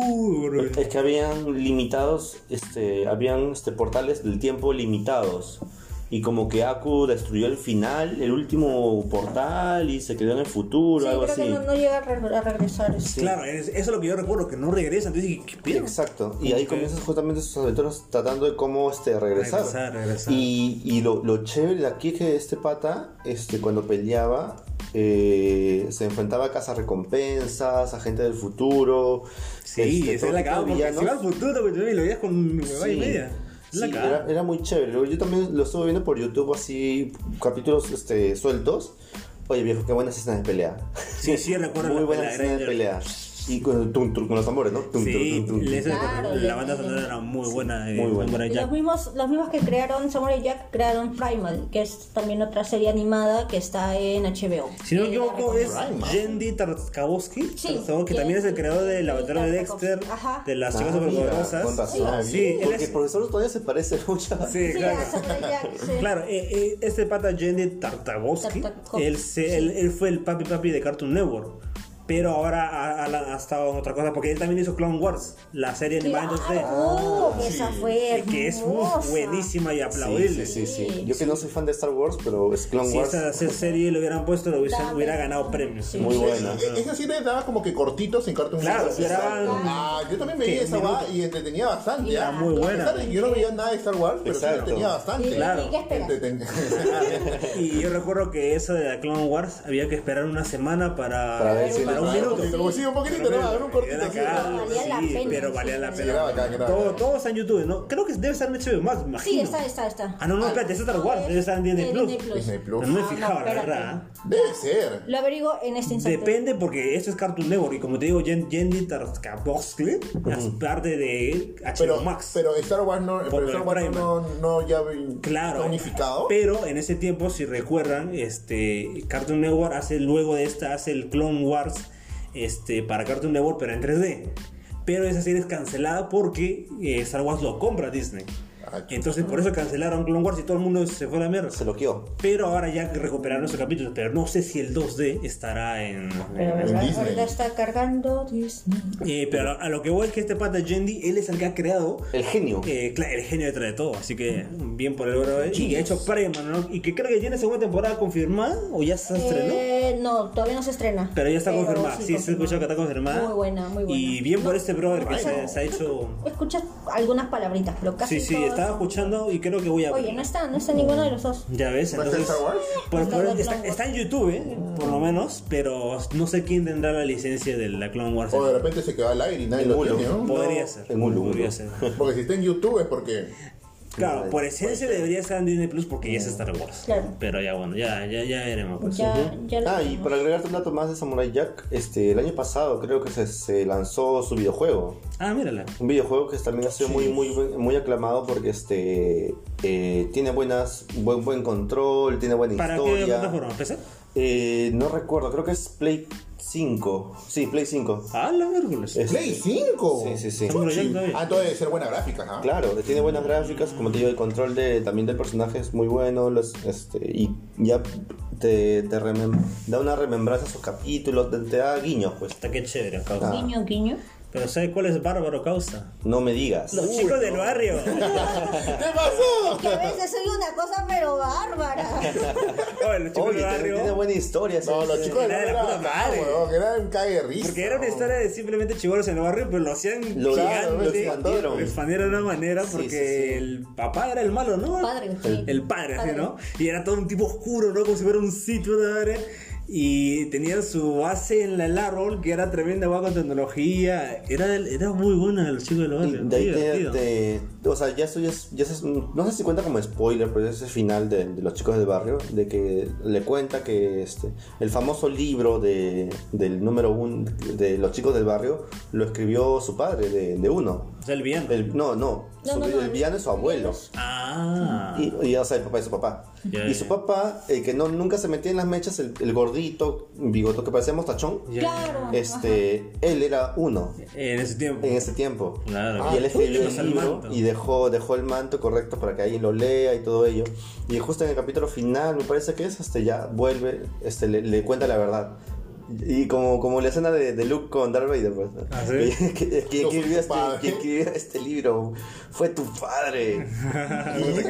cool.
Es que habían limitados, este, habían este, portales del tiempo limitados. Y como que Aku destruyó el final, el último portal y se quedó en el futuro,
Sí,
algo
creo
así.
que no, no llega a, re- a regresar. Sí.
Claro, es- eso es lo que yo recuerdo, que no regresa. Entonces dije, ¿qué pedo?
Exacto, y ahí
Ok.
comienzas justamente sus aventuras tratando de cómo este, regresar.
Regresar, regresar.
Y, y lo, lo chévere de aquí es que este pata, este, cuando peleaba, eh, se enfrentaba a cazas recompensas, a gente del futuro.
Sí,
este,
esa
todo tipo de
es la cagada, porque
villanos.
se va al futuro, pues, y lo veías con mi huevada y
Sí.
media. Es la
Sí,
cagada.
era, era muy chévere. Yo también lo estuve viendo por YouTube así, capítulos este, sueltos. Oye viejo, qué buenas escenas de pelea.
Sí, sí, recuerdo
Muy
la
buenas
pelea,
escenas de
era-
pelea. Y con, tum, tum, con los tambores, ¿no? Tum,
Sí,
tum, tum, tum.
le- esa-
Claro,
la
le-
banda sonora era muy buena. de
muy buena.
Samurai
Y
Jack.
los mismos, los mismos que crearon Samurai Jack crearon Primal, que es también otra serie animada que está en HBO.
Si no me
Eh,
equivoco,
la
es Yendi Tarkowski,
Sí,
que también es el creador de La aventura de
Tartakovsky.
Dexter,
Ajá.
de las chicas
Ah, mira, con
superpoderosas.
razón. Ah,
Sí, él
Porque
es-
el profesor todavía se parece mucho. a-
Sí,
Sí,
claro.
a Samurai Jack, sí.
Claro, eh, eh, este pata Yendi Tartakovsky,
Tartakovsky,
él, se-
sí.
él, él fue el papi papi de Cartoon Network. Pero ahora ha, ha- ha estado en otra cosa, porque él también hizo Clone Wars, la serie animada en 3D.
Claro, Oh, esa fue
Y que es
hermosa.
buenísima y
Sí,
aplaudible.
sí, sí, sí.
Sí,
Yo que no soy fan de Star Wars, pero es Clone
Si
Wars.
esta esta serie lo hubieran puesto, lo hubiesen-
Dame.
hubiera ganado premios.
Sí.
Muy buena.
E- Esa sí le daba como que cortitos en Cartoon
Claro,
Network.
duraban-
Ah, yo también veía
¿Qué?
esa va y entretenía bastante.
Era
ah.
muy buena.
A pesar de que yo no veía nada de Star Wars, pero sí
Exacto.
entretenía bastante.
Sí,
Claro.
¿y qué esperas?
Entreten-
Y yo recuerdo que esa de la Clone Wars había que esperar una semana para,
Para ver si
para
le
un minuto.
Como sí, un poquitito, ¿no? A ver, un cortito.
Era
así.
cagado,
Valía la
sí,
pena,
pero
sí,
valía la
sí.
pena.
Era bacán, era
todo,
bacán.
todo está en YouTube, ¿no? Creo que debe estar en HBO Max, imagino.
Sí, está, está, está.
Ah, no, no, espérate, es Star Wars, debe estar en Disney Plus.
Disney Plus.
No me he
Ah, no,
fijado, la
espérate.
verdad. ¿eh?
Debe ser.
Lo averiguo en este instante.
Depende porque esto es Cartoon Network y como te digo, Jen- Jenny Tartakovsky es parte de HBO
Pero,
Max.
pero Star Wars no, pero
Porque
Star
el
Wars
Primal.
no, no ya vi-
Claro,
está unificado.
pero en ese tiempo, si recuerdan, este Cartoon Network hace luego de esta, hace el Clone Wars este, para Cartoon Network, pero en 3D. Pero esa serie es cancelada porque eh, Star Wars lo compra Disney.
Ah, chuta.
Entonces por eso cancelaron Clone Wars y todo el mundo se fue a la mierda.
Se lo quedó.
Pero ahora ya recuperaron esos capítulos, pero no sé si el 2D estará en...
Pero
en-
¿verdad?
Disney.
ahorita está cargando Disney.
Eh, pero a lo- a lo que voy es que este pata Jendi, él es el que ha creado
El genio.
eh, cla- el genio detrás de todo, así que bien por el oro. Y ha hecho Preman, ¿no? Y que creo que tiene segunda temporada confirmada o ya se estrenó.
Eh, no, todavía no se estrena.
Pero ya está confirmada, sí, se
confirmada.
escuchó que está confirmada.
Muy buena, muy buena.
Y bien por este brother que
bueno.
se, se ha hecho.
Escuchas algunas palabritas, pero casi
Sí, sí,
todo
está estaba escuchando y creo que voy a
Oye, no está, no está ninguno de los dos.
Ya ves,
¿No está en
entonces.
Star Wars?
Por- por-
No, Pues no,
está,
Clone Wars.
está en YouTube, eh, por lo menos, pero no sé quién tendrá la licencia de la Clone Wars.
O de repente se quedó al aire y nadie lo
Ninguno.
tiene, ¿no?
Podría
no,
ser.
en Hulu,
podría
¿no?
ser.
Porque si está en YouTube es porque.
Claro, por esencia debería estar en Disney Plus porque ya es Star Wars.
Claro.
Pero ya bueno, ya, ya, ya veremos. Pues.
Ya, ya lo
Ah, y
tenemos.
para agregarte un dato más de Samurai Jack, este, el año pasado creo que se, se lanzó su videojuego.
Ah, mírala.
Un videojuego que también ha sido muy, muy, muy aclamado porque este eh, tiene buenas, buen, buen control, tiene buena
¿Para qué
historia.
plataforma? ¿PC?
Eh, no recuerdo, creo que es Play 5. Sí, Play 5.
Ah, la miércoles.
Es-
¡Play 5!
Sí, sí, sí.
Samurai Jack
Ah,
todavía.
entonces debe ser buena gráfica, ¿ah?
Claro, tiene buenas gráficas, como te digo, el control de, también del personaje es muy bueno, los- este, y ya te, te remem- da una remembranza a sus capítulos, te, te da guiños, pues.
Está que chévere, causa.
Ah.
Guiño, guiño.
Pero ¿sabes cuál es bárbaro causa?
No me digas.
Los chicos del barrio.
¿Qué pasó?
Que a veces soy una cosa pero bárbara.
Oye, los chicos
Oye,
del
pero tiene
barrio.
buena historia.
No,
sí,
los
sí.
chicos de
Era de la puta madre.
Que era un cague de risa.
Porque era una historia de simplemente chivolos en el barrio, pero lo hacían
Lo-
gigante.
lo expandieron.
Lo expandieron de una manera
Sí,
porque
sí, sí.
el papá era el malo, ¿no?
Padre, sí.
El padre, así,
Padre.
¿no? Y era todo un tipo oscuro, ¿no? Como si fuera un sitio de madre. Y tenía su base en la- el árbol, que era tremenda guapa con tecnología. Era, era muy buena los chicos del
Y
barrio.
de ahí te-
divertido.
te- o sea, ya eso ya es, ya eso es- no sé si cuenta como spoiler, pero ese final de, de los chicos del barrio, de que le cuenta que este, el famoso libro de, del número uno de los chicos del barrio lo escribió su padre de, de uno.
O sea, el villano.
El- no, no,
No,
su-
no, no,
el
el-
villano es su abuelo.
Ah.
Y, y, o sea, el papá es su papá.
Ya,
y
ya.
su papá, el que no, nunca se metía en las mechas, el, el gordito, bigoto que parecía mostachón,
Ya.
Claro.
este, él era uno
En ese tiempo.
en ese tiempo.
Claro.
Y él
Ah,
escribió
chucha,
el
pasó el
libro
manto.
y dejó, dejó el manto correcto para que alguien lo lea y todo ello. Y justo en el capítulo final, me parece que es, este, ya vuelve, este, le, le cuenta la verdad. Y como, como la escena de, de Luke con Darth Vader, pues, ¿no?
¿Ah, sí?
Que- que- que
No fue
escribió
tu
este,
padre.
que escribió este libro fue tu padre. Y-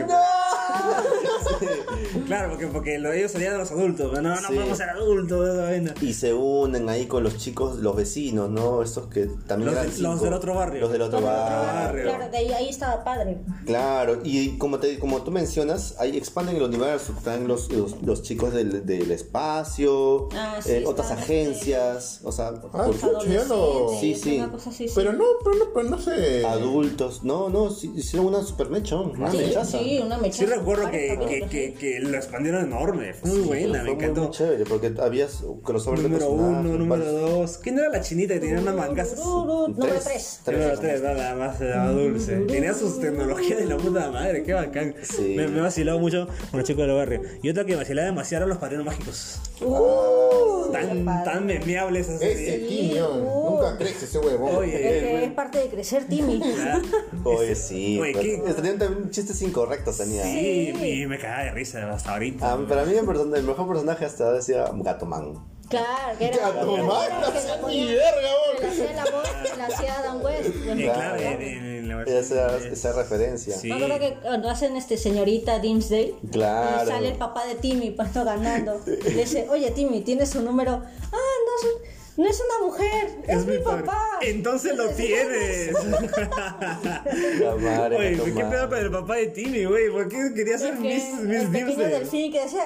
Claro, porque, porque lo de ellos salían de los adultos. pero No, no
Sí.
podemos ser adultos. esa vaina.
Y se unen ahí con los chicos, los vecinos, ¿no? Esos que también
Los
eran
de-
cinco.
los del otro barrio.
Los del otro
Los del otro
barrio.
barrio.
Claro, de ahí, ahí estaba padre.
Claro, y como, te, como tú mencionas, ahí expanden el universo, están los, los, los chicos del, del espacio,
Ah, sí,
eh, otras
están-
agencias, o sea,
Ah,
por-
chucha, ya lo-
Adolescentes,
Sí, sí.
Una cosa así, sí.
Pero no, pero no, pero no sé.
adultos. No, no, sí, hicieron una super mechón, una
Sí,
mechaza.
sí, una mechaza.
Sí recuerdo
Varios
que, que,
capítulos,
que,
sí.
que lo expandieron enorme. Fue muy buena, me
Fue muy,
encantó.
muy chévere, porque habías crossovers de
Número uno,
personajes,
número
varios-
dos. ¿Quién era la chinita que tenía unas mangas?
Tururú, Número
tres,
3.
tres.
Número tres, no, la más la más dulce. Tenía sus tecnologías de la puta madre, qué bacán.
Sí.
Me, me vaciló mucho con los chicos del barrio. Y otra que vacilaba demasiado eran los padrinos mágicos. Ah, Tan, tan memeables esas
Ese
series.
Kimio,
uh.
nunca crece ese huevón.
Oye,
Es que es parte de crecer, Timmy.
¿verdad?
Oye, sí. pues, este
Oye,
pero-
¿qué?
Tenían también chistes incorrectos, tenía.
Sí, y me cagaba de risa hasta ahorita.
Ah, para mí el, person- el mejor personaje hasta decía Gatoman.
Claro, que era.
Ya, tomar,
que
no
le
hacía
ponía-
ni verga,
que le
huevón.
hacía la voz, que le hacía Dan West.
Eh,
Bueno,
claro,
Claro.
en, en- en la eh,
Esa,
versión-
esa referencia.
Sí.
No creo que cuando hacen este señorita Dimsdale,
Claro.
y sale el papá de Timmy pasó ganando. Y le dice, oye Timmy, tienes su número. Ah, no es, un- no es una mujer, es, mi
padre.
papá.
Entonces lo tienes.
La madre,
Oye,
Gatomán.
qué pedo con el papá de Timmy, güey. ¿Por qué quería ser
Porque
Miss, Miss
el pequeño
Dimsdale?
delfín que decía,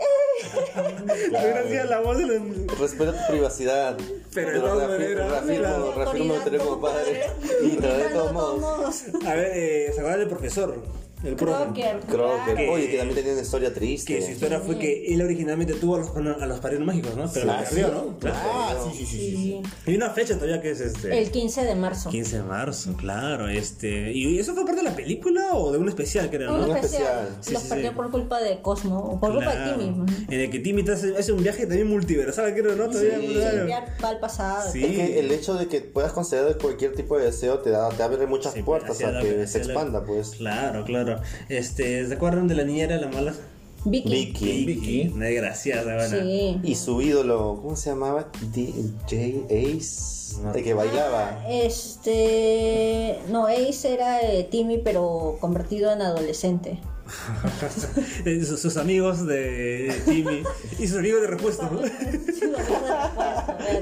eh, eh, eh.
Yo hacía la voz de los-
Respeto tu privacidad.
Pero de todas maneras,
reafirmo,
Autoridad
reafirmo tu tener como
como
padre.
padre.
Y te lo de
Dando
todos modos.
modos.
A ver, eh, ¿se acuerdan del profesor? El profe.
Crocker.
Creo que.
claro.
Oye, que también tenía una historia
Que su
triste.
historia fue que él originalmente tuvo a los, a los padrinos mágicos, ¿no? Pero
Ah,
los perdió, ¿no?
Ah, sí, sí, sí, sí, sí.
Sí.
Y una fecha todavía que es este.
El 15 de marzo.
15 de marzo, claro, este. ¿Y eso fue parte de la película o de un especial, creo,
Un
no?
Uno
especial.
especial.
Sí,
Los
sí,
perdió
sí.
por culpa de Cosmo, o por culpa de
Claro.
Timmy.
En el que Timmy te hace, hace un viaje también multiversal, creo, ¿no? Todavía, claro.
Ya va al pasado.
Sí.
Es que el hecho de que puedas conceder cualquier tipo de deseo te, da, te abre muchas
Sí,
puertas
hacia
a
la-
que se
hacia la-
expanda, pues.
Claro, claro. Este, ¿se acuerdan de la niñera la mala?
Vicky.
Vicky.
Vicky. Una desgraciada, bueno.
Sí.
Y su ídolo, ¿cómo se llamaba? DJ Ace.
No.
El que bailaba.
Este. No, Ace era eh, Timmy, pero convertido en adolescente.
Eh, sus, sus amigos de Jimmy y sus amigos de repuesto. ¿no?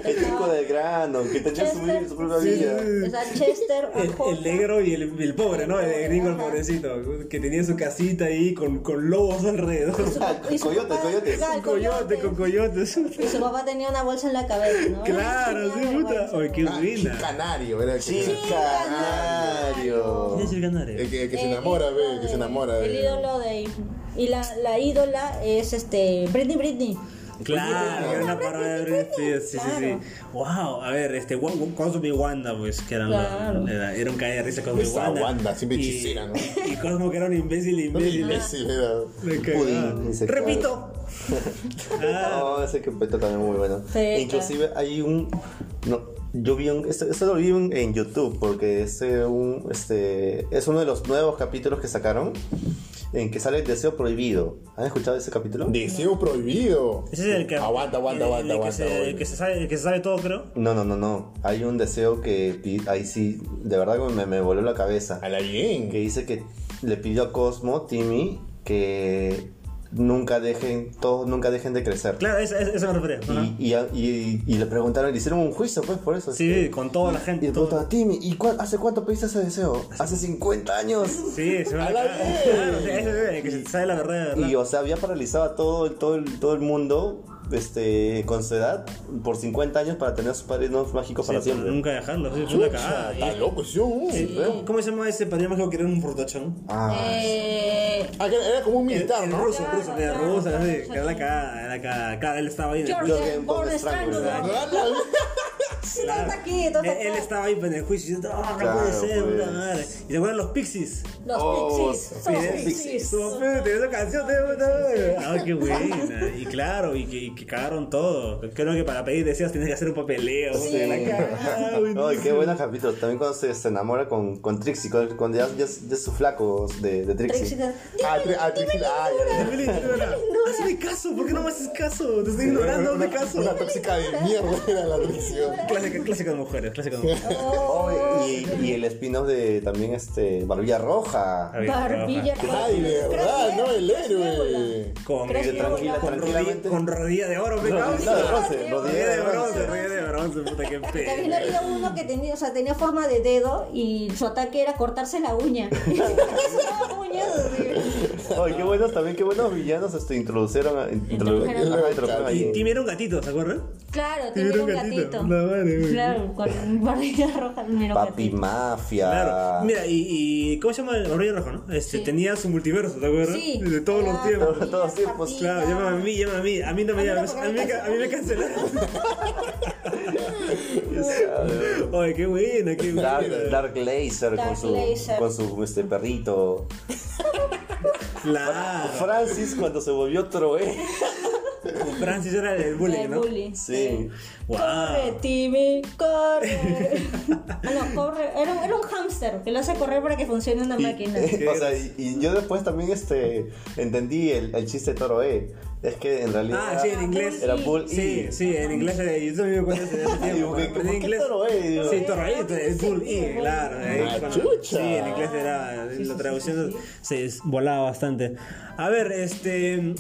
Qué chico del grano, que te echó su,
Chester,
su propia
sí,
vida.
o sea, Chester,
El, el negro y el, el pobre, ¿no? El gringo, el pobrecito, que tenía su casita ahí con, con lobos alrededor.
y su
Coyote,
papá-
coyote.
Ah,
Con coyote, con coyotes.
Y su papá tenía una bolsa en la cabeza, ¿no?
Claro, sí,
Tenía una
puta.
bolsa.
Oye, qué
Ah,
ruina.
Canario, era el que,
Sí, canario.
¿Quién es el eh. canario?
el que, el que se
El
enamora,
ídolo
ve, que
de-
se enamora.
El
ve.
ídolo de. Y la, la ídola es este. Britney Britney.
Claro, era una parodia de Britney Spears, sí, sí,
Claro.
sí. Wow, a ver, este, Wa- Wa- Cosmo y Wanda, pues, que eran
Claro.
la, era, era un caída de risa Cosmo y
Esa
Wanda.
Wanda, siempre
Y-
hechicera, ¿no?
Y Cosmo que era un imbécil,
No es
imbécil.
imbécil, era.
Me cagaba.
Pudín, ese
Repito. Ah,
No, ese que petó también muy bueno.
Sí,
Inclusive hay un no, yo vi un esto, esto lo vi en, en YouTube porque es un este es uno de los nuevos capítulos que sacaron en que sale el deseo prohibido. ¿Han escuchado ese capítulo?
Deseo prohibido.
Ese es el que.
Aguanta, aguanta,
el- el
aguanta,
que
aguanta.
se-
aguanta.
el que se sabe, el que se sabe todo, creo.
No, no, no, no. Hay un deseo que pi- ahí sí de verdad que me, me voló la cabeza.
A la bien.
que dice que le pidió a Cosmo, Timmy, que nunca dejen, todos nunca dejen de crecer.
Claro, eso, eso- eso me refería.
Y-
ajá.
Y, y- y le preguntaron, le hicieron un juicio pues por eso.
este,
Sí, con toda la
Y
gente.
le
todo.
preguntaron, Timmy, ¿y cuá- hace cuánto pediste ese deseo? Hace 50 años.
Sí, se va a
¡A la
cagar.
bien!
Claro, o sea, ese es el que se sabe la verdad, de verdad.
Y o sea, había paralizado a todo, el- todo, el, todo el mundo este, con su edad por 50 años para tener a sus padres no mágicos
Sí,
para siempre.
Nunca dejarlo, sí, es una
Chucha,
cagada.
Está
Y-
loco, sí. uh,
¿Cómo-
creo.
¿Cómo se llama ese pariente mágico que era un portachón?
Ah,
Eh,
Ah, que era era como un militar, ¿no?
Ruso, ruso, de ruso, así. Que era la cagada, era la cagada. Claro, él estaba ahí. en el
Yo que
George
en
Born
Born
Strangler.
Strangler.
A la bien.
Sí, todo está aquí, todo
Él,
está
él
acá.
estaba ahí en el juicio y diciendo, "Ah, no
Claro,
puede ser,
pues.
puta madre. ¿Y te acuerdas los pixies?
Los
Oh,
Pixies. Son
Pixies.
Pixies.
Su puta, esa canción de puta madre. Ah, qué buena. Y claro, y que, y que cagaron todo. Creo que para pedir deseos tienes que hacer un papeleo.
Sí. Ah,
puta, la cagada,
Ay, qué
buenísimo.
buenos capítulos. También cuando se, se enamora con, con Trixie, con- cuando ya, ya, es- ya es su flaco de, de Trixie.
Trixie.
Ah, tri- ah, tri- ah, ya, ya, ya.
Dime, dime, dime, Hazme caso, ¿por qué no me haces caso? Te estoy ignorando, hazme
Una-
caso.
Una tóxica de mierda era la traición.
Clásica, clásica de mujeres, clásica de mujeres.
Oh, y, y el spin-off de también este Barbilla Roja.
A ver,
Barbilla.
Ay, de verdad, ¿no? El héroe.
Con, eh,
Que
Creo que
tranquila,
la-
con,
tranquilamente.
rodilla, con rodilla de oro, pecado.
Rodilla de bronce,
Rodilla de bronce,
bronce.
rodilla de bronce, puta que
También
pedo.
había uno que tenía, o sea, tenía forma de dedo y su ataque era cortarse la uña. Y cortaba uñas así.
Ay, qué buenos también, qué buenos villanos este, introdujeron. a- introdu-
Introdujeron.
ajá, introdujeron ahí.
Y Timmy era un gatito, ¿se acuerdan?
Claro,
Timmy
tenía un gatito.
La madre, güey.
Claro, con barriga roja, mero
Papi
gatito.
Mafia.
Claro, mira, y, y ¿cómo se llama el Rodilla Rojo, no? Este,
Sí.
Tenía su multiverso, ¿te acuerdas?
Sí.
De todos los
claro,
tiempos.
Todos los tiempos.
papitas.
Ah. Claro, llama a mí, llama a mí. A mí no me
A mí no,
llamas.
porque
A mí,
me
me ca- a mí me cancelaron.
Claro.
Oye, qué buena, qué buena.
Dark, Dark Laser
Dark
con su,
Laser.
Con su este, perrito.
Claro.
Francis cuando se volvió Troé.
Francis era el bullying,
El
¿no? Ah.
bully.
Sí.
Wow.
Corre, Timmy, corre. Ah, no, corre. Era, un- era un hámster que lo hace correr para que funcione una máquina.
o sea, y, y yo después también este, entendí el, el chiste de Troé. Es que en realidad
Ah, sí, en inglés.
era Bull
Sí,
E.
sí, en inglés eh, yo también me acuerdo de ese
Digo,
tiempo.
¿qué-
aprendí
por qué
inglés.
toroé? Digo.
Sí, toroé, es bull e, claro. eh,
Ah,
cuando-
chucha.
Sí, en inglés era la traducción se volaba bastante. A ver, este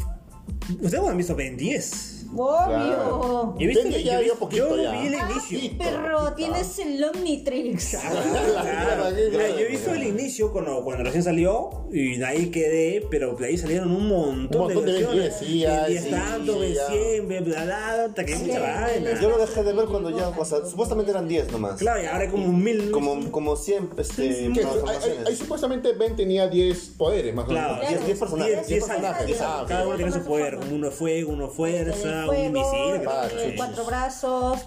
ustedes han visto Ben 10.
Obvio.
Yo he visto-
Ben 10
yo
ya
he-
había poquito
yo
ya. Ah,
vi el inicio. Ah,
Poquito.
Pero tienes el Omnitrix.
Claro.
Claro,
Mira, Yo he visto el inicio cuando, cuando recién salió y de ahí quedé, pero de ahí salieron un montón,
Un montón de
de
Ben
versiones.
10, sí, ya,
Ben 10
sí,
tanto, Ben
ya.
100, Ben bla bla, hasta que hay mucha vaina.
Yo lo dejé de ver cuando ya, o sea, supuestamente eran 10 nomás.
Claro, y ahora hay como mil.
Como, como 100 este,
Que su- ahí- ahí- ahí
transformaciones.
supuestamente Ben tenía 10 poderes, más o menos.
Claro,
Claro.
10 10 personajes.
Diez- diez
10
personajes,
personajes.
ah, ok.
Cada uno tiene su poder. Uno es fuego, uno es fuerza, un
eh,
misil. creo
ah,
que es.
eh, cuatro brazos,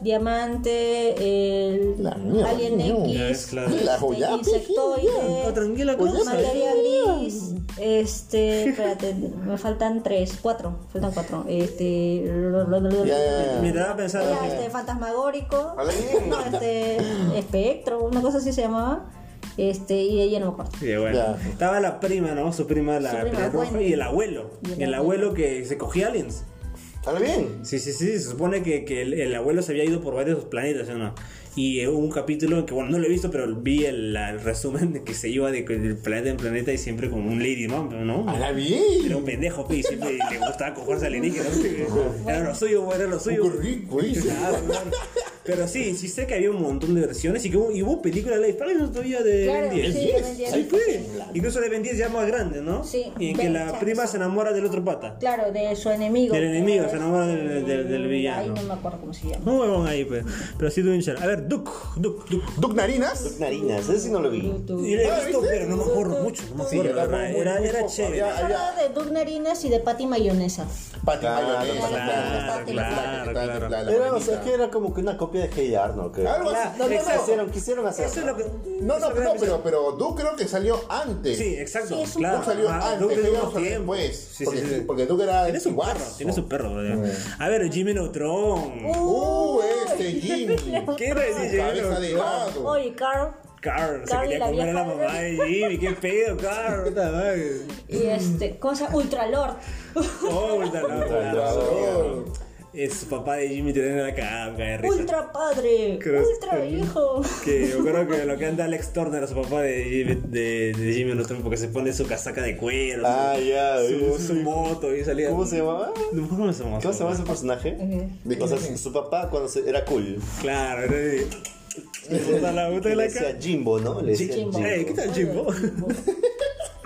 diamante, el
La mierda,
alien
no.
Ya es
X,
claro. ¿eh?
La
este,
joya. pues,
insectoide,
No, tranquila, ¿cómo
Oye,
materia
pero-
gris, este, espérate, me faltan tres, cuatro, faltan cuatro, este,
Ya, ya,
Mira, estaba pensando.
ya, este, fantasmagórico,
Hola, bien.
no, este, espectro, una cosa así se llamaba, este, y de ella no me acuerdo.
Sí, bueno.
Ya.
Estaba la prima, ¿no? Su prima, la
Su prima,
pelirroja,
Wendy.
y el abuelo.
Y el
el abuelo que se cogía aliens.
Está bien.
Sí, sí, sí, se supone que, que el, el abuelo se había ido por varios planetas, ¿sí o ¿no? Y eh, hubo un capítulo que, bueno, no lo he visto, pero vi el, la- el resumen de que se iba de, del planeta en planeta y siempre como un lady, ¿no? ¿no?
A la
Era un
bien.
pendejo, pe, y siempre le gustaba cogerse alienígenas. ¿no? Era lo suyo, bueno, era lo suyo.
Qué rico, dice.
Claro, claro. Pero sí, sí sé que había un montón de versiones y que hubo, y hubo películas live action todavía de
Claro,
Ben 10.
sí, de Ben 10.
Ahí fue. Incluso de Ben 10 ya más grande, ¿no?
Sí,
Y en que
Ben
la
Chaps.
prima se enamora del otro pata.
Claro, de su enemigo.
Del enemigo, se enamora del- del- del villano.
Ahí no me acuerdo cómo se llama.
Un huevón ahí, pues. Pero sí tuve un char. A ver, Duke, Duke, Duke.
Duck Narinas.
Narinas, ese sí no lo vi.
Y lo he
Ah,
visto,
¿viste?
pero no me acuerdo mucho. No me
Sí,
acuerdo, la
era
verdad.
muy-
Era,
muy
era
poco.
chévere.
Había- había-
Hablaba de Doug Narinas y de Patty Mayonesa.
Patty
Claro,
mayonesa,
claro,
la- la- la-
claro,
la-
claro.
la- la-
Era, o
manita.
sea, que era como que una copia de Hey Arnold, creo.
Algo así.
Claro,
No, no, no.
exacto.
Quisieron, quisieron hacer.
Eso es lo que.
No, no,
eso
no,
es-
pero, pero Duke creo que salió antes.
Sí, exacto.
Sí, es un
claro.
Duke salió
Ah,
antes,
Duke
Duke
tuvo
salió
unos tiempos.
después.
Sí, sí,
porque,
sí.
porque Duke era
Tiene su perro,
guaso.
tiene su perro. brother. A ver, Jimmy Neutron.
Uh, este Jimmy.
¿Qué iba a decir Jimmy
Cabeza de
Neutron?
helado.
Oye, Carl.
Carl, se
Carl y
quería
la
comer a la
vieja.
mamá de Jimmy. ¿Qué pedo, Carl? Puta madre.
Y
Mm.
este, cosa Ultralord.
Oh, puta la
Ultra
madre.
Claro.
Es su papá de Jimmy tiene la cagada, me cae de risa.
Ultra padre.
Creo-
Ultra hijo.
Que yo creo que lo que anda Alex Turner a su papá de Jimmy, de, de Jimmy Neutron porque se pone su casaca de cuero,
Ah,
su,
ya,
su,
sí,
su
sí.
moto y salía.
¿Cómo se llamaba?
No, ¿Cómo se llama?
¿Cómo se llama ese personaje?
¿De
O
quién
sea,
es?
su, su papá cuando se- era cool.
Claro, era de. Puta la puta
Le
de la
decía
cara.
Jimbo, ¿no? Le decía
Jimbo.
Jimbo.
Ey, ¿qué tal, Jimbo?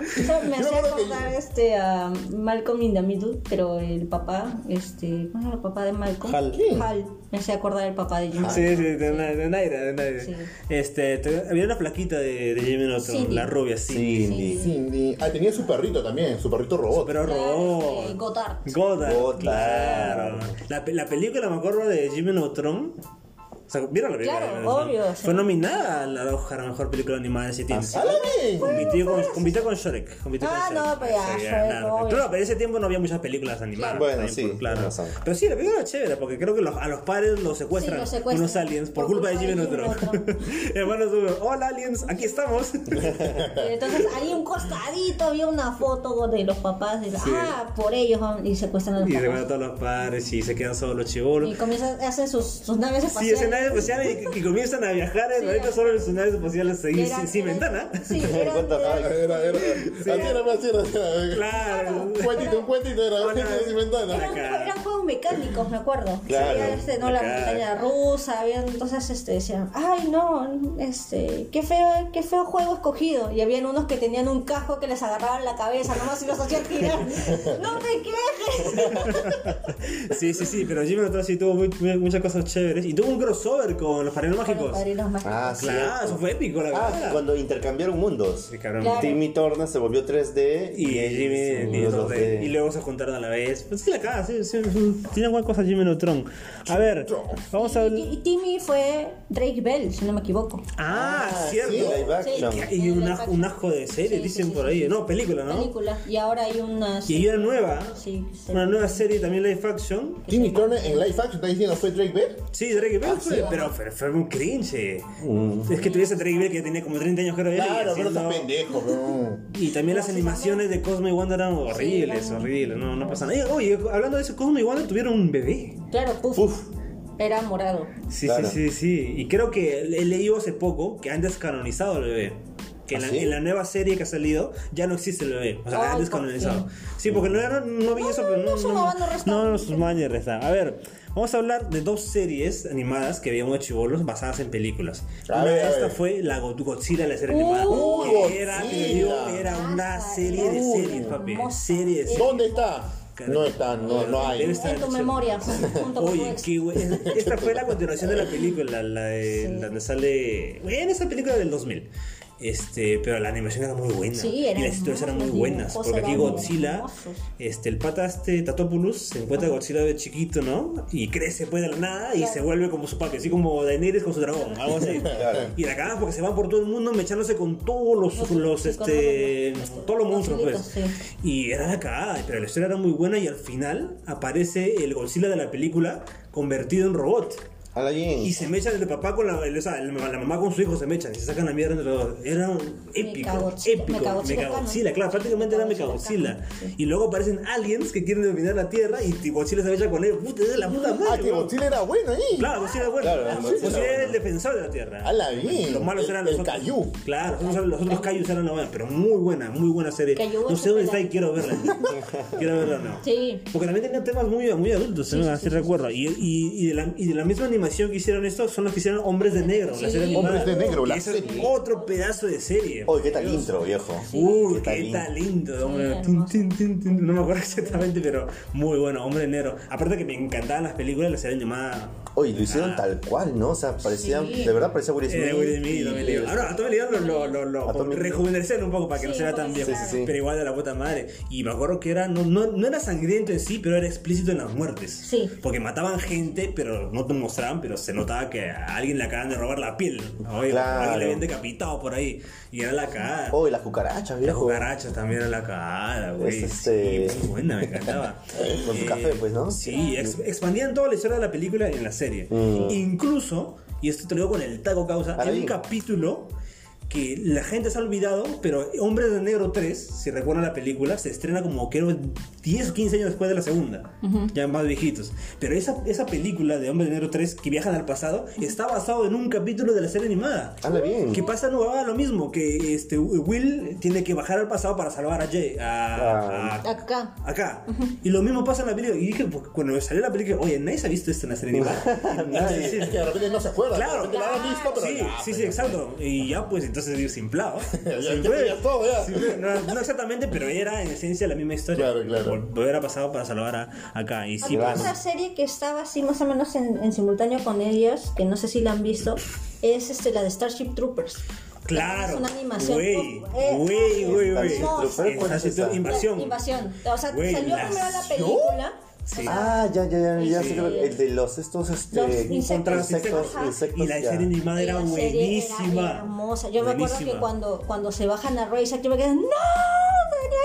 Eso me
Yo
hacía
creo que
acordar este, a Malcolm in the Middle, pero el papá, este, ¿cómo era el papá de Malcolm?
Hal.
Hal. Me hacía acordar el papá de Jimmy.
Sí, sí, de, una- de Naira, de Naira.
Sí.
Este, te- había una flaquita de, de Jimmy Neutron,
Cindy.
la rubia, sí.
Cindy.
Cindy. Ah, tenía su perrito también, su perrito robot.
Pero robó.
Este, Godard.
Goda.
Goddard.
Claro. La, pe- la película, me acuerdo, de Jimmy Neutron. O sea, ¿vieron la película? de
Claro,
Jimmy Neutron?
obvía, sí.
Fue nominada a la Oscar a Mejor Película Animada de ese tiempo.
¡Hala bien!
Compitió con, compitió con Shrek. compitió
Ah,
con Shrek.
no, pero ya, Shrek,
claro.
obvio.
Claro, pero en ese tiempo no había muchas películas animadas.
Bueno,
también,
sí,
por- claro.
tienes razón.
Pero sí, la película era chévere porque creo que los- a los padres los secuestran,
Sí, los secuestran.
unos aliens por, culpa de Jimmy Neutron. Hermanos, hola aliens, aquí estamos.
Y Entonces ahí un costadito había una foto de los papás. de- Ah, por ellos van y secuestran a los
Y se van a
papás.
todos los padres y se quedan solos los chivolos.
Y comienzan, hacen sus, sus naves
Sí,
espaciales.
escenarios espaciales y, y comienzan a viajar. en ahorita solo los escenarios espaciales se
Eran-
sin, sin
eran-
ventana.
Sí, eran-
What the
eran-
fuck?
Era, era. Así era, así era, así era.
Claro.
Un cuentito, un cuentito era, un cuentito sin ventana.
Pues, Eran,
Acá.
eran juegos mecánicos, me acuerdo.
Claro.
Había, este, ¿no? La
Acá.
montaña rusa, había, entonces este, decían, ay no, este, qué feo, qué feo juego escogido. Y habían unos que tenían un casco que les agarraban la cabeza nomás y los hacían girar. ¡No te quejes!
Sí, sí, sí, pero Jimmy Neutron sí tuvo muy- muy- muchas cosas chéveres. Y tuvo un crossover con los Padrinos
Con los
Mágicos.
padrinos mágicos.
Ah, sí.
Claro, eso fue épico, la
Ah,
verdad.
cuando intercambiaron mundos.
Sí, cabrón.
Claro.
Timmy Turner se volvió 3D
Y
él se
Jimmy
volvió
Neutron. eh,
2D.
Y luego se juntaron a la vez. Pues sí, la caga, sí, sí, sí. Tiene buenas cosas Jimmy Neutron. A ver, vamos a
Y,
hablar.
y Timmy fue Drake Bell, si no me equivoco.
Ah,
Ah, sí,
cierto.
live action.
Sí.
Y un, aj- un asco de serie,
Sí,
dicen
sí, sí,
por
sí,
ahí.
sí.
No, película, ¿no?
Película. Y ahora hay una.
Ah. Y hay una nueva.
Sí, sí.
Una nueva serie también live action.
Timmy Turner en Life Action está diciendo, ¿fue Drake Bell?
Sí, Drake Bell fue, pero fue, fue un cringe. Es que tuviese Drake Bell que tenía como 30 años creo él, y
Claro, pero
haciendo-
estás pendejo, bro.
Y también las animaciones de Cosmo y Wanda eran horribles, horribles, no, no pasa nada. Oye, hablando de eso, Cosmo y Wanda tuvieron un bebé.
Claro, puff. Era morado.
Sí,
Claro.
sí, sí, sí. Y creo que he leído hace poco que han descanonizado al bebé. Que en la,
¿Ah, sí?
en la nueva serie que ha salido ya no existe el bebé. O sea,
Ay,
han
¿por
descanonizado. Sí, porque no, era- no vi eso, pero
Ah, no,
no.
eso no va, no resta.
no, no, sus mañas restan. A ver, vamos a hablar de dos series animadas que veíamos de chivolos basadas en películas.
A
una
ver,
de
a
estas
ver.
fue la Go- Godzilla, la serie
Uy,
animada. que era,
Godzilla.
que dio- era una
Uh, Hermosa,
serie de
hermosa.
series, papi. Serie de series.
¿Dónde está? No está, no, no hay.
Debe estar
En tu
el-
memoria, junto con tu
Oye,
ex.
qué güey. Esta fue la continuación de la película, la, de
Sí.
donde sale. Bueno, esa película del 2000. Este, pero la animación era muy buena.
Sí, era
y las historias eran muy
hermoso,
buenas.
dibujos
Porque aquí
eran
Godzilla,
hermosos.
este, el pata este Tatopoulos se encuentra a Godzilla de chiquito, ¿no? Y crece pues de la nada y
Claro.
se vuelve como su papi, así como Daenerys con su dragón, algo así. Y la cagan porque se van por todo el mundo mechándose con todos los,
Los-
los
sí, con
este,
todos los-
todos los monstruos, pues.
Monstruitos, sí.
Y era la cagada, pero la historia era muy buena y al final aparece el Godzilla de la película convertido en robot.
A la bien.
Y se mechan el papá con la, el- o sea, el- la mamá con su hijo se mechan y se sacan la mierda entre los dos. Era un épico,
Mecagodzilla-
épico.
Mecagodzilla
Mecagodzilla,
Kano.
claro, prácticamente era Mecagodzilla. Y luego aparecen aliens que quieren dominar la Tierra y t- Godzilla se mecha con ellos. Puta, es de la puta madre.
Ah, que
weón.
Godzilla era bueno ahí.
Claro, Godzilla bueno.
Claro,
Ah,
Godzilla
Godzilla era
bueno.
el defensor de la Tierra.
Ala, bien.
Los malos
El-
eran los
el
otros.
Caillou.
Claro, los otros- los otros Cayus eran la buena, pero muy buena, muy buena serie.
Caillou
No sé dónde
es
está y quiero verla. quiero verla, no.
Sí.
Porque también tenían temas muy, muy adultos, ¿no? así recuerdo. Y, y, y, de la, y de la misma animación que hicieron estos son los que hicieron Hombres de Negro. la
Sí.
serie
Hombres
animada.
de Negro,
Y
la
eso
serie. Oh,
Es otro pedazo de serie.
Oye, qué tal intro, viejo.
Uy,
qué tal
qué
intro.
talento, hombre.
hermoso.
Tin, tin, tin, tin. No me acuerdo exactamente, pero muy bueno, hombre de negro. Aparte que me encantaban las películas, la serie animada.
Oye, lo hicieron tal cual, ¿no? O sea, parecía,
Sí.
de verdad parecía Will Smith.
Ah. Eh, Will Smith,
y-
Tommy Lee. Ahora, a Tommy Lee lo, lo, lo, lo
A Tommy Lee.
rejuvenecieron un poco para que no
Sí,
se vea tan
porque
viejo.
sí, sí, sí.
Pero igual de la puta madre. Y me acuerdo que era, no, no, no era sangriento en sí, pero era explícito en las muertes.
Sí.
Porque mataban gente, pero no te mostraban, pero se notaba que a alguien le acaban de robar la piel. Oye,
Claro.
alguien le habían decapitado por ahí. Y era la cagada.
Oye, las cucarachas,
Las
viejo.
cucarachas también era la cagada,
Es
güey.
este-
Sí, muy buena, me encantaba.
Con su
Eh,
café, pues, ¿no?
Sí, ex- expandían toda la historia de la película en la serie.
Mm.
Incluso, y esto te lo digo con el taco causa,
Ahora
hay un
bien.
capítulo que la gente se ha olvidado, pero Hombres de Negro 3, si recuerdan la película, se estrena como creo 10 o 15 años después de la segunda, ya más viejitos. Pero esa, esa película de Hombres de Negro 3, que viajan al pasado, está basado en un capítulo de la serie animada.
Anda bien.
Que pasa no va lo mismo, que este Will tiene que bajar al pasado para salvar a Jay,
Ah.
a, a-
Acá.
acá. Y lo mismo pasa en la película. Y dije, porque cuando salió la película, oye, nadie se ha visto esto en la serie animada.
Es que de repente no se acuerda.
Claro.
de repente la han visto, pero
Sí,
ya,
sí,
pues,
sí, exacto. Y ya pues entonces digo, sin plao.
Ya, ya
Sin
tenías todo, ya.
sin plao. No, no exactamente, pero era en esencia la misma historia.
Claro, claro.
Vol- Volver a pasado para salvar a acá. Y sí,
Acá.
pues,
Otra serie que estaba así más o menos en, en simultáneo con ellas, que no sé si la han visto, es este, la de Starship Troopers.
claro.
Es una animación.
Güey,
Eh,
güey, güey, güey.
Starship Troopers, ¿cuál es
Esta
esa?
Invasión.
Invasión. O sea,
Güey,
salió primero la
¿invasión?
película.
Sí.
O sea,
Ah, ya, ya, ya, ya
Sí.
sé que- el de los estos, este,
Los insectos.
contra
Insectos,
insectos,
ajá.
insectos,
Y la
ya.
serie animada era
la serie era
buenísima.
hermosa. Yo me acuerdo
Buenísima.
que cuando, cuando se bajan a Razer, yo me quedé, ¡No! ¡Tenía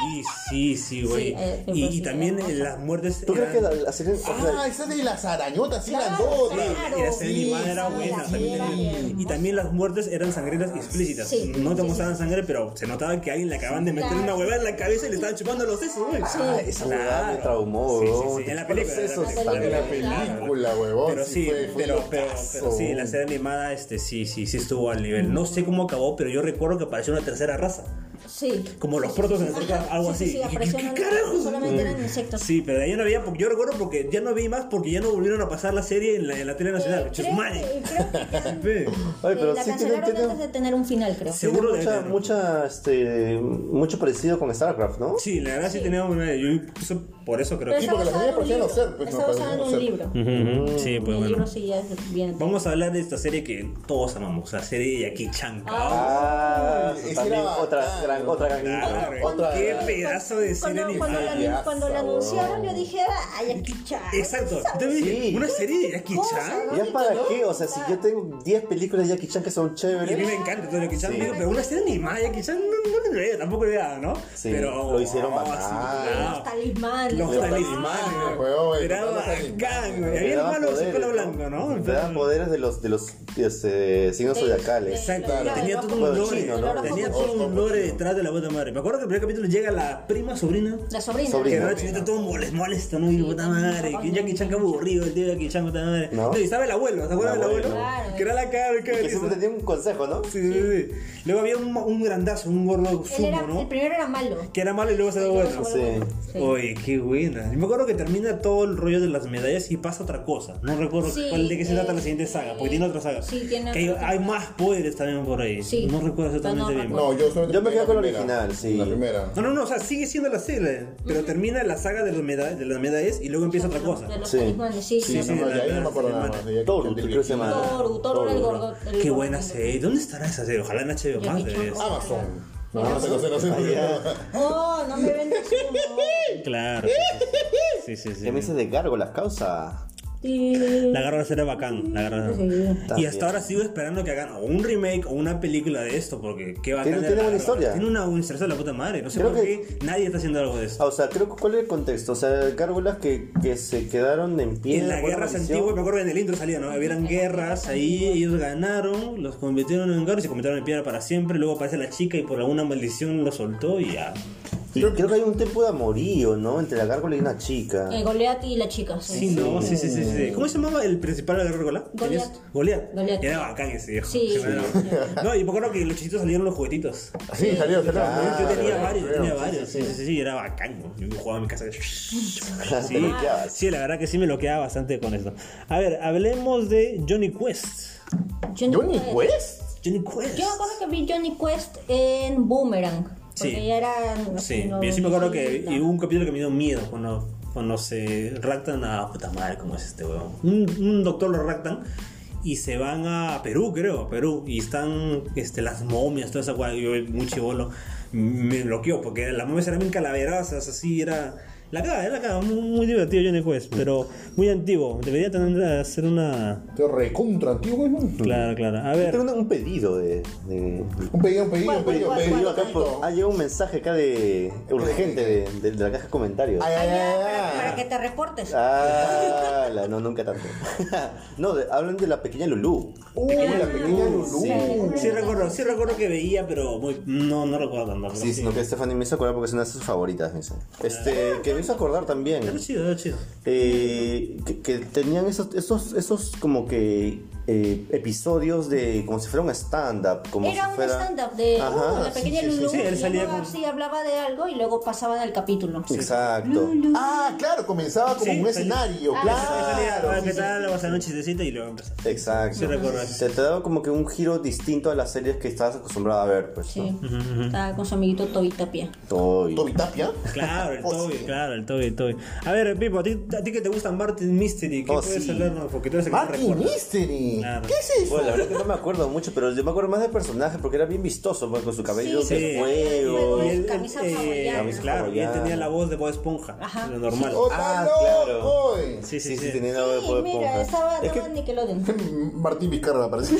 Sí, sí, sí, güey.
Sí, eh,
y, y
Invasión
también
hermosa.
eh, las muertes.
¿Tú crees que la,
eran-
la serie, o sea,
Ah, esa de las arañotas, sí, las
Claro,
dos.
claro.
y la serie
Sí,
animada era
sí,
buena.
la serie era
también.
hermosa.
Y también las muertes eran sangrientas y explícitas.
Sí,
no te
sí,
mostraban sangre, pero se notaba que a alguien le acaban de meter
Claro.
una huevada en la cabeza y le estaban chupando los sesos, güey.
Ah, esa huevada me traumó,
Sí, sí,
weón.
sí, En la
Los
película.
sesos
en la
están
película.
en la
película, huevón,
Pero
sí
sí,
fue- fue
pero,
un
pero,
locazo,
pero sí, la serie animada, este, sí, sí, sí estuvo al nivel. No sé cómo acabó, pero yo recuerdo que apareció una tercera raza.
Sí.
Como los protos en el cerca,
Ajá,
algo
sí,
así.
Sí, sí,
Y dije,
apareció
¿qué
una-
carajos?
Solamente eran insectos.
Sí, pero de ahí no había, porque yo recuerdo porque ya no vi más porque ya no volvieron a pasar la serie en la, en la tele
Eh,
nacional.
creo,
Chusmane.
que- creo que ya-
Ve.
Oye, pero sí tiene,
Eh, la cancelaron
tiene,
antes de tener un final, creo.
Sí.
tiene
Seguro debe
mucha,
tener.
mucha, este, mucho parecido con StarCraft, ¿no?
Sí, la verdad sí, teníamos una. Yo incluso por eso creo
Pero
que.
está
porque las
basada
series
en un
parecían
libro.
hacer, pues,
Está
no,
basada en un
parecían
libro.
Ujú, Sí, pues
Y el
bueno.
libro sí ya es bien.
Vamos a hablar de esta serie que todos amamos, la serie de Jackie Chan. cabrón.
Ah,
Ese
también
era
otra
bacán,
gran,
¿no?
otra gran
Claro,
intro.
Otra- qué pedazo de serie
cuando, cuando, la-
animada.
animada.
cuando la anunciaron yo dije, ay, aquí chaval.
Exacto.
¿sabes?
Entonces me dije,
Sí.
¿Una serie de Jackie
Cosa,
Chan?
¿no?
¿Ya para qué? O sea, si yo tengo 10 películas de Jackie Chan que son
Y a mí me
chéveres.
encanta todo Jackie Chan,
Sí.
digo, pero una serie animada de Jackie Chan no, no tendría, tampoco le da, ¿no?
Sí,
pero,
lo hicieron
oh, sí,
bacán.
claro.
Los talismanes.
Los
todo.
talismanes,
Weón,
güey. Era
los
bacán,
talismanes.
güey.
Te
Había el
daban
malo de
poderes,
pelo blanco, ¿no?
Te daban poderes de los, de los este, signos
Sí,
zodiacales.
sí.
Exacto,
Claro,
tenía
el
todo
ojo
un lore,
chino, ¿no?
tenía
El
todo
ojo
un lore
chino.
detrás de la puta madre. Me acuerdo que el primer capítulo llega la prima sobrina,
La sobrina.
que
Sobrina.
era chiquita todo molest, molesto, ¿no? Y puta madre, que Jackie Chan que aburrido, el tío de Jackie Chan, puta madre.
¿No?
No, y estaba el abuelo, ¿se acuerdan
El
del abuelo?
abuelo.
Claro.
Que era la cara, que
Que siempre te dio un consejo, ¿no?
Sí, sí, sí. Luego había un, un grandazo, un gordo
Él
sumo,
era, El
¿no?
primero era malo.
Que era malo y luego se dio bueno.
Sí.
Sí.
Oye, qué buena. Yo me acuerdo que termina todo el rollo de las medallas y pasa otra cosa. No recuerdo
Sí,
cuál de qué se
eh,
trata la siguiente saga, porque tiene otra saga.
sí, tiene
que hay,
otra.
hay más poderes también por ahí.
Sí.
No recuerdo exactamente
No, no
bien.
No, yo, solamente
Yo me quedo
la
con la
primera,
original, sí.
La primera.
No, no, no, o sea, sigue siendo la serie, pero termina la saga de, los meda- de las medallas y luego empieza otra cosa.
De los
Sí.
talismanes, sí.
Sí, sí,
sí, sí.
No, de ahí no me acuerdo
la-
nada más. de Jackie
Toru,
Chan
creo
de
que se llama.
Toru, Toru era el gordo. el
Qué
gordo.
buena serie. ¿Dónde estará esa serie? Ojalá en HBO
Yo
más.
me
de
choco.
eso.
Amazon. No, no sé, no sé, no sé.
Oh, no me vendas humo.
Claro. sí, sí, sí. Sí, sí, sí.
¿Qué me dices de Gargo, las causas?
La Guerra será bacán. La Guerra
Sí.
Y hasta ahora sigo esperando que hagan o un remake o una película de esto, porque qué bacán.
Tiene-
de
tiene
La
buena
Garra.
historia.
Tiene una buena historia de la puta madre. No sé
Creo
por
que-
qué nadie está haciendo algo de esto.
Ah, o sea, creo que cuál es el contexto. O sea, gárgolas que, que se quedaron en pie.
En las
por una
guerras
maldición.
antiguas, me acuerdo en el intro salía, ¿no? Habían guerras, ahí ellos ganaron, los convirtieron en guerra y se convirtieron en piedra para siempre. Luego aparece la chica y por alguna maldición lo soltó y ya.
Y Creo, que hay un tipo de amorío, ¿no? Entre la gárgola y una chica.
Eh, Goliath y la chica.
Sí,
sí.
no, sí, sí, sí. sí. ¿Cómo se llamaba el principal de la guerra Goliat?
Goliat.
Goliat.
Goliat.
Era bacán ese viejo.
Sí.
Se me era- No, y me acuerdo que los chichitos salieron los juguetitos.
Sí, salió, salió.
yo tenía
Ah,
varios, yo
creo.
tenía varios. Sí, sí, sí, era bacán. ¿no? Yo jugaba en mi casa. Sí,
Te bloqueabas.
sí, la verdad que sí me lo quedaba bastante con esto. A ver, hablemos de Johnny Quest.
Johnny,
¿Johnny
Quest.
Quest?
Johnny Quest.
Yo me acuerdo que vi Johnny Quest en Boomerang. Porque
Sí.
ya era.
Sí,
no-
yo sí me acuerdo que
no.
y hubo un capítulo que me dio miedo cuando, cuando se raptan a puta madre, ¿cómo es este huevón? Un, un doctor lo raptan y se van a Perú, creo, a Perú, y están este, las momias, toda esa hueá, yo muy chivolo me bloqueó porque las momias eran bien calaverosas, así era. La caga, era la caga, muy, muy divertido Johnny Quest, pero muy antiguo. Debería tener hacer una.
Te recontra antiguo, ¿no?
Claro, claro. A ver.
Tengo un, un pedido de. de-
Un pedido, un pedido, un pedido, un
¿Cuál,
pedido
pedido.
acá
acá
por-
por-
ah, llega un mensaje acá de. urgente de, de- de la caja de comentarios.
Ay, ay,
Allá,
ay,
para, para que
ay.
te reportes.
Ah, la- no, nunca tanto. no, de- hablan de la pequeña Lulú.
Uh, la pequeña Lulú.
Sí recuerdo, sí recuerdo que veía, pero muy. No, no recuerdo tanto. pero
Sí, sino que Stephanie me hizo acordar porque es una de sus favoritas, me dice. Este, que me hizo acordar también.
Era chido, era chido.
eh, que, que tenían esos, esos, esos como que eh, episodios de como si fuera un stand-up. Como
Era
si
un
fuera...
stand-up de
Ajá,
uh, la pequeña
sí, sí,
Lulu.
sí, él
y
salía
luego
con-
así hablaba de algo y luego pasaban al capítulo.
Exacto.
Ah, claro, comenzaba como
Sí,
un
salía-
escenario,
Ah,
Salía,
claro.
ah, ¿Qué tal? Vamos a hacer un chistecito y luego empezar.
Exacto.
Sí, recuerdo eso.
Se te daba como que un giro distinto a las series que estabas acostumbrado a ver, pues.
Sí.
¿no?
Estaba con su amiguito Toby Tapia.
Toby.
Toby Tapia.
Claro, el
Oh,
Toby,
sí.
claro, el Toby, el Toby. A ver, Pipo, ¿a ti, a ti que te gusta Martin Mystery, ¿qué
Oh,
puedes
sí.
hablarnos? Porque tú eres el que
Martin
recuerda.
Mystery.
Claro.
¿Qué es eso?
Bueno, la verdad que no me acuerdo mucho, pero yo me acuerdo más del personaje porque era bien vistoso, pues, con su cabello
Sí,
de
sí.
fuego.
Y él,
Camisa
eh,
hawaiana.
Camisa
claro, y él
hawaiana.
tenía la voz de Bob Esponja,
Ajá.
lo normal.
¡Oh, está
Ah,
loco!
Sí, sí,
Sí,
sí.
sí, tenía
Sí,
la voz de Bob Esponja.
mira, estaba
Es que-
en Nickelodeon.
Martín Vizcarra parece.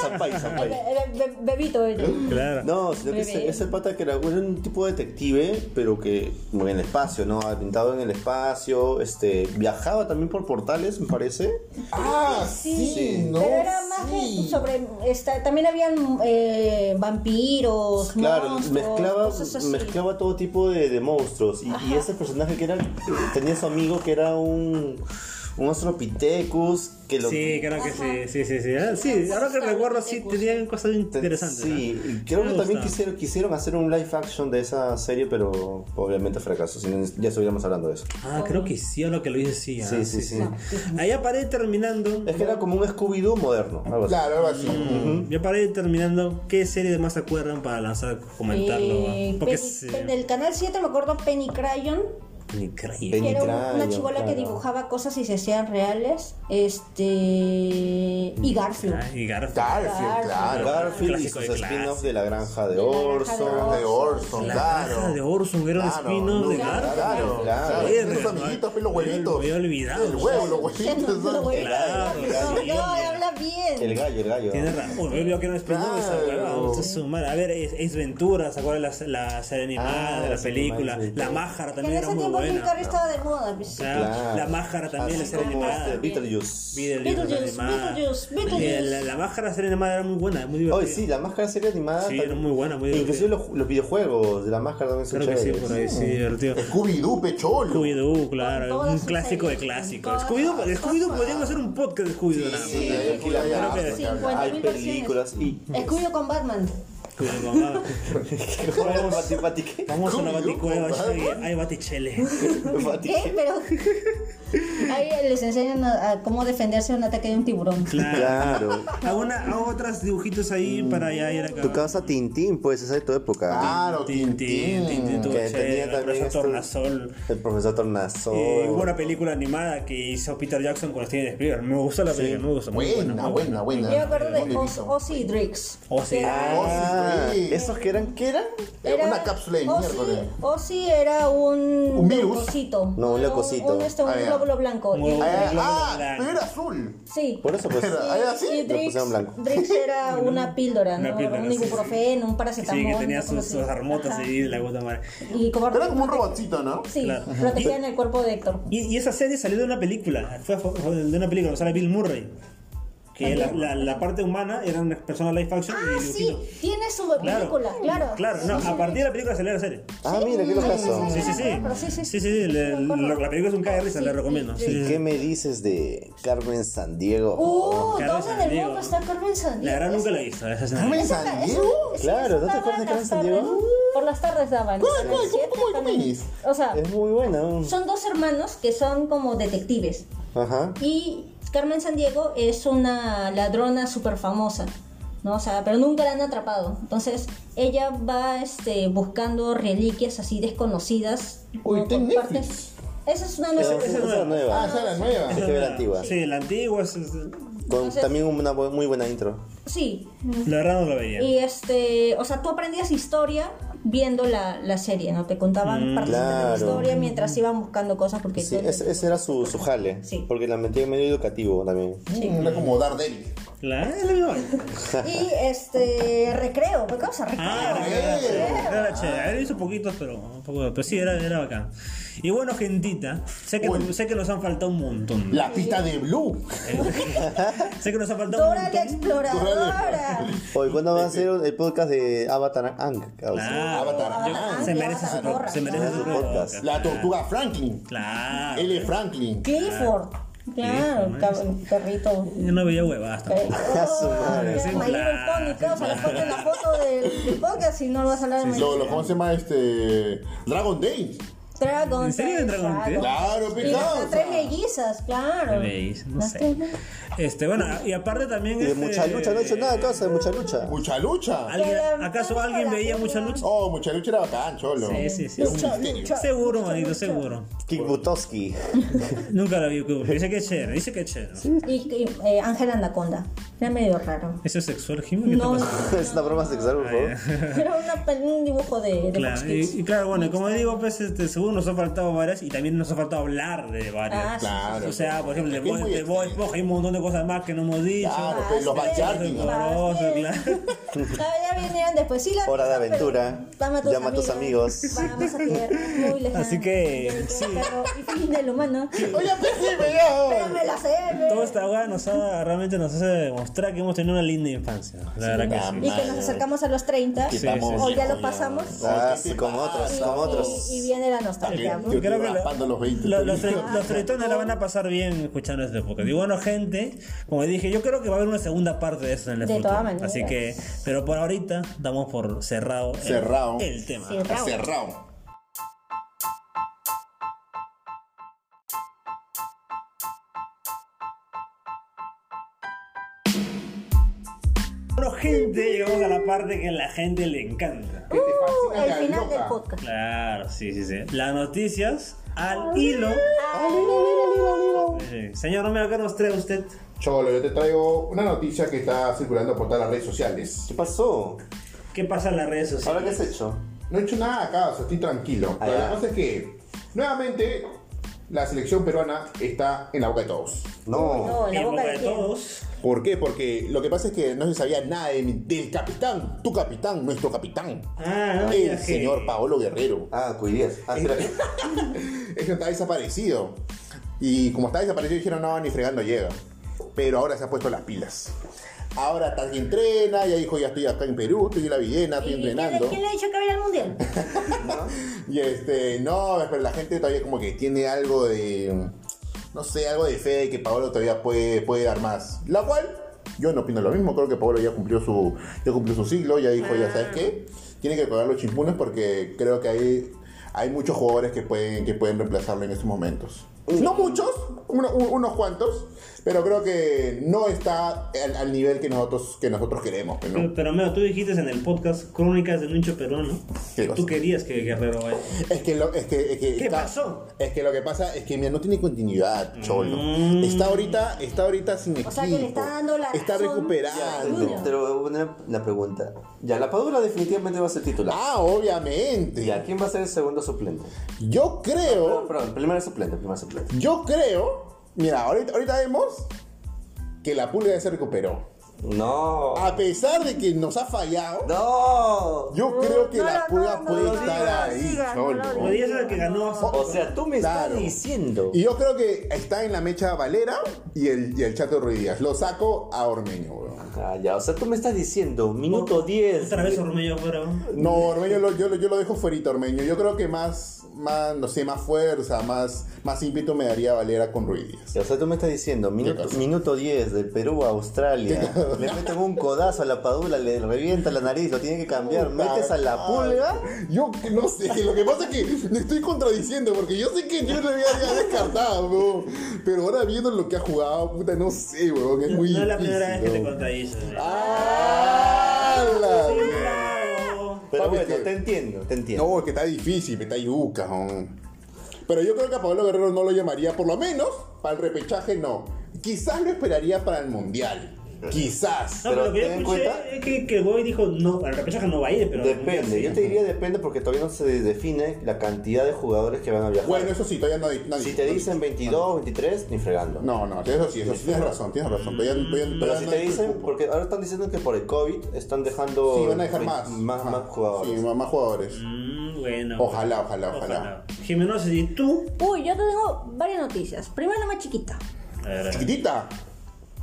Sampai, Sampai.
Era be- Bebito era.
Claro.
No, sino que ese,
Bebé.
ese pata que era, era un tipo de detective, pero que como en el espacio, ¿no? Pintado en el espacio, este, viajaba también por portales, me parece.
Ah, sí, no.
Pero era más
sí.
de- sobre. esta- también habían eh, vampiros,
Claro,
Pues monstruos,
mezclaba,
cosas así.
mezclaba todo tipo de, de monstruos. Y, y ese personaje que era, tenía su amigo que era un, un Australopithecus, que lo...
Sí, creo que sí, sí, sí, sí. Ah, sí, ahora que recuerdo, sí, tenían cosas interesantes.
Sí,
¿no?
y creo
Me
que también
gustaba.
quisieron, quisieron hacer un live action de esa serie, pero obviamente fracasó, si no, ya estuviéramos hablando de eso.
Ah, creo que sí, a lo que lo hice, sí. ah,
Sí, sí, sí.
Allá paré terminando.
Es que era como un Scooby-Doo moderno, algo así.
Claro, algo así.
Ya para ir terminando, ¿qué serie de más se acuerdan para lanzar, comentarlo?
Eh,
ah? Porque
Penny-
se-
Pen- del canal 7 me acuerdo Penny Crayon,
Ni creí.
Penny
que era un- una
Crayon,
chivola que
claro.
dibujaba cosas y se hacían reales. Este. Y Garfield.
Ah, y Garfield.
Garfield, claro.
Garfield y
Ah, Clásico
sus
de
spin-offs
clase.
de la granja de
De La Granja de
Orson.
Orson.
De Orson,
La
claro.
granja Ah, de Orson era un
Claro,
spin-off de
no,
Garfield.
Claro, claro.
Verga,
Esos
¿no?
amiguitos, pues, los
Me había-
huevitos.
Me había olvidado.
El huevo, los
Ya no-
huevitos.
no, güey.
Claro,
No,
sí.
no, habla bien.
El gallo, el gallo.
Tienes razón. Me olvidó que era un spin-off esa
Claro.
huevada, usted su madre. A ver, Ace Ace Ventura, ¿se acuerdan la, la serie animada,
Ah,
la
sí,
película?
Ace Ventura.
La Májara
Que en
también era
ese
muy
tiempo Jim Carrey
buena.
estaba de moda. pues.
Claro, La Májara también, la
Así
serie
como
animada.
este, Beetlejuice.
Beetlejuice,
Beetlejuice,
animada.
Beetlejuice,
Eh,
Beetlejuice.
La, la Májara serie animada era muy buena, muy
Hoy
divertida.
sí, la máscara serie animada.
Sí,
también-
era muy buena, muy divertida.
Inclusive los, los videojuegos de la máscara también son
Creo que sí,
chéveres.
por ahí, sí, divertido.
Scooby-Doo, pecholo.
Scooby-Doo,
Con
claro,
todas
un
sus
clásico de
series, con
clásicos.
todas
Scooby-Doo,
sus
Scooby-Doo
cosas.
podríamos hacer un podcast de Scooby-Doo. nada más.
Sí,
Sí,
aquí la
creo
hay
que-
harto que hablar.
Bueno,
Hay
mil versiones.
películas y.
Escudo con Batman.
Scooby-Doo,
Bueno, Pati- Pati- ¿qué?
Vamos a una
Scooby-Doo,
baticueva,
¿verdad?
sí, hay batichele.
Pati-
¿Qué? Pero. Ahí les enseñan a, a cómo defenderse de un ataque de un tiburón.
Claro.
Claro.
Hago, una, hago otros dibujitos ahí para ya ir acá.
Tu casa Tintín, pues, esa de tu época.
Claro,
Tintín, Tintín,
Tintín.
todo
Que tenía
chévere,
también
Ah, profesor
esto-
Tornasol.
El profesor Tornasol.
Eh, hubo una película animada que hizo Peter Jackson con Steven Spielberg. Me gustó la película, me gustó. muy
Buena,
muy
buena, buena.
Yo me acuerdo
No le he
de Oz-
visto.
Oh,
Ozzy y Drix.
Ozzy.
Que era-
Ah, Ah,
Sí.
¿Esos que eran? ¿Qué eran?
Era Eh, una cápsula de Eh,
o
mierda,
sí-
era.
O sí, era un.
¿Un virus?
leucocito.
No, un leucocito.
Un, este, un
Ah, ya.
glóbulo blanco. Y-
Muy-
Ah,
Glóbulo
ah,
blanco.
pero era azul.
sí.
Por eso, pues.
Era-
Y-
ah, era así,
y
lo
Drix,
pusieron blanco.
Drix era una píldora, ¿no?
Una píldora,
un
sí, sí.
ibuprofeno, un paracetamol.
Sí, que tenía
una cosa
sus, sus
así.
armotas
Ajá.
y la gota madre.
Y como
Era como un robotcito, ¿no?
Sí,
Claro.
protegía en el cuerpo de Héctor.
Y, y esa serie salió de una película, fue, fue de una película, sale Bill Murray. Que la, la, la parte humana era una persona live action
Ah,
y
sí,
dibujito.
tiene su película, claro.
Claro, no, a partir de la película salió la serie.
Ah, mira, qué locazo.
Sí, sí, sí.
Pero sí,
Sí,
sí,
sí, sí, le-
me acuerdo.
lo- la película es un cae de risa,
Sí,
la
sí,
recomiendo.
sí.
Sí, sí,
¿Y
sí.
qué me dices de Carmen San Diego? Oh,
Uh,
Carmen
¿dónde del
Sandiego.
mundo está Carmen Sandiego?
La verdad nunca la he visto. esa escena.
¿Carmen San Diego?
Oh, Claro, ¿no te acuerdas de Carmen Sandiego?
Por las tardes daban.
¿Cuál,
a las
cuál? ¿Cómo,
siete
cómo, cómo
también.
es?
O sea,
Es muy buena.
son dos hermanos que son como detectives.
Ajá.
Y Carmen Sandiego es una ladrona súper famosa, ¿no? O sea, pero nunca la han atrapado. Entonces, ella va este, buscando reliquias así desconocidas.
Uy,
¿no?
está en
Por partes-
Netflix.
Esa es una
Esa
nueva.
esa es
nueva.
la nueva.
Ah, esa era nueva.
Hay que ver la antigua.
Sí, la antigua. es- es-
Con
Entonces-
también una bu- muy buena intro.
Sí.
la verdad no la veía.
Y este, o sea, tú aprendías historia viendo la, la serie, ¿no? Te contaban partes de la
Mm, claro. Mm.
historia mientras iban buscando cosas porque
Sí,
tú-
ese, ese era su, su jale.
Sí.
Porque la metió en medio educativo también.
Mm, Era como Daredevil.
La, la misma vaina.
Y este recreo, ¿qué cosa? Recreo.
Ah, era chévere, era chévere. Había visto poquitos, pero, un poco- pero sí, era, era bacán. Y bueno, gentita, sé que,
Uy.
sé que nos han faltado un montón.
La pita de Blue.
Sé que nos han faltado un
Dora la
montón.
exploradora.
Hoy, ¿cuándo va a ser el podcast de Avatar Ang?
Claro,
Avatar.
yo-
Ah,
se
ya,
merece su,
Avatar.
pro- se merece su
Avatar.
podcast.
La tortuga Franklin.
Claro.
L. Franklin.
Clifford. Claro,
Clifford,
cab- perrito.
Yo no veía huevadas
Eh,
tampoco.
A su madre,
oh,
sí,
My Little
claro,
Pony, claro, o sea, le ponen la foto del del podcast y no vas a hablar de My
Lo, lo, ¿Cómo se llama este? Dragon Day.
Dragon
¿En serio
Tail,
de Dragon Tail?
Claro,
Y
pecado.
las tres mellizas, claro.
Veis, No
Las
sé.
tres mellizas.
Este, bueno, y aparte también.
Y de
este,
Eh, mucha lucha, no he hecho nada, causa, de mucha lucha.
Mucha lucha.
¿alguien-
Pero-
¿Acaso alguien veía mucha lucha?
Oh, mucha lucha era bacán, cholo.
Sí, sí, sí.
Era un
Lucha,
misterio.
Seguro, manito, seguro.
Kick Butowski.
Nunca la vi. pero Dice que es chévere, dice que es chévere.
Y y, eh, Ángela Anaconda. Era medio raro.
¿Eso es sexual, Jimmy? ¿Qué te
No,
pasa?
es una broma sexual, por favor.
Ah,
era una pel- un dibujo de, de Fox
Claro,
Kids.
y, y claro, bueno, como digo, pues este, seguro nos ha faltado varias y también nos ha faltado hablar de
Ah,
varias.
sí,
Claro.
O sea, por ejemplo, de
Es que es
Bob
muy
de Bob
extenso.
Esponja, hay un montón de cosas más que no hemos dicho.
Claro, pues, los Backyardigans.
Basket,
Horroroso,
basket.
claro.
Ah, Ya ya vinieron después. Sí, la
Hora de
pero
aventura.
Llama a tus
Llama a tus
amigos.
amigos.
Vamos a tierra. Muy lejana.
Así que,
Del
sí.
perro Y fin del humano.
Oye, pues sí, vea.
Oh.
Pero me la sé.
Toda esta weá nos ha, realmente nos hace demostrar que hemos tenido una linda infancia. La verdad que sí.
Y que nos acercamos a los 30.
Sí,
O ya lo pasamos.
Ah, sí, con otros,
Y,
con
y- y
otros.
viene la nostalgia.
También.
¿no?
Yo
creo
estoy
que lo-
raspando los 20.
lo- los, tre- los tritones la van a pasar bien escuchando este podcast. Y bueno, gente, como dije, yo creo que va a haber una segunda parte de eso en el
De
futuro.
todas maneras.
Así que, pero por ahorita damos por cerrado, el-
Cerrado.
El, tema.
Sí, bravo.
Cerrado.
Bueno, gente, llegamos a la parte que la gente le encanta.
Que te
Uh,
fascina
el
la
final
loca.
del podcast.
Claro, sí, sí, sí. Las noticias al hilo. Sí. Señor, no me haga nos trae usted.
Cholo, yo te traigo una noticia que está circulando por todas las redes sociales.
¿Qué pasó?
¿Qué pasa en las redes sociales?
¿Ahora qué has hecho?
No he hecho nada acá, o sea, estoy tranquilo. Pero
Ah,
la
ya.
cosa es que, nuevamente, la selección peruana está en la boca de todos.
No.
No, en la
En
boca de quién.
todos.
¿Por qué? Porque lo que pasa es que no se sabía nada de mi- del capitán, tu capitán, nuestro capitán.
Ah, no
el
digas que-
señor Paolo Guerrero.
Ah, cuidías. Ah, espera.
Es que está desaparecido. Y como está desaparecido, dijeron, no, ni fregando llega. Pero ahora se ha puesto las pilas. Ahora está que entrena, ya dijo, ya estoy acá en Perú, estoy en la Villena, estoy
¿Y quién le-
entrenando.
¿Quién le ha dicho que va a ir al mundial?
Y este, no, pero la gente todavía como que tiene algo de, no sé, algo de fe de que Paolo todavía puede, puede dar más. La cual, yo no opino lo mismo, creo que Paolo ya cumplió su, ya cumplió su siglo, ya dijo, ya sabes qué, tiene que colgar los chimpunes porque creo que hay, hay muchos jugadores que pueden, que pueden reemplazarlo en estos momentos. No muchos, uno- un- unos cuantos, pero creo que no está al, al nivel que nosotros, que nosotros queremos. pues, ¿no?
Pero, pero Meo, tú dijiste en el podcast Crónicas de Nuncho Peruano
¿Qué
que
cosa?
tú querías que Guerrero vaya.
Es que lo, es que, es que
¿Qué pasó?
Es que lo que pasa es que mira, no tiene continuidad, Cholo.
Mm.
Está ahorita, está ahorita sin equipo.
O sea, que le está dando la
Está
razón a
recuperando.
Junior.
Te lo voy a poner la pregunta. Ya la Padula definitivamente va a ser titular.
Ah, obviamente.
Ya, ¿quién va a ser el segundo suplente?
Yo creo,
Perdón, perdón, primer suplente, primer suplente.
yo creo. Mira, ahorita, ahorita vemos que la pulga ya se recuperó.
No.
A pesar de que nos ha fallado,
No.
yo creo que
no,
la
no,
pulga
no,
puede
no, no,
estar
no,
ahí,
digas, no,
Cholo.
no,
Pero ya es el que ganó.
O sea, tú me
Claro.
estás diciendo.
Y yo creo que está en la mecha Valera y el, y el Chato Ruiz Díaz. Lo saco a Ormeño, weón.
Ah, ya, o sea, tú me estás diciendo, minuto 10.
Otra vez Ormeño afuera. ¿no?
No, Ormeño lo- yo, lo- yo lo dejo fuerita, Ormeño. Yo creo que más, más, no sé, más fuerza, más, más ímpetu me daría Valera con Ruiz Díaz.
O sea, tú me estás diciendo, minuto,
cosa?
minuto 10 del Perú a Australia, le meten un codazo a la padula, le revienta la nariz, lo tiene que cambiar, metes a la pulga.
Yo que no sé, lo que pasa es que me estoy contradiciendo porque yo sé que yo lo había ya descartado, weón. Pero ahora viendo lo que ha jugado, puta, no sé, weón. Es
No
muy
es la primera vez
difícil,
que te
weón.
contradices. ¿eh?
Ah.
¡Hala!
Claro.
Pero
Papi,
bueno,
que-
te entiendo, te entiendo.
No, es que está difícil, que está yuca, weón. Pero yo creo que a Pablo Guerrero no lo llamaría, por lo menos para el repechaje no. Quizás lo esperaría para el mundial. Quizás.
No, pero
Pero
lo que yo
ten en
escuché
cuenta-
es que, que Boy dijo, no, al repechaje no va a ir, pero...
Depende, yo te diría depende porque todavía no se define la cantidad de jugadores que van a viajar.
Bueno, eso sí, todavía no hay. no hay-
si te dicen 22, 23, ni fregando.
No, no, eso sí, eso sí, tienes razón, tienes razón. Todavía, todavía-
Pero
todavía
si
no
te
hay-
dicen, porque ahora están diciendo que por el COVID están dejando
Sí, van a dejar
ve-
más.
más,
Ajá.
más jugadores.
Sí, más, más jugadores.
Mm, bueno.
Ojalá, ojalá, ojalá.
Jimeno, si tú...
Uy, yo te tengo varias noticias. Primero la más chiquita.
A ver, a ver.
Chiquitita.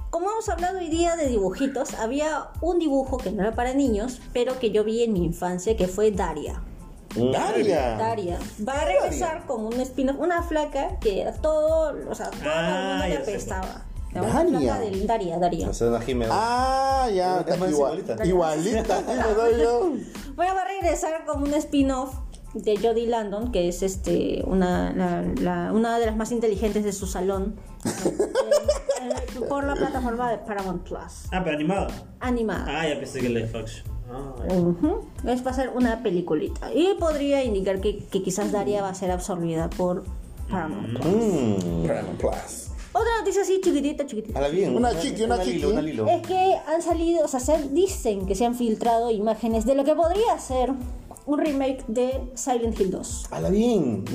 Como hemos hablado hoy día de dibujitos, había un dibujo que no era para niños, pero que yo vi en mi infancia, que fue Daria.
Ah.
Daria.
Mm. Daria va a regresar con un spin-off, una flaca que era todo, o sea, todo
Ah,
el mundo le
ya sé.
apestaba. Era una
Daria.
flaca del- Daria, Daria.
O sea, una Jimena.
Ah, ya.
Es
está
más,
igual-
igualita.
Igualita, sí, me doy yo.
Bueno, va a regresar como un spin-off de Jodie Landon, que es este una, la- la- una de las más inteligentes de su salón, eh, eh, por la plataforma de Paramount Plus,
Ah, pero animado.
animada.
Ah, ya pensé que live action. Ah,
Ujú. Es va a ser una peliculita. Y podría indicar que, que quizás Daria va a ser absorbida por
Mm.
Paramount. Plus.
Paramount Plus.
Otra noticia así, chiquitita, chiquitita.
Ahora bien,
Una chiqui, una chiqui.
Lilo, una Lilo.
Es que han salido, o sea, se han- dicen que se han filtrado imágenes de lo que podría ser un remake de Silent Hill 2.
Ahora bien.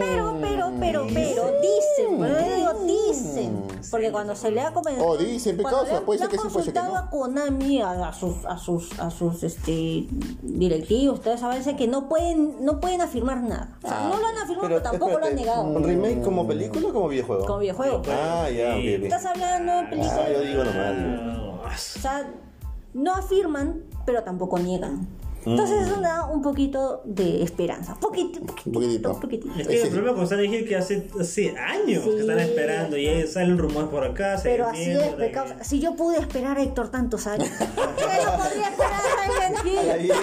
Pero, pero, pero, pero, dicen, pero yo digo dicen, porque cuando se le ha comentado...
Oh, dicen, pe
cuando le
causa,
han-
puede ser
le
que
han
sí, puede ser que
consultado
no.
a Konami, a, a sus, a sus, a sus, este, directivos, toda esa vaina, que no pueden, no pueden afirmar nada. O sea, no lo han afirmado, Ah, pero, tampoco
espérate,
lo han
¿Un
negado.
remake como película o como videojuego?
Como videojuego.
Ah, ya,
Sí.
ok, ok.
Estás hablando de películas...
Ah, yo digo nomás.
Ah,
O sea, no afirman, pero tampoco niegan. Entonces eso da un poquito de esperanza. Poquito,
Un
poquitito,
poquitito.
poquitito.
Eh,
Es que el problema con Silent Hill es que hace, hace años
Sí.
que están esperando y ahí salen rumores por acá. se
Pero así
vienen,
es,
por ahí.
pecado. Si yo pude esperar a Héctor tantos años, ¿por qué no podría esperar a
Ahora
Silent Hill?
bien,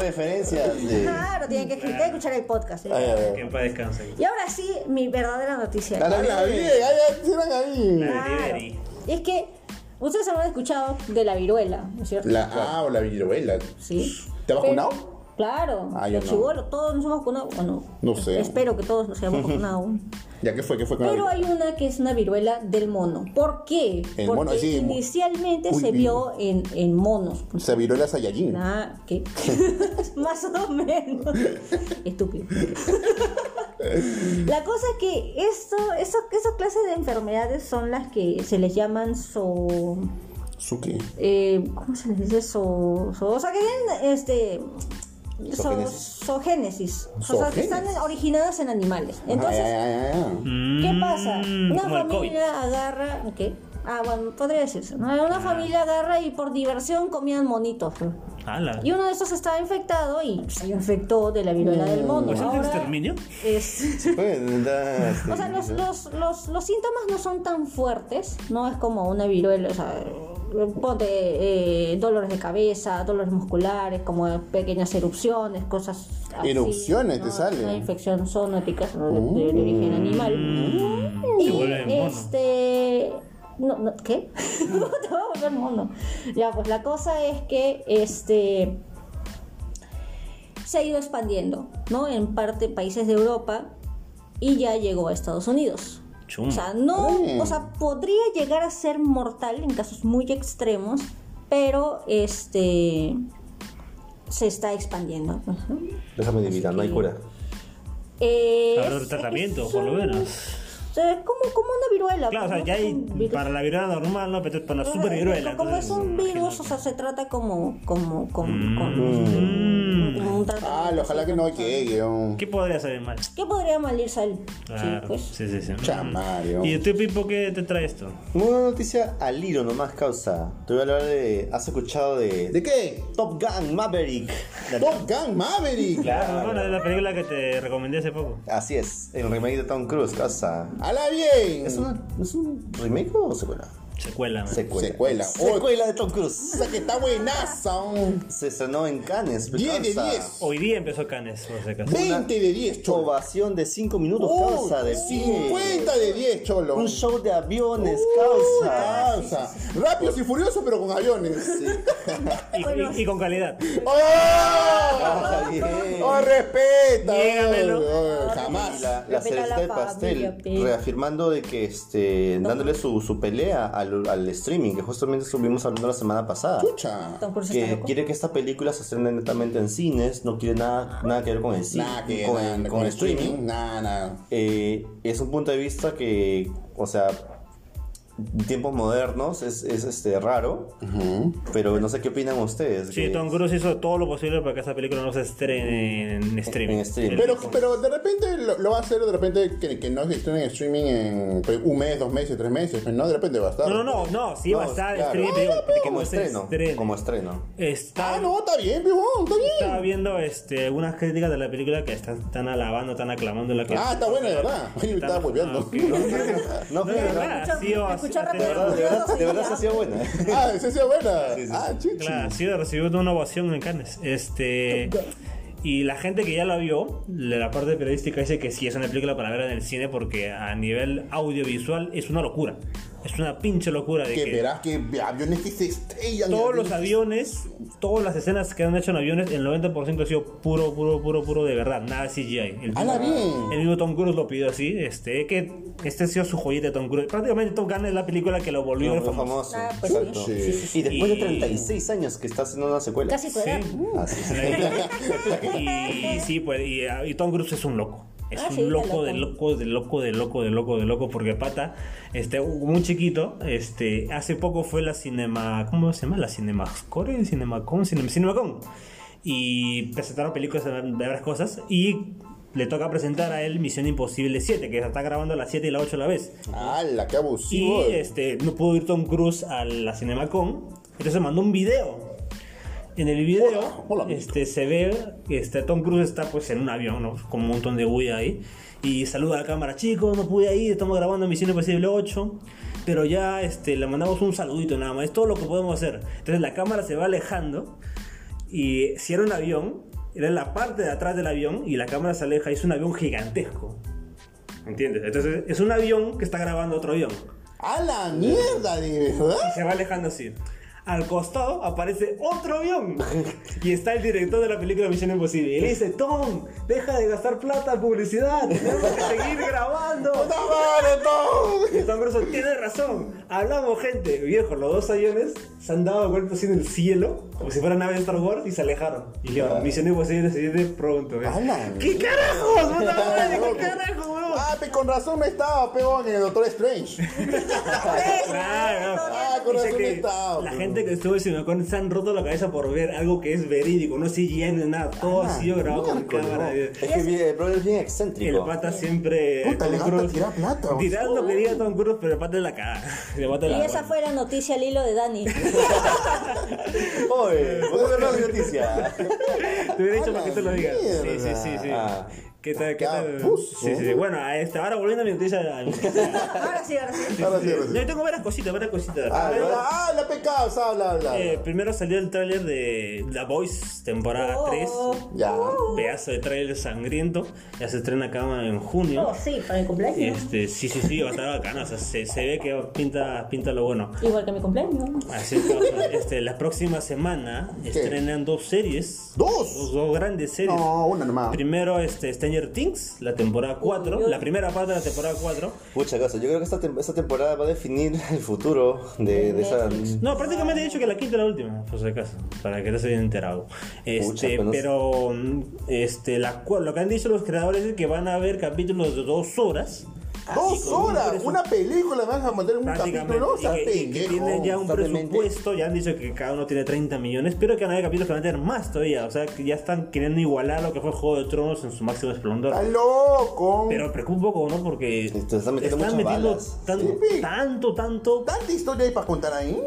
Referencias de.
Claro, tienen que, tienen que escuchar el podcast. ¿eh?
Ay, ay,
Que
ay.
en paz descanse.
Y ahora sí, mi verdadera noticia.
Dale, dale, bien, ay, ay, sí, dale, ahí.
La de
Claro.
Liberty.
Es que ustedes habrán escuchado de la viruela, ¿no es cierto?
La A o la viruela.
Sí.
¿Te has
Pero-
vacunado?
Claro.
Ah, yo no.
Chibolo, todos nos hemos vacunado. ¿o no?
No sé.
Espero que todos nos hayamos vacunado.
¿Ya qué fue? ¿Qué fue con la
Pero
viruela?
hay una que es una viruela del mono. ¿Por qué?
El
Porque
mono, sí, mo-
inicialmente
Uy,
se
vi-
vio en, en monos.
O sea, viruela Saiyajin.
Nada, que más o menos. Estúpido. La cosa es que esto, eso, esas clases de enfermedades son las que se les llaman so.
Suki.
eh, ¿Cómo se les dice? So, so- o sea, que tienen este. so-
Zoogénesis.
zoogénesis. O sea, que están
Zoogénesis.
originadas en animales. Entonces,
Ay, ay, ay, ay.
¿Qué pasa? Una
como Mm, el COVID.
familia agarra. ¿Qué?
Ah, bueno, podría decirse, ¿no?
Ah.
Una familia agarra y por diversión comían monitos. ¿no?
¡Hala!
Y uno de estos estaba infectado y pues, se infectó de la viruela del mono.
¿Por eso es
Ahora
exterminio?
es-
Pues, da-
este,
o sea, los, los, los, los síntomas no son tan fuertes, no es como una viruela, o sea, ponte eh, dolores de cabeza, dolores musculares, como pequeñas erupciones, cosas así.
Erupciones te
¿no?
salen.
Una infección zoonótica ¿no?
Uh.
de, de origen animal.
Mm, se vuelve mono.
este... No, no, ¿Qué? ¿Cómo te va a volver mono? Ya, pues la cosa es que este se ha ido expandiendo, ¿no? En parte países de Europa y ya llegó a Estados Unidos.
Chum.
O sea, no,
Mm.
o sea, podría llegar a ser mortal en casos muy extremos, pero este se está expandiendo. Ujú.
Déjame adivinar, no hay cura.
Eh,
Habrá un
es-
tratamiento,
es
por lo
un-
menos.
o sea, como, como una viruela.
Claro, o sea,
¿no?
ya hay
Un virus.
para la viruela normal, ¿no? Pero para la
Ajá,
super viruela.
Como es
entonces,
un
imagino
virus,
que-
o sea, se trata como, como, con,
Mm.
Ah, ojalá que no llegue. un-
¿Qué podría salir mal?
¿Qué podría mal ir sal? sí,
Claro,
pues.
sí, sí, sí.
Chamario.
¿Y tú, Pipo, qué te trae esto?
Una noticia al hilo nomás causa. Te voy a hablar de. ¿Has escuchado de.
¿De qué?
Top Gun Maverick? La-
Top Gun Maverick.
Claro, bueno, de la película que te recomendé hace poco.
Así es, el remake de Tom Cruise, causa.
¡Hala bien!
¿Es, una- ¿Es un remake o secuela?
Secuela. man.
Secuela.
Secuela.
Secuela de Tom Cruise.
Esa que está buenaza. un
Se estrenó en Cannes.
10 de
causa.
10.
Hoy día empezó Canes, por si acaso.
20 de 10, cholo.
Ovación de 5 minutos,
Oh,
causa de pie.
50 de 10, cholo.
Un show de aviones, causa.
Causa. Rápidos y furiosos, pero con aviones.
Y, y- y con calidad.
¡Oh!
Ah, bien.
¡Oh, respeta!
Niégamelo.
Oh, oh,
Y
jamás.
La, la
Respeta
cerecita
la
del pastel,
familia, pe.
reafirmando de que este, dándole su, su pelea al, al streaming, que justamente estuvimos hablando la semana pasada.
Escucha.
Tom Cruise pues está
que
loco.
quiere que esta película se estrene netamente en cines, no quiere nada, nada que ver con el cine,
Nada que
con,
nada,
con
con
el
streaming.
streaming.
Nada, nada.
Eh, es un punto de vista que, o sea, en tiempos modernos es, es, este, raro, pero no sé qué opinan ustedes.
Sí,
que-
Tom Cruise hizo todo lo posible para que esa película no se estrene en streaming.
En streaming.
Pero, pero de repente lo, lo va a hacer, de repente que, que no se estrene en streaming en pues, un mes, dos meses, tres meses. pero No, de repente va a estar.
No, no, no, no, sí va a
No,
estar en
claro.
streaming. pero digo, que
como
no se
estreno,
estrene.
como estreno.
Está,
Ah, no, está bien, pibón, está
Estaba
bien.
viendo este, algunas críticas de la película que están, están alabando, están aclamando la que.
Ah, está buena, de verdad. Ay, me estaba volviendo.
Ah, ok. No,
No,
de
pero-
verdad,
Escucha-
sí, o-
escucha
ha
de
tenido-
verdad, de verdad, de verdad se ha sido buena.
Ah, sí, sí, buena.
sí, sí.
Ah, chichi.
Claro, ha sido recibido una ovación en Cannes. Este. Y la gente que ya la vio, de la parte periodística dice que sí es una película para ver en el cine porque a nivel audiovisual es una locura. Es una pinche locura de
Que
que
verás que aviones que se estrellan. y
todos los aviones, todas las escenas que han hecho en aviones, el 90% ha sido puro, puro, puro, puro de verdad, nada CGI. El,
¡Hala, bien!
el mismo Tom Cruise lo pidió así, este, que este ha sido su joyita Tom Cruise. Prácticamente Tom Gunn es la película que lo volvió
Fue
famoso.
famoso.
Ah, pues
exacto.
sí. Sí, sí,
Y después de
Y-
36 años que está haciendo una secuela.
Casi tu
Sí.
edad.
Así es.
y sí, pues, y, y Tom Cruise es un loco. Es
Ah,
un
sí, está
loco
loco.
de loco, de loco, de loco, de loco, de loco, porque pata, este, muy chiquito, este, hace poco fue la Cinema, ¿cómo se llama? La Cinemascore, Cinemacon, Cinem- Cinemacon. Y presentaron películas de varias cosas y le toca presentar a él Misión Imposible 7, que está grabando la 7 y la 8 a la vez.
¡Hala, qué
Y
abusivo!
este, no pudo ir Tom Cruise a la Cinemacon. Entonces mandó un video. En el video
Hola, hola,
este, se ve que este, Tom Cruise está pues en un avión, ¿no? con un montón de bulla ahí. Y saluda a la cámara, chicos, no pude ir, estamos grabando Misión Imposible 8. Pero ya este, le mandamos un saludito nada más, es todo lo que podemos hacer. Entonces la cámara se va alejando. Y si era un avión, era la parte de atrás del avión y la cámara se aleja y es un avión gigantesco. ¿Entiendes? Entonces es un avión que está grabando otro avión.
¡A la mierda, de verdad!
Y se va alejando así. Al costado aparece otro avión. Y está el director de la película Misión Imposible. Y le dice, Tom, deja de gastar plata en publicidad. Tenemos que seguir grabando.
¡Puta madre, todo!
Y Tom Cruise tiene razón. Hablamos, gente. Viejo, los dos aviones se han dado vueltas así en el cielo, como si fueran naves de Star Wars, y se alejaron. Y le digo, Misión Imposible se viene pronto. ¿eh?
¡Hala!
¿Qué carajos? puta madre? ¿Qué
Loco.
carajos, weón?
Ah, pe, con razón no estaba, pegón, en el Doctor Strange.
Claro.
Ah, con
Dice
razón no
que
estaba.
la
pe.
gente que estuvo en Sinocon se han roto la cabeza por ver algo que es verídico, no CGI ni nada, todo ha sido grabado con
Ah, miércoles,
cámara.
¿no?
de-
Es que vi- el brother es bien excéntrico.
El pata siempre.
Puta, le
Tom
encanta
Cruise-
tirar plata, weón.
Tirar lo que diga Tom Cruise, pero el pata es la cagada. El pata es la
Y esa
buena.
fue la noticia al hilo de Dani.
Oye, ¿por qué no es noticia?
Te hubiera dicho para que te lo
la
digas. Sí, sí,
mierda.
sí, sí.
Ah.
¿Qué tal? ¿Qué tal?
Capuzo.
Sí, sí, sí. Bueno, a esta, ahora volviendo a mi noticia. a mi-
Ahora sí, ahora sí.
Ahora sí, ahora sí.
Yo tengo varias cositas, varias cositas.
Ah, la- ah, la pecado, bla, bla.
Eh, primero salió el tráiler de The Voice, temporada
Oh.
3.
Ya.
Pedazo de tráiler sangriento. Ya se estrena acá en junio.
Oh, sí, para mi cumpleaños.
Este, sí, sí, sí, va a estar bacano. O sea, se, se ve que pinta, pinta lo bueno.
Igual que mi cumpleaños.
Así que, o sea, este, la próxima semana estrenan dos series.
¿Dos?
Dos, dos grandes series.
No, una nomás.
Primero, este, Stranger Things, la temporada 4. la primera parte de la temporada 4.
Muchas cosas. Yo creo que esta, tem- esta temporada va a definir el futuro de, de esa.
No, prácticamente he dicho que la quinta es la última, por si acaso, para que te hayas enterado.
Pucha,
Este,
pues no sé.
pero mm, este, la, cua- lo que han dicho los creadores es que van a haber capítulos de dos horas. Ah,
Dos horas, una película me vas a mandar en un
Prácticamente.
capítulo, o sea,
y que, y que
pendejo.
tienen ya un
totalmente.
presupuesto, ya han dicho que cada uno tiene 30 millones, pero que van a haber capítulos que van a tener más todavía. O sea, que ya están queriendo igualar lo que fue Juego de Tronos en su máximo esplendor.
Está loco.
Pero preocupa un poco, ¿no? Porque
Te están metiendo muchas balas.
tan-
Sí.
tanto, tanto,
¿Tanta historia hay para contar ahí?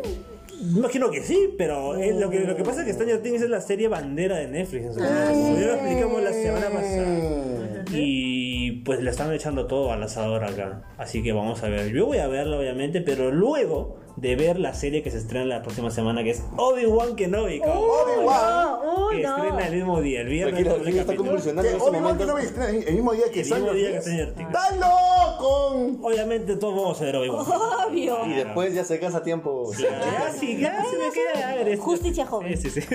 Imagino que sí, pero es lo, que, lo que pasa es que Stranger Things es la serie bandera de Netflix. en su momento. Como ya lo explicamos la semana pasada. Y pues le están echando todo al asador acá. Así que vamos a ver. Yo voy a verla, obviamente, pero luego de ver la serie que se estrena la próxima semana, que es Obi-Wan Kenobi. cabrón.
Obi-Wan.
No, Ah, uy,
que
no.
estrena el mismo día, el viernes.
Tranquilo,
doble
Kevin está
capítulo.
convulsionando
Que
en estos
Obi-Wan que no
momentos.
me estrena el el mismo día que
El mismo
Stranger
día que
Things.
Stranger Things.
¡Está loco!
Obviamente todos vamos a ver Obi-Wan.
Obvio.
Y después ya se casa a tiempo.
Ya, sí, ya se me queda. a ver, este-
Justicia joven.
Sí, sí, sí.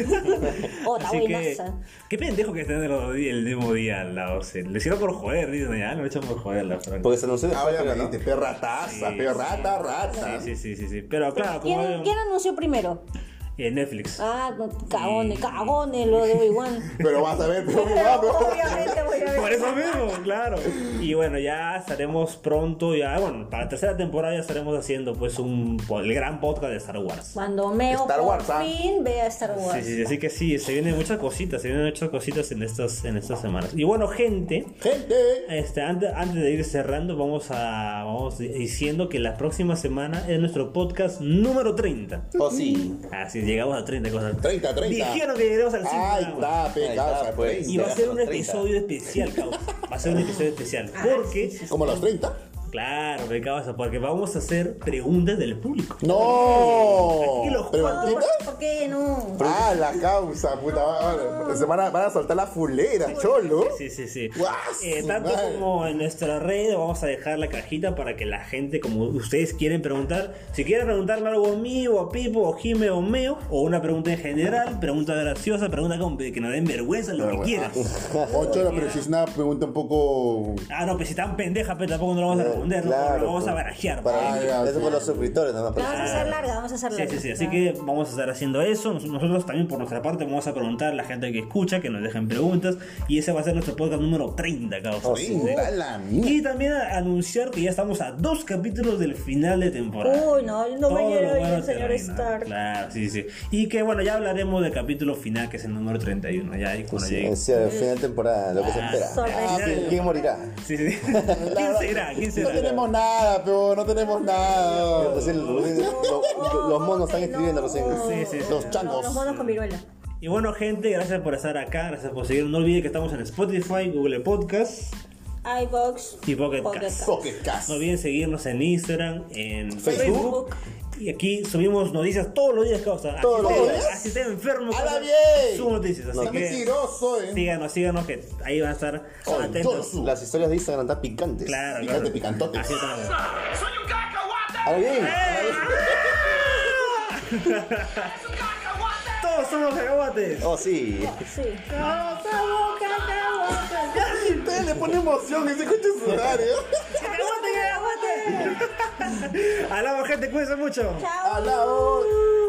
Oh, está
Así que,
buenaza.
qué pendejo que estén el, el mismo día al lado. se- Lo hicieron por joder, Disney. Ah, lo echan por joder, la franca.
Porque se anunció después,
Ahora me
creo, ¿no?
Ah, dice, perra taza,
Sí,
perrata, rata.
Sí, sí, sí, sí. Pero claro, como
¿Quién, quién anunció primero?
en Netflix.
Ah, cagones, cagones lo de Obi-Wan.
Pero vas a ver, pero Obi-Wan, pero-
Obviamente voy a
Por
ver.
eso mismo, claro. Y bueno, ya estaremos pronto, ya, bueno, para la tercera temporada ya estaremos haciendo pues un po- el gran podcast de Star Wars.
Cuando meo
Star
por
Wars, ah.
fin ve a Star
Sí,
Wars.
sí, sí, así que sí, se vienen muchas cositas, se vienen muchas cositas en estas, en estas semanas. Y bueno, gente,
Gente,
Este, antes, antes de ir cerrando, vamos a vamos diciendo que la próxima semana es nuestro podcast número 30.
Oh, sí.
Así llegamos a 30 cosas.
30, 30.
Dijeron que llegaremos al 5.
Ahí está,
Ahí está,
pecado,
pues.
Y va a ser un
30.
episodio especial, causa. Va a ser un episodio especial. Porque,
Como los 30.
claro, me causa, porque vamos a hacer preguntas del público.
¡No!
Tranquilo, Juan.
¿Preguntitas?
¿Por qué no?
Ah, la causa, puta. va- va- Se van a, van a soltar la fulera, cholo.
Sí, sí, sí.
Guas,
Eh, tanto
madre.
como en nuestra red vamos a dejar la cajita para que la gente, como ustedes quieren preguntar, si quieren preguntarme algo a mí o a Pipo o Jime o Meo, o una pregunta en general, pregunta graciosa, pregunta con- que nos den vergüenza, lo que quieran.
Oh, cholo, Ah, pero si es una pregunta un poco.
Ah, no, pues si están pendejas, pero tampoco no lo vamos a responder, ¿no?
Claro,
lo vamos a
pues,
barajear.
Para
Ah, ya,
eso
sí.
por los suscriptores, nada más.
La vamos a
pero-
hacer larga, vamos a hacer
Sí,
larga.
sí, sí, así que vamos a estar haciendo eso. Nos- Nosotros también por nuestra parte vamos a preguntar a la gente que escucha, que nos dejen preguntas. Y ese va a ser nuestro podcast número 30, causa.
Oh,
Venga, la mierda.
Y también a- anunciar que ya estamos a dos capítulos del final de temporada.
Uy, no, no me
Todo
quiero
lo
ir
bueno
el señor
termina.
Stark.
Claro, sí, sí. Y que bueno, ya hablaremos del capítulo final, que es el número 31. Ya ahí cuando
Sí,
llegue.
sí, al final de temporada, lo que se
sorry.
espera.
Ah,
¿Quién- ¿Quién morirá?
Sí, sí. ¿Quién será? Ah, ¿Quién
No
será?
tenemos nada, pero no tenemos nada.
pues,
Recién lo- lo- los monos están escribiendo recién.
Sí, sí, sí.
Los
No, los
changos.
monos con viruela.
Y bueno, gente, gracias por estar acá, gracias por seguir. No olviden que estamos en Spotify, Google Podcast
iBox.
y Pocket
Pocket
Cast.
Pocket Cast.
No olviden seguirnos en Instagram, en
Facebook.
Facebook. Y aquí subimos noticias todos los días, causa. Así
Todos los
esté-
días.
Así esté enfermo.
¡Hala
causa,
bien!
Subo noticias. Así
Está
que
mentiroso, eh.
síganos, síganos, que ahí van a estar
Con
atentos.
Josu.
Las historias de Instagram están picantes.
Claro, claro.
Picante, picantote.
Así está.
Ahora bien,
Todos somos cacahuates.
oh sí.
Sí.
Ustedes le pone emoción y se escucha sudar, eh.
Alaba, gente, cuídense mucho.
A la hora.